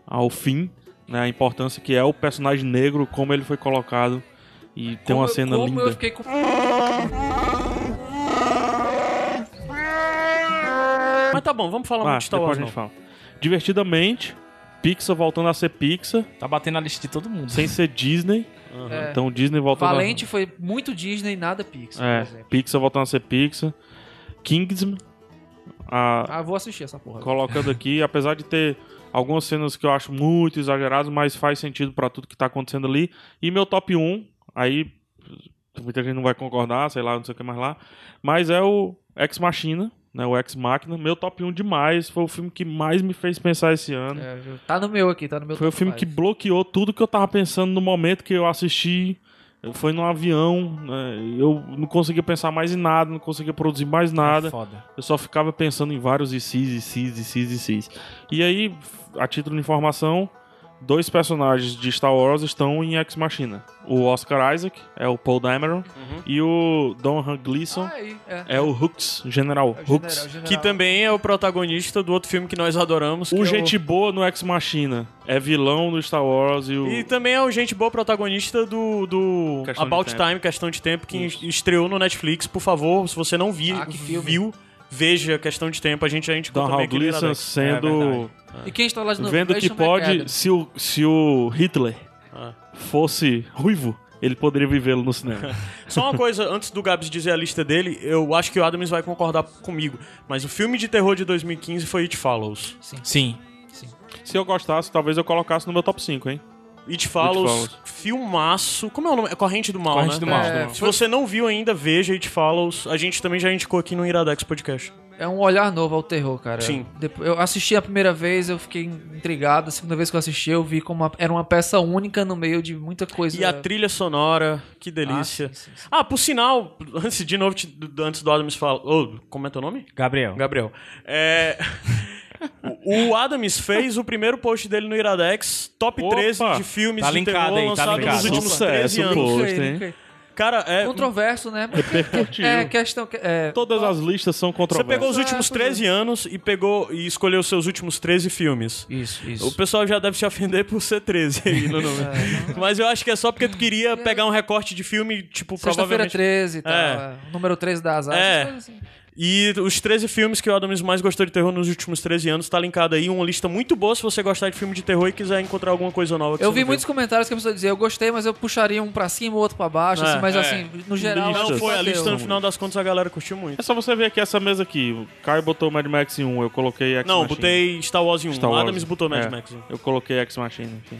[SPEAKER 2] ao fim, né? A importância que é o personagem negro, como ele foi colocado. E tem uma
[SPEAKER 4] Como eu-
[SPEAKER 2] cena
[SPEAKER 4] como
[SPEAKER 2] linda.
[SPEAKER 4] eu fiquei com...
[SPEAKER 5] Mas tá bom, vamos falar
[SPEAKER 2] Ah,
[SPEAKER 5] muito de Star
[SPEAKER 2] depois
[SPEAKER 5] Wars,
[SPEAKER 2] a gente
[SPEAKER 5] não.
[SPEAKER 2] fala. Divertidamente, Pixar voltando a ser Pixar,
[SPEAKER 5] é-
[SPEAKER 3] Tá batendo a lista de todo mundo.
[SPEAKER 2] sem ser Disney.
[SPEAKER 4] É.
[SPEAKER 2] Então Disney voltando
[SPEAKER 4] Valente foi muito Disney, nada Pixar,
[SPEAKER 2] a... É,
[SPEAKER 4] por exemplo.
[SPEAKER 2] Pixar voltando a ser Pixar. Kingsman, a,
[SPEAKER 4] Ah, vou assistir essa porra.
[SPEAKER 2] colocando aqui, apesar de ter algumas cenas que eu acho muito exageradas, mas faz sentido pra tudo que tá acontecendo ali. E meu top 1, aí muita gente não vai concordar, sei lá, não sei o que mais lá, mas é o Ex Machina, né, o Ex Machina. Meu top 1 demais, foi o filme que mais me fez pensar esse ano.
[SPEAKER 4] É, viu? tá no meu aqui, tá no meu
[SPEAKER 2] Foi o
[SPEAKER 4] top
[SPEAKER 2] filme que
[SPEAKER 4] five.
[SPEAKER 2] bloqueou tudo que eu tava pensando no momento que eu assisti. Foi no avião, né? eu não conseguia pensar mais em nada, não conseguia produzir mais nada.
[SPEAKER 3] Foda.
[SPEAKER 2] Eu só ficava pensando em vários e cis, e cis, e cis, e cis. E aí, a título de informação, dois personagens de Star Wars estão em Ex Machina. O Oscar Isaac é o Paul Dameron
[SPEAKER 4] Uhum.
[SPEAKER 2] e o Don Gleason
[SPEAKER 4] Ah, aí, é.
[SPEAKER 2] é o Hux, General
[SPEAKER 4] É o
[SPEAKER 2] Hux.
[SPEAKER 4] general, general.
[SPEAKER 5] Que também é o protagonista do outro filme que nós adoramos. que é
[SPEAKER 2] O gente boa no Ex Machina é vilão no Star Wars e o
[SPEAKER 5] E também é o gente boa protagonista do, do
[SPEAKER 2] Questão de
[SPEAKER 5] About
[SPEAKER 2] Tempo.
[SPEAKER 5] Time, Questão de Tempo, que
[SPEAKER 2] Isso.
[SPEAKER 5] estreou no Netflix. Por favor, se você não vi,
[SPEAKER 4] Ah, que filme.
[SPEAKER 5] viu, veja Questão de Tempo. A gente, a gente conta
[SPEAKER 2] Don
[SPEAKER 5] meio que ele era
[SPEAKER 2] Gleason
[SPEAKER 5] daqui. É verdade.
[SPEAKER 2] sendo
[SPEAKER 4] E quem está lá de novo?
[SPEAKER 2] vendo que
[SPEAKER 4] Rachel
[SPEAKER 2] pode
[SPEAKER 4] McAdams.
[SPEAKER 2] se o, se o Hitler
[SPEAKER 5] Ah.
[SPEAKER 2] fosse ruivo, ele poderia vivê-lo no cinema.
[SPEAKER 5] Só uma coisa, antes do Gabs dizer a lista dele, eu acho que o Adams vai concordar comigo. Mas o filme de terror de 2015 foi It Follows.
[SPEAKER 3] Sim.
[SPEAKER 2] Se eu gostasse, talvez eu colocasse no meu top 5, hein?
[SPEAKER 5] It Follows,
[SPEAKER 2] Follows.
[SPEAKER 5] filmaço. Como é o nome? É Corrente do Mal,
[SPEAKER 3] Corrente
[SPEAKER 5] né?
[SPEAKER 3] do Mal.
[SPEAKER 4] É,
[SPEAKER 5] Se você não viu ainda, veja It Follows. A gente também já indicou aqui no Iradex Podcast.
[SPEAKER 4] É um olhar novo ao terror, cara.
[SPEAKER 5] Sim.
[SPEAKER 4] Depo- Eu assisti a primeira vez, eu fiquei intrigado. A segunda vez que eu assisti, eu vi como uma- era uma peça única no meio de muita coisa.
[SPEAKER 3] é.
[SPEAKER 5] E a trilha sonora, que delícia. Ah,
[SPEAKER 4] sim, sim, sim.
[SPEAKER 5] por sinal, antes de novo, te- antes do Adams falar. Ô, como é teu nome?
[SPEAKER 3] Gabriel.
[SPEAKER 5] Gabriel. É. o o Adams fez o primeiro post dele no Iradex, top
[SPEAKER 2] Opa!
[SPEAKER 5] 13 de filmes
[SPEAKER 3] Tá
[SPEAKER 5] de
[SPEAKER 3] linkado
[SPEAKER 5] terror
[SPEAKER 3] aí, tá
[SPEAKER 5] lançado
[SPEAKER 3] linkado.
[SPEAKER 5] nos últimos
[SPEAKER 2] Sucesso,
[SPEAKER 5] 13
[SPEAKER 2] pô.
[SPEAKER 5] anos.
[SPEAKER 4] Nunca-
[SPEAKER 2] Poxa, hein?
[SPEAKER 4] nunca-
[SPEAKER 5] Cara, é,
[SPEAKER 4] Controverso, né?
[SPEAKER 2] Repercutiu.
[SPEAKER 4] É, questão. que- É,
[SPEAKER 2] Todas as listas são
[SPEAKER 5] você
[SPEAKER 2] controversas.
[SPEAKER 5] pegou os
[SPEAKER 4] É,
[SPEAKER 5] últimos
[SPEAKER 4] pois é.
[SPEAKER 5] 13 anos e pegou e escolheu os seus últimos 13 filmes.
[SPEAKER 4] Isso,
[SPEAKER 5] O
[SPEAKER 4] isso.
[SPEAKER 5] pessoal já deve se ofender por ser 13 aí no nome. Mas eu acho que é só porque tu queria pegar um recorte de filme, tipo,
[SPEAKER 4] Sexta-feira
[SPEAKER 5] provavelmente...
[SPEAKER 4] 13 e tal.
[SPEAKER 5] É.
[SPEAKER 4] é. Número 13 da azar.
[SPEAKER 5] É.
[SPEAKER 4] essas coisas assim.
[SPEAKER 5] E os 13 filmes que o Adams mais gostou de terror nos últimos 13 anos tá linkado aí. Uma lista muito boa se você gostar de filme de terror e quiser encontrar alguma coisa nova. Que
[SPEAKER 4] Eu
[SPEAKER 5] você
[SPEAKER 4] vi
[SPEAKER 5] não
[SPEAKER 4] muitos
[SPEAKER 5] viu.
[SPEAKER 4] comentários que a pessoa dizia, eu gostei, mas eu puxaria um pra cima, o outro pra baixo,
[SPEAKER 5] É,
[SPEAKER 4] assim, mas
[SPEAKER 3] é.
[SPEAKER 4] assim, no geral...
[SPEAKER 5] Não,
[SPEAKER 4] assim,
[SPEAKER 5] foi a
[SPEAKER 4] bateu.
[SPEAKER 5] lista, no final das contas, a galera curtiu muito.
[SPEAKER 2] É só você ver aqui essa mesa aqui. O Caio botou Mad Max em 1, eu coloquei X
[SPEAKER 5] Não,
[SPEAKER 2] Machine.
[SPEAKER 5] botei Star Wars em 1.
[SPEAKER 2] Star Wars.
[SPEAKER 5] Adams botou Mad
[SPEAKER 2] É,
[SPEAKER 5] Max
[SPEAKER 4] Ah,
[SPEAKER 5] um. em 1.
[SPEAKER 2] Eu coloquei X Machine aqui.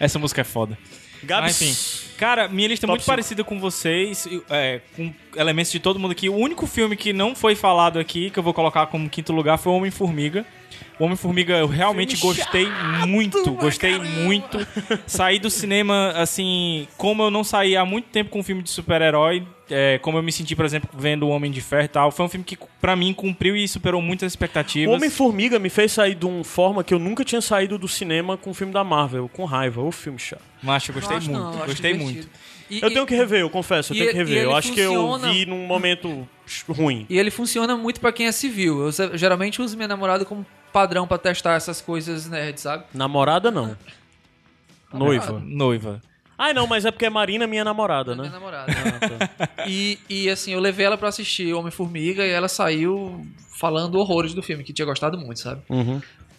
[SPEAKER 3] Essa música é foda.
[SPEAKER 5] Gabs,
[SPEAKER 3] Ah, enfim. Cara, minha lista é
[SPEAKER 5] Top
[SPEAKER 3] muito
[SPEAKER 5] cinco.
[SPEAKER 3] parecida com vocês, e, é, com elementos de todo mundo aqui. O único filme que não foi falado aqui, que eu vou colocar como quinto lugar, foi o Homem-Formiga. O Homem-Formiga eu realmente gostei muito, gostei muito. Saí do cinema, assim, como eu não saí há muito tempo com um filme de super-herói, é, como eu me senti, por exemplo, vendo O Homem de Ferro e tal, foi um filme que, pra mim, cumpriu e superou muitas
[SPEAKER 5] O
[SPEAKER 3] expectativas.
[SPEAKER 5] Homem-Formiga me fez sair de uma forma que eu nunca tinha saído do cinema com o filme da Marvel, com raiva, o filme chato.
[SPEAKER 3] Mas eu
[SPEAKER 4] Não
[SPEAKER 3] gostei
[SPEAKER 4] acho
[SPEAKER 3] muito,
[SPEAKER 4] não, eu acho
[SPEAKER 3] gostei
[SPEAKER 4] divertido.
[SPEAKER 3] muito.
[SPEAKER 4] E-
[SPEAKER 5] Eu
[SPEAKER 4] e-
[SPEAKER 5] tenho que rever, eu confesso, eu
[SPEAKER 4] e
[SPEAKER 5] tenho
[SPEAKER 4] ele-
[SPEAKER 5] que
[SPEAKER 4] e
[SPEAKER 5] rever.
[SPEAKER 4] ele
[SPEAKER 5] Eu acho que eu
[SPEAKER 4] funciona-
[SPEAKER 5] vi num momento ruim.
[SPEAKER 4] E ele funciona muito pra quem é civil. Eu se- geralmente uso minha namorada como padrão pra testar essas coisas nerd, sabe?
[SPEAKER 5] Namorada, não. Noiva.
[SPEAKER 3] Noiva.
[SPEAKER 5] Ai, não, mas é porque é Marina minha namorada,
[SPEAKER 4] Minha
[SPEAKER 5] né?
[SPEAKER 4] namorada. e, e assim, eu levei ela pra assistir Homem-Formiga e ela saiu falando horrores do filme, que tinha gostado muito, sabe?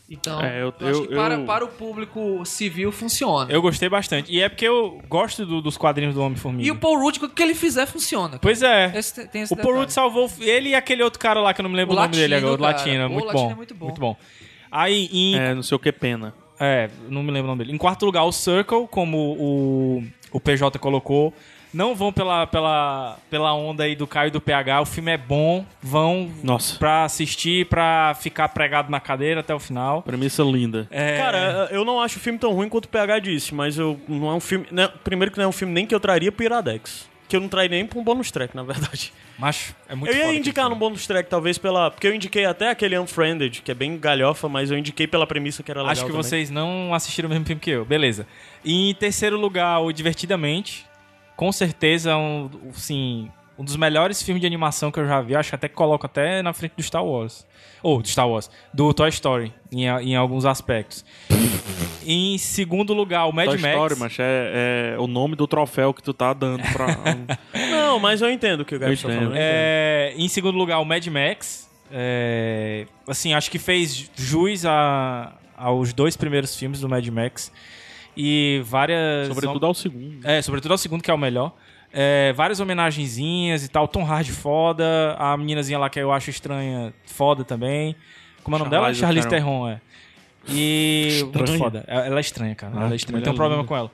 [SPEAKER 4] Então,
[SPEAKER 2] É, eu-
[SPEAKER 4] eu, acho
[SPEAKER 2] eu-
[SPEAKER 4] que para,
[SPEAKER 2] eu-
[SPEAKER 4] para o público civil funciona.
[SPEAKER 3] Eu gostei bastante. E é porque eu gosto do- dos quadrinhos do Homem-Formiga.
[SPEAKER 4] E o Paul Rudd, o que ele fizer, funciona.
[SPEAKER 3] Pois é.
[SPEAKER 4] Esse tem- tem esse
[SPEAKER 3] O Paul
[SPEAKER 4] detalhe.
[SPEAKER 3] Rudd salvou ele e aquele outro cara lá que eu não me lembro
[SPEAKER 4] O
[SPEAKER 3] o, nome dele
[SPEAKER 4] latino,
[SPEAKER 3] agora. O
[SPEAKER 4] cara.
[SPEAKER 3] latino, é
[SPEAKER 4] O
[SPEAKER 3] muito
[SPEAKER 4] latino
[SPEAKER 3] bom.
[SPEAKER 4] é muito bom.
[SPEAKER 3] Aí, em. É.
[SPEAKER 2] É, não sei o que, pena.
[SPEAKER 3] não me lembro o nome dele. Em quarto lugar, o Circle, como o, o PJ colocou. Não vão pela, pela, pela onda aí do Caio e do PH. O filme é bom. Vão
[SPEAKER 2] Nossa.
[SPEAKER 3] pra assistir, pra ficar pregado na cadeira até o final.
[SPEAKER 2] Premissa linda.
[SPEAKER 3] É,
[SPEAKER 5] Cara, eu não acho o filme tão ruim quanto o PH disse, mas eu não é um filme. né, primeiro que não é um filme nem que eu traria pro Iradex. Que eu não traria nem pra um bônus track, na verdade.
[SPEAKER 3] macho, é muito
[SPEAKER 5] eu ia
[SPEAKER 3] foda
[SPEAKER 5] indicar
[SPEAKER 3] aquele
[SPEAKER 5] num bônus track, talvez, pela. Porque eu indiquei até aquele Unfriended, que é bem galhofa, mas eu indiquei pela premissa que era
[SPEAKER 2] Tá
[SPEAKER 5] legal.
[SPEAKER 3] Acho que
[SPEAKER 5] também.
[SPEAKER 3] vocês não assistiram o mesmo filme que eu. Beleza. E em terceiro lugar, o Divertidamente. Com certeza, um, assim, um dos melhores filmes de animação que eu já vi. Acho que até que coloco até na frente do Star Wars. Ou do Star Wars. Do Toy Story, em, a- em alguns aspectos. em segundo lugar, o Mad
[SPEAKER 2] Toy
[SPEAKER 3] Max.
[SPEAKER 2] Story, mas é, é o nome do troféu que tu tá dando pra. um,
[SPEAKER 5] Não, mas eu entendo o que o Gabi tá
[SPEAKER 2] entendo.
[SPEAKER 5] falando.
[SPEAKER 3] É, em segundo lugar, o Mad Max. É, assim, acho que fez jus a- aos dois primeiros filmes do Mad Max. E várias.
[SPEAKER 2] Sobretudo ao segundo.
[SPEAKER 3] É, sobretudo ao segundo, que é o melhor. É, várias homenagenzinhas e tal. Tom Hardy foda. A meninazinha lá que eu acho estranha, foda também. Como é o nome dela?
[SPEAKER 2] Charlize
[SPEAKER 3] Charlize
[SPEAKER 2] Theron.
[SPEAKER 3] Theron, é. E. Muito
[SPEAKER 2] Estranha.
[SPEAKER 3] foda. Ela ela é estranha, cara.
[SPEAKER 5] Ah,
[SPEAKER 3] ela é estranha.
[SPEAKER 2] mulher
[SPEAKER 3] Tem um problema
[SPEAKER 2] linda.
[SPEAKER 3] com ela.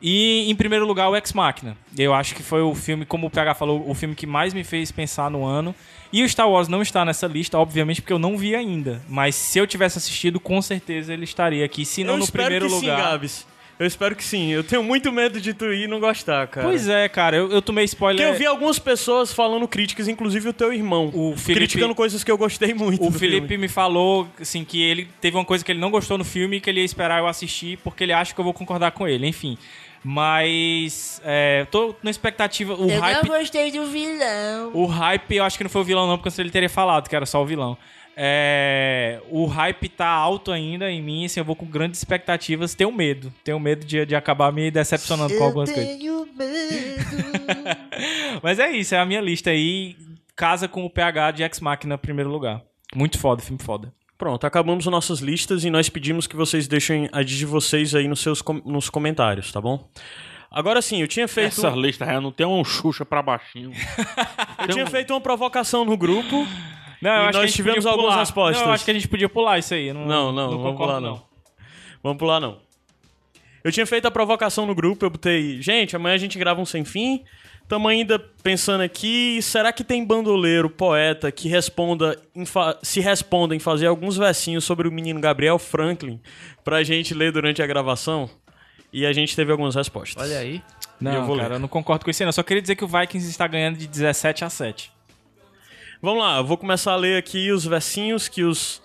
[SPEAKER 3] E, em primeiro lugar, o Ex Machina. Eu acho que foi o filme, como o PH falou, o filme que mais me fez pensar no ano. E o Star Wars não está nessa lista, obviamente, porque eu não vi ainda. Mas se eu tivesse assistido, com certeza ele estaria aqui. Se não
[SPEAKER 5] eu
[SPEAKER 3] no
[SPEAKER 5] espero
[SPEAKER 3] primeiro
[SPEAKER 5] que
[SPEAKER 3] lugar.
[SPEAKER 5] sim, Gabs. Eu espero que sim. Eu tenho muito medo de tu ir e não gostar, cara.
[SPEAKER 3] Pois é, cara. Eu, eu tomei
[SPEAKER 5] Porque
[SPEAKER 3] spoiler.
[SPEAKER 5] eu vi algumas pessoas falando críticas, inclusive é o teu irmão.
[SPEAKER 3] O Felipe-
[SPEAKER 5] Criticando coisas que eu gostei muito.
[SPEAKER 3] O
[SPEAKER 5] do
[SPEAKER 3] Felipe
[SPEAKER 5] filme.
[SPEAKER 3] me falou, assim, que ele teve uma coisa que ele não gostou no filme e que ele ia esperar eu assistir porque ele acha que eu vou concordar com ele, enfim. Mas é, tô na expectativa. O hype.
[SPEAKER 9] gostei do vilão.
[SPEAKER 3] O hype, eu acho que não foi o vilão, não, porque ele teria falado que era só o vilão. É, o hype tá alto ainda em mim, assim, eu vou com grandes expectativas. Tenho medo. Tenho medo de, de acabar me decepcionando com algumas coisas. Mas é isso, é a minha lista aí. Casa com o PH de X Machina em primeiro lugar. Muito foda, filme foda.
[SPEAKER 5] Pronto, acabamos as nossas listas e nós pedimos que vocês deixem a de vocês aí nos seus com- nos comentários, tá bom? Agora sim, eu tinha feito.
[SPEAKER 2] Essa lista é, não tem um Xuxa pra baixinho.
[SPEAKER 5] Eu tinha feito uma provocação no grupo.
[SPEAKER 3] Não, eu acho
[SPEAKER 5] E
[SPEAKER 3] que
[SPEAKER 5] nós
[SPEAKER 3] a gente
[SPEAKER 5] tivemos
[SPEAKER 3] podia
[SPEAKER 5] algumas
[SPEAKER 3] pular.
[SPEAKER 5] respostas.
[SPEAKER 3] Não, eu acho que a gente podia pular isso aí. eu Não,
[SPEAKER 5] Não, não, vamos
[SPEAKER 3] concordo,
[SPEAKER 5] pular, não. Vamos pular, não. Eu tinha feito a provocação no grupo, eu botei, gente, amanhã a gente grava um sem fim. Tamo ainda pensando aqui, será que tem bandoleiro, poeta, que responda em fa- se responda em fazer alguns versinhos sobre o menino Gabriel Franklin pra gente ler durante a gravação? E a gente teve algumas respostas.
[SPEAKER 4] Olha aí.
[SPEAKER 3] Não,
[SPEAKER 5] eu vou
[SPEAKER 3] cara,
[SPEAKER 5] ler.
[SPEAKER 3] eu não concordo com isso aí, não. Eu Só queria dizer que o Vikings está ganhando de 17 a 7.
[SPEAKER 5] Vamos lá, eu vou começar a ler aqui os versinhos que os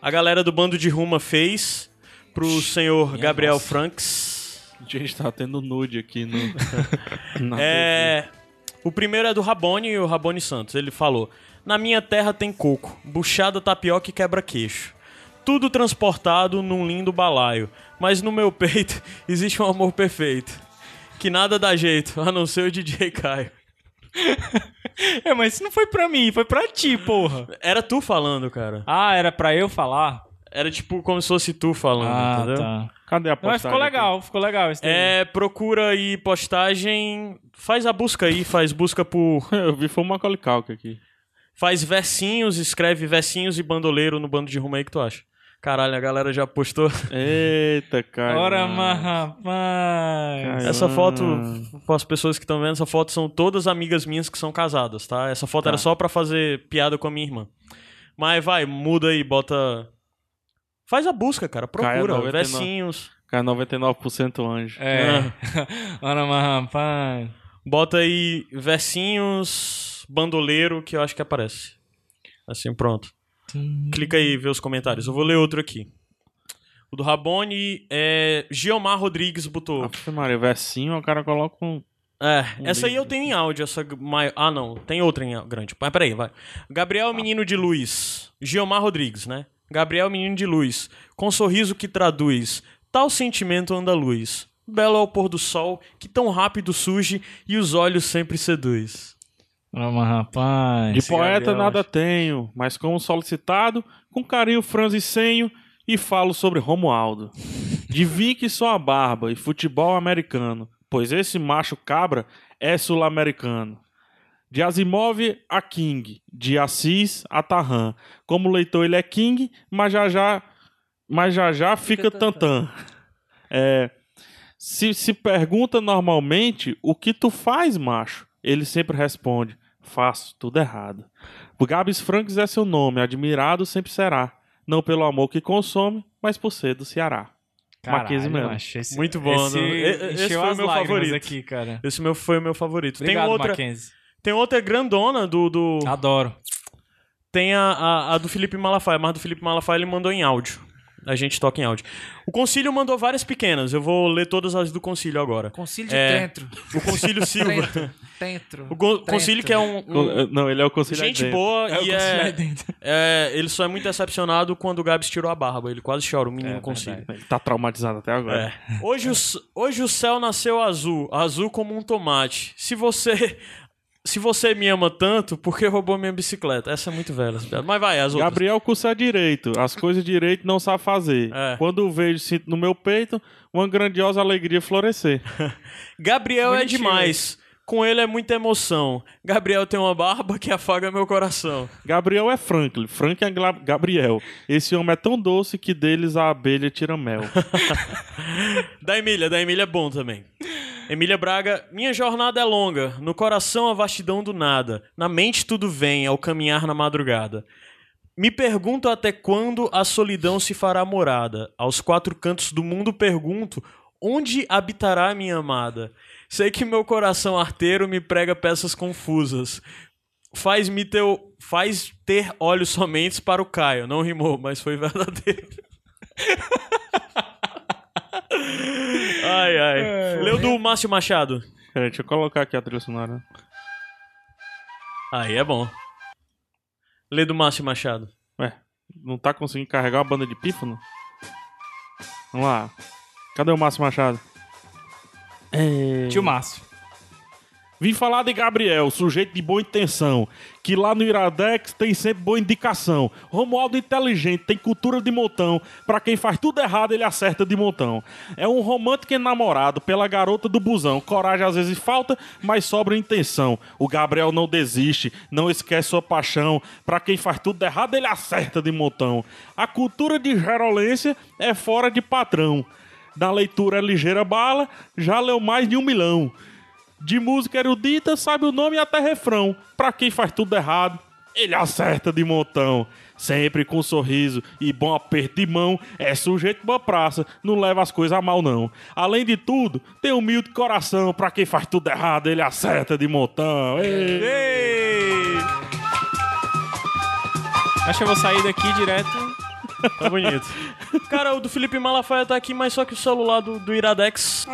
[SPEAKER 5] a galera do bando de Ruma fez pro senhor Gabriel
[SPEAKER 3] nossa.
[SPEAKER 5] Franks.
[SPEAKER 2] A gente tá tendo nude aqui no. na
[SPEAKER 5] É. O primeiro é do Rabone e o Rabone Santos. Ele falou: Na minha terra tem coco, buchada, tapioca e quebra-queixo. Tudo transportado num lindo balaio. Mas no meu peito existe um amor perfeito. Que nada dá jeito, a não ser o DJ Caio.
[SPEAKER 3] É, mas isso não foi pra mim, foi pra ti, porra.
[SPEAKER 5] Era tu falando, cara.
[SPEAKER 3] Ah, era pra eu falar?
[SPEAKER 5] Era tipo como se fosse tu falando, entendeu?
[SPEAKER 3] tá.
[SPEAKER 2] Cadê a
[SPEAKER 3] Não,
[SPEAKER 2] postagem?
[SPEAKER 3] mas ficou
[SPEAKER 2] aqui?
[SPEAKER 3] legal, ficou legal esse daí.
[SPEAKER 5] É, procura aí postagem. Faz a busca aí, faz busca por.
[SPEAKER 2] Eu vi foi uma Macaulay Culkin aqui.
[SPEAKER 5] Faz versinhos, escreve versinhos e bandoleiro no bando de rumo aí que tu acha. Caralho, a galera já postou.
[SPEAKER 2] Eita, cara.
[SPEAKER 3] Ora, mas rapaz.
[SPEAKER 2] Cara.
[SPEAKER 5] Essa foto, para as pessoas que estão vendo, essa foto são todas amigas minhas que são casadas, tá? Essa foto era só pra fazer piada com a minha irmã. Mas vai, muda aí, bota. Faz a busca, cara, procura.
[SPEAKER 2] 99.
[SPEAKER 5] versinhos.
[SPEAKER 2] Cara, 99% anjo.
[SPEAKER 3] É.
[SPEAKER 5] Ah.
[SPEAKER 3] Ora, mas rapaz.
[SPEAKER 5] Bota aí versinhos, bandoleiro, que eu acho que aparece. Assim, pronto. Clica aí e vê os comentários. Eu vou ler outro aqui. O do Rabone é. Gilmar Rodrigues botou.
[SPEAKER 2] Ave Maria, versinho, o cara coloca um.
[SPEAKER 5] É, essa aí eu tenho em áudio, essa mai- Ah, não, tem outra em á- grande. Mas peraí, vai. Gabriel Menino de Luz. Gilmar Rodrigues, né? Gabriel Menino de Luz. Com sorriso que traduz. Tal sentimento anda à luz. Belo ao pôr do sol, que tão rápido surge e os olhos sempre seduz.
[SPEAKER 3] Ora, mas rapaz.
[SPEAKER 2] De poeta
[SPEAKER 5] Gabriel,
[SPEAKER 2] nada
[SPEAKER 5] acho.
[SPEAKER 2] tenho, mas como solicitado, com carinho franzisenho e falo sobre Romualdo. De Vick só a barba e futebol americano, pois esse macho cabra é sul-americano. De Asimov a King, de Assis a Tarran. Como leitor ele é King, mas já já, mas já, já fica tantã. É, se, se pergunta normalmente o que tu faz, macho, ele sempre responde: faço tudo errado. Gabs Franks é seu nome, admirado sempre será. Não pelo amor que consome, mas por ser do Ceará.
[SPEAKER 3] Caralho,
[SPEAKER 2] Marquês mesmo.
[SPEAKER 3] macho, esse-
[SPEAKER 5] Muito bom,
[SPEAKER 3] esse,
[SPEAKER 5] né? E- esse
[SPEAKER 3] encheu
[SPEAKER 5] foi
[SPEAKER 3] as
[SPEAKER 5] meu
[SPEAKER 3] lágrimas
[SPEAKER 5] favorito.
[SPEAKER 3] aqui, cara.
[SPEAKER 5] Esse meu foi o meu favorito.
[SPEAKER 3] Obrigado, Ah.
[SPEAKER 5] tem um outra,
[SPEAKER 3] Mackenzie.
[SPEAKER 5] tem outra grandona do, do
[SPEAKER 3] Adoro.
[SPEAKER 5] tem a, a- a do Felipe Malafaia, mas a do Felipe Malafaia ele mandou em áudio. A gente toca em áudio. O Concílio mandou várias pequenas. Eu vou ler todas as do Concílio agora.
[SPEAKER 4] Concílio de
[SPEAKER 5] É.
[SPEAKER 4] Tentro.
[SPEAKER 5] O Concílio Silva.
[SPEAKER 4] Tentro. Tentro.
[SPEAKER 5] O Go- Concílio que é um, um-
[SPEAKER 2] Não, ele é o conselheiro.
[SPEAKER 5] gente boa
[SPEAKER 3] É, o
[SPEAKER 5] e
[SPEAKER 3] Concílio
[SPEAKER 5] é,
[SPEAKER 3] aí dentro.
[SPEAKER 5] é, ele só é muito decepcionado quando o Gabs tirou a barba. Ele quase chora, o
[SPEAKER 3] É,
[SPEAKER 5] menino Concílio.
[SPEAKER 2] Ele tá traumatizado até agora.
[SPEAKER 5] É. Hoje, o, s- hoje o céu nasceu azul, azul como um tomate. Se você se você me ama tanto, por que roubou minha bicicleta? Essa é muito velha, essa piada. mas vai, as outras.
[SPEAKER 2] Gabriel cursa direito, as coisas direito não sabe fazer.
[SPEAKER 5] É.
[SPEAKER 2] Quando vejo, sinto no meu peito uma grandiosa alegria florescer.
[SPEAKER 5] Gabriel é
[SPEAKER 3] Bonitinho
[SPEAKER 5] demais. Com ele é muita emoção. Gabriel tem uma barba que afaga meu coração.
[SPEAKER 2] Gabriel é Franklin, Franklin é Gla- Gabriel. Esse homem é tão doce que deles a abelha tira mel.
[SPEAKER 5] Da Emília, da Emília é bom também. Emília Braga, minha jornada é longa, no coração a vastidão do nada, na mente tudo vem ao caminhar na madrugada. Me pergunto até quando a solidão se fará morada. Aos quatro cantos do mundo pergunto onde habitará minha amada. Sei que meu coração arteiro me prega peças confusas. Faz-me teu, faz ter olhos somente para o Caio. Não rimou, mas foi verdadeiro. Ai, ai. Leu do Márcio Machado.
[SPEAKER 2] Peraí, deixa eu colocar aqui a trilha sonora.
[SPEAKER 5] Aí é bom. Lê do Márcio Machado.
[SPEAKER 2] Ué, não tá conseguindo carregar a banda de pífano? Vamos lá. Cadê o Márcio Machado?
[SPEAKER 3] Tio Márcio.
[SPEAKER 2] Vim falar de Gabriel, sujeito de boa intenção, que lá no Iradex tem sempre boa indicação. Romualdo inteligente, tem cultura de montão, pra quem faz tudo errado ele acerta de montão. É um romântico enamorado pela garota do busão, coragem às vezes falta, mas sobra intenção. O Gabriel não desiste, não esquece sua paixão, pra quem faz tudo errado ele acerta de montão. A cultura de gerolência é fora de patrão. Na leitura é ligeira bala, já leu mais de um milhão. De música erudita, sabe o nome e até refrão. Pra quem faz tudo errado, ele acerta de montão. Sempre com um sorriso e bom aperto de mão, é sujeito boa praça, não leva as coisas a mal não. Além de tudo, tem um humilde coração, pra quem faz tudo errado, ele acerta de montão. Ei.
[SPEAKER 3] Acho que eu vou sair daqui direto.
[SPEAKER 5] Tá bonito. Cara, o do Felipe Malafaia tá aqui, mas só que o celular do, do Iradex.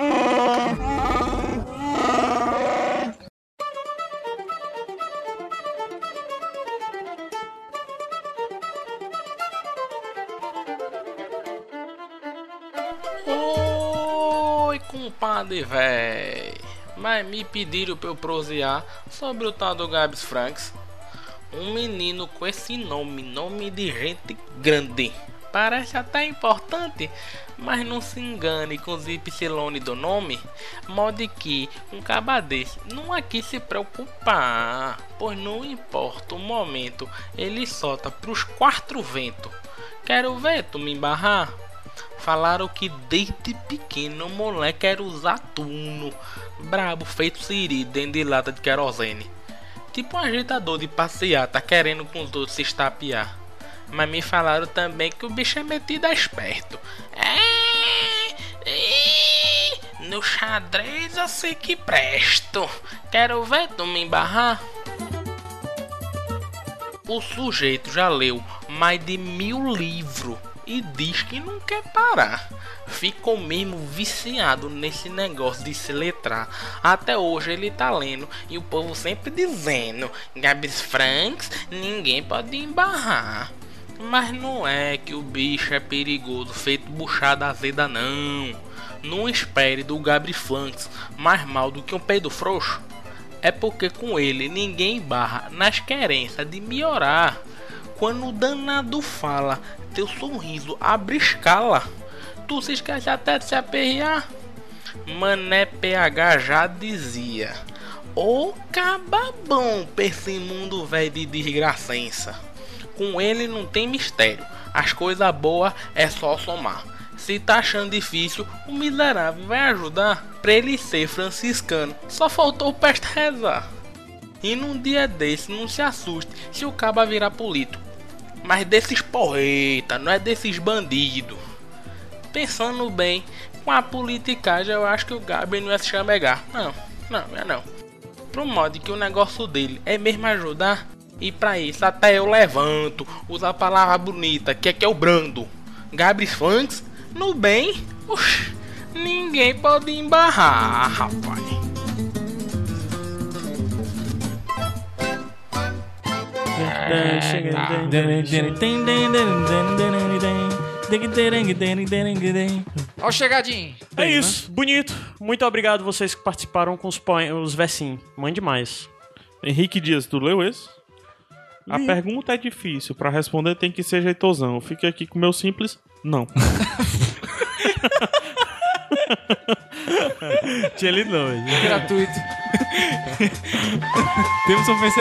[SPEAKER 10] Oi, compadre, véi. mas me pediram para eu prosear sobre o tal do Gabs Franks. Um menino com esse nome, nome de gente grande. Parece até importante, mas não se engane com os Y do nome, modo que um caba desse não aqui se preocupar, pois não importa o momento, ele solta pros quatro ventos. Quero ver tu me embarrar? Falaram que desde pequeno o moleque era usar tuno, brabo feito siri dentro de lata de querosene. Tipo um agitador de passear, tá querendo com os outros se estapear. Mas me falaram também que o bicho é metido a esperto. É, é, no xadrez eu sei que presto. Quero ver tu me embarrar. O sujeito já leu mais de mil livros e diz que não quer parar. Ficou mesmo viciado nesse negócio de se letrar. Até hoje ele tá lendo e o povo sempre dizendo: Gabs Franks, ninguém pode embarrar. Mas não é que o bicho é perigoso, feito buchada azeda, não. Não espere do Gabri Franks mais mal do que um peido frouxo. É porque com ele ninguém embarra nas querências de melhorar quando o danado fala, teu sorriso abre escala. Tu se esquece até de se aperrear. Mané PH já dizia: Ô cababão pra esse mundo velho de desgracença. Com ele não tem mistério, as coisas boas é só somar. Se tá achando difícil, o miserável vai ajudar pra ele ser franciscano. Só faltou o peste rezar. E num dia desse, não se assuste se o caba virar político. Mas desses porreta, não é desses bandido. Pensando bem, com a politicagem eu acho que o Gabi não ia se chamegar. Não, não, não é não. Pro modo que o negócio dele é mesmo ajudar. E pra isso até eu levanto, usa a palavra bonita, que é que é o brando. Gabi Funks, no bem, ux, ninguém pode embarrar, rapaz.
[SPEAKER 5] É,
[SPEAKER 4] Ó o chegadinho.
[SPEAKER 5] É isso, bonito. Muito obrigado vocês que participaram com os, poe- os versinhos. Mande mais.
[SPEAKER 2] Henrique Dias, tu leu esse? A pergunta é difícil, pra responder tem que ser jeitosão. Fique aqui com o meu simples não.
[SPEAKER 5] Tinha lido não,
[SPEAKER 4] Gratuito.
[SPEAKER 3] Temos um vencedor.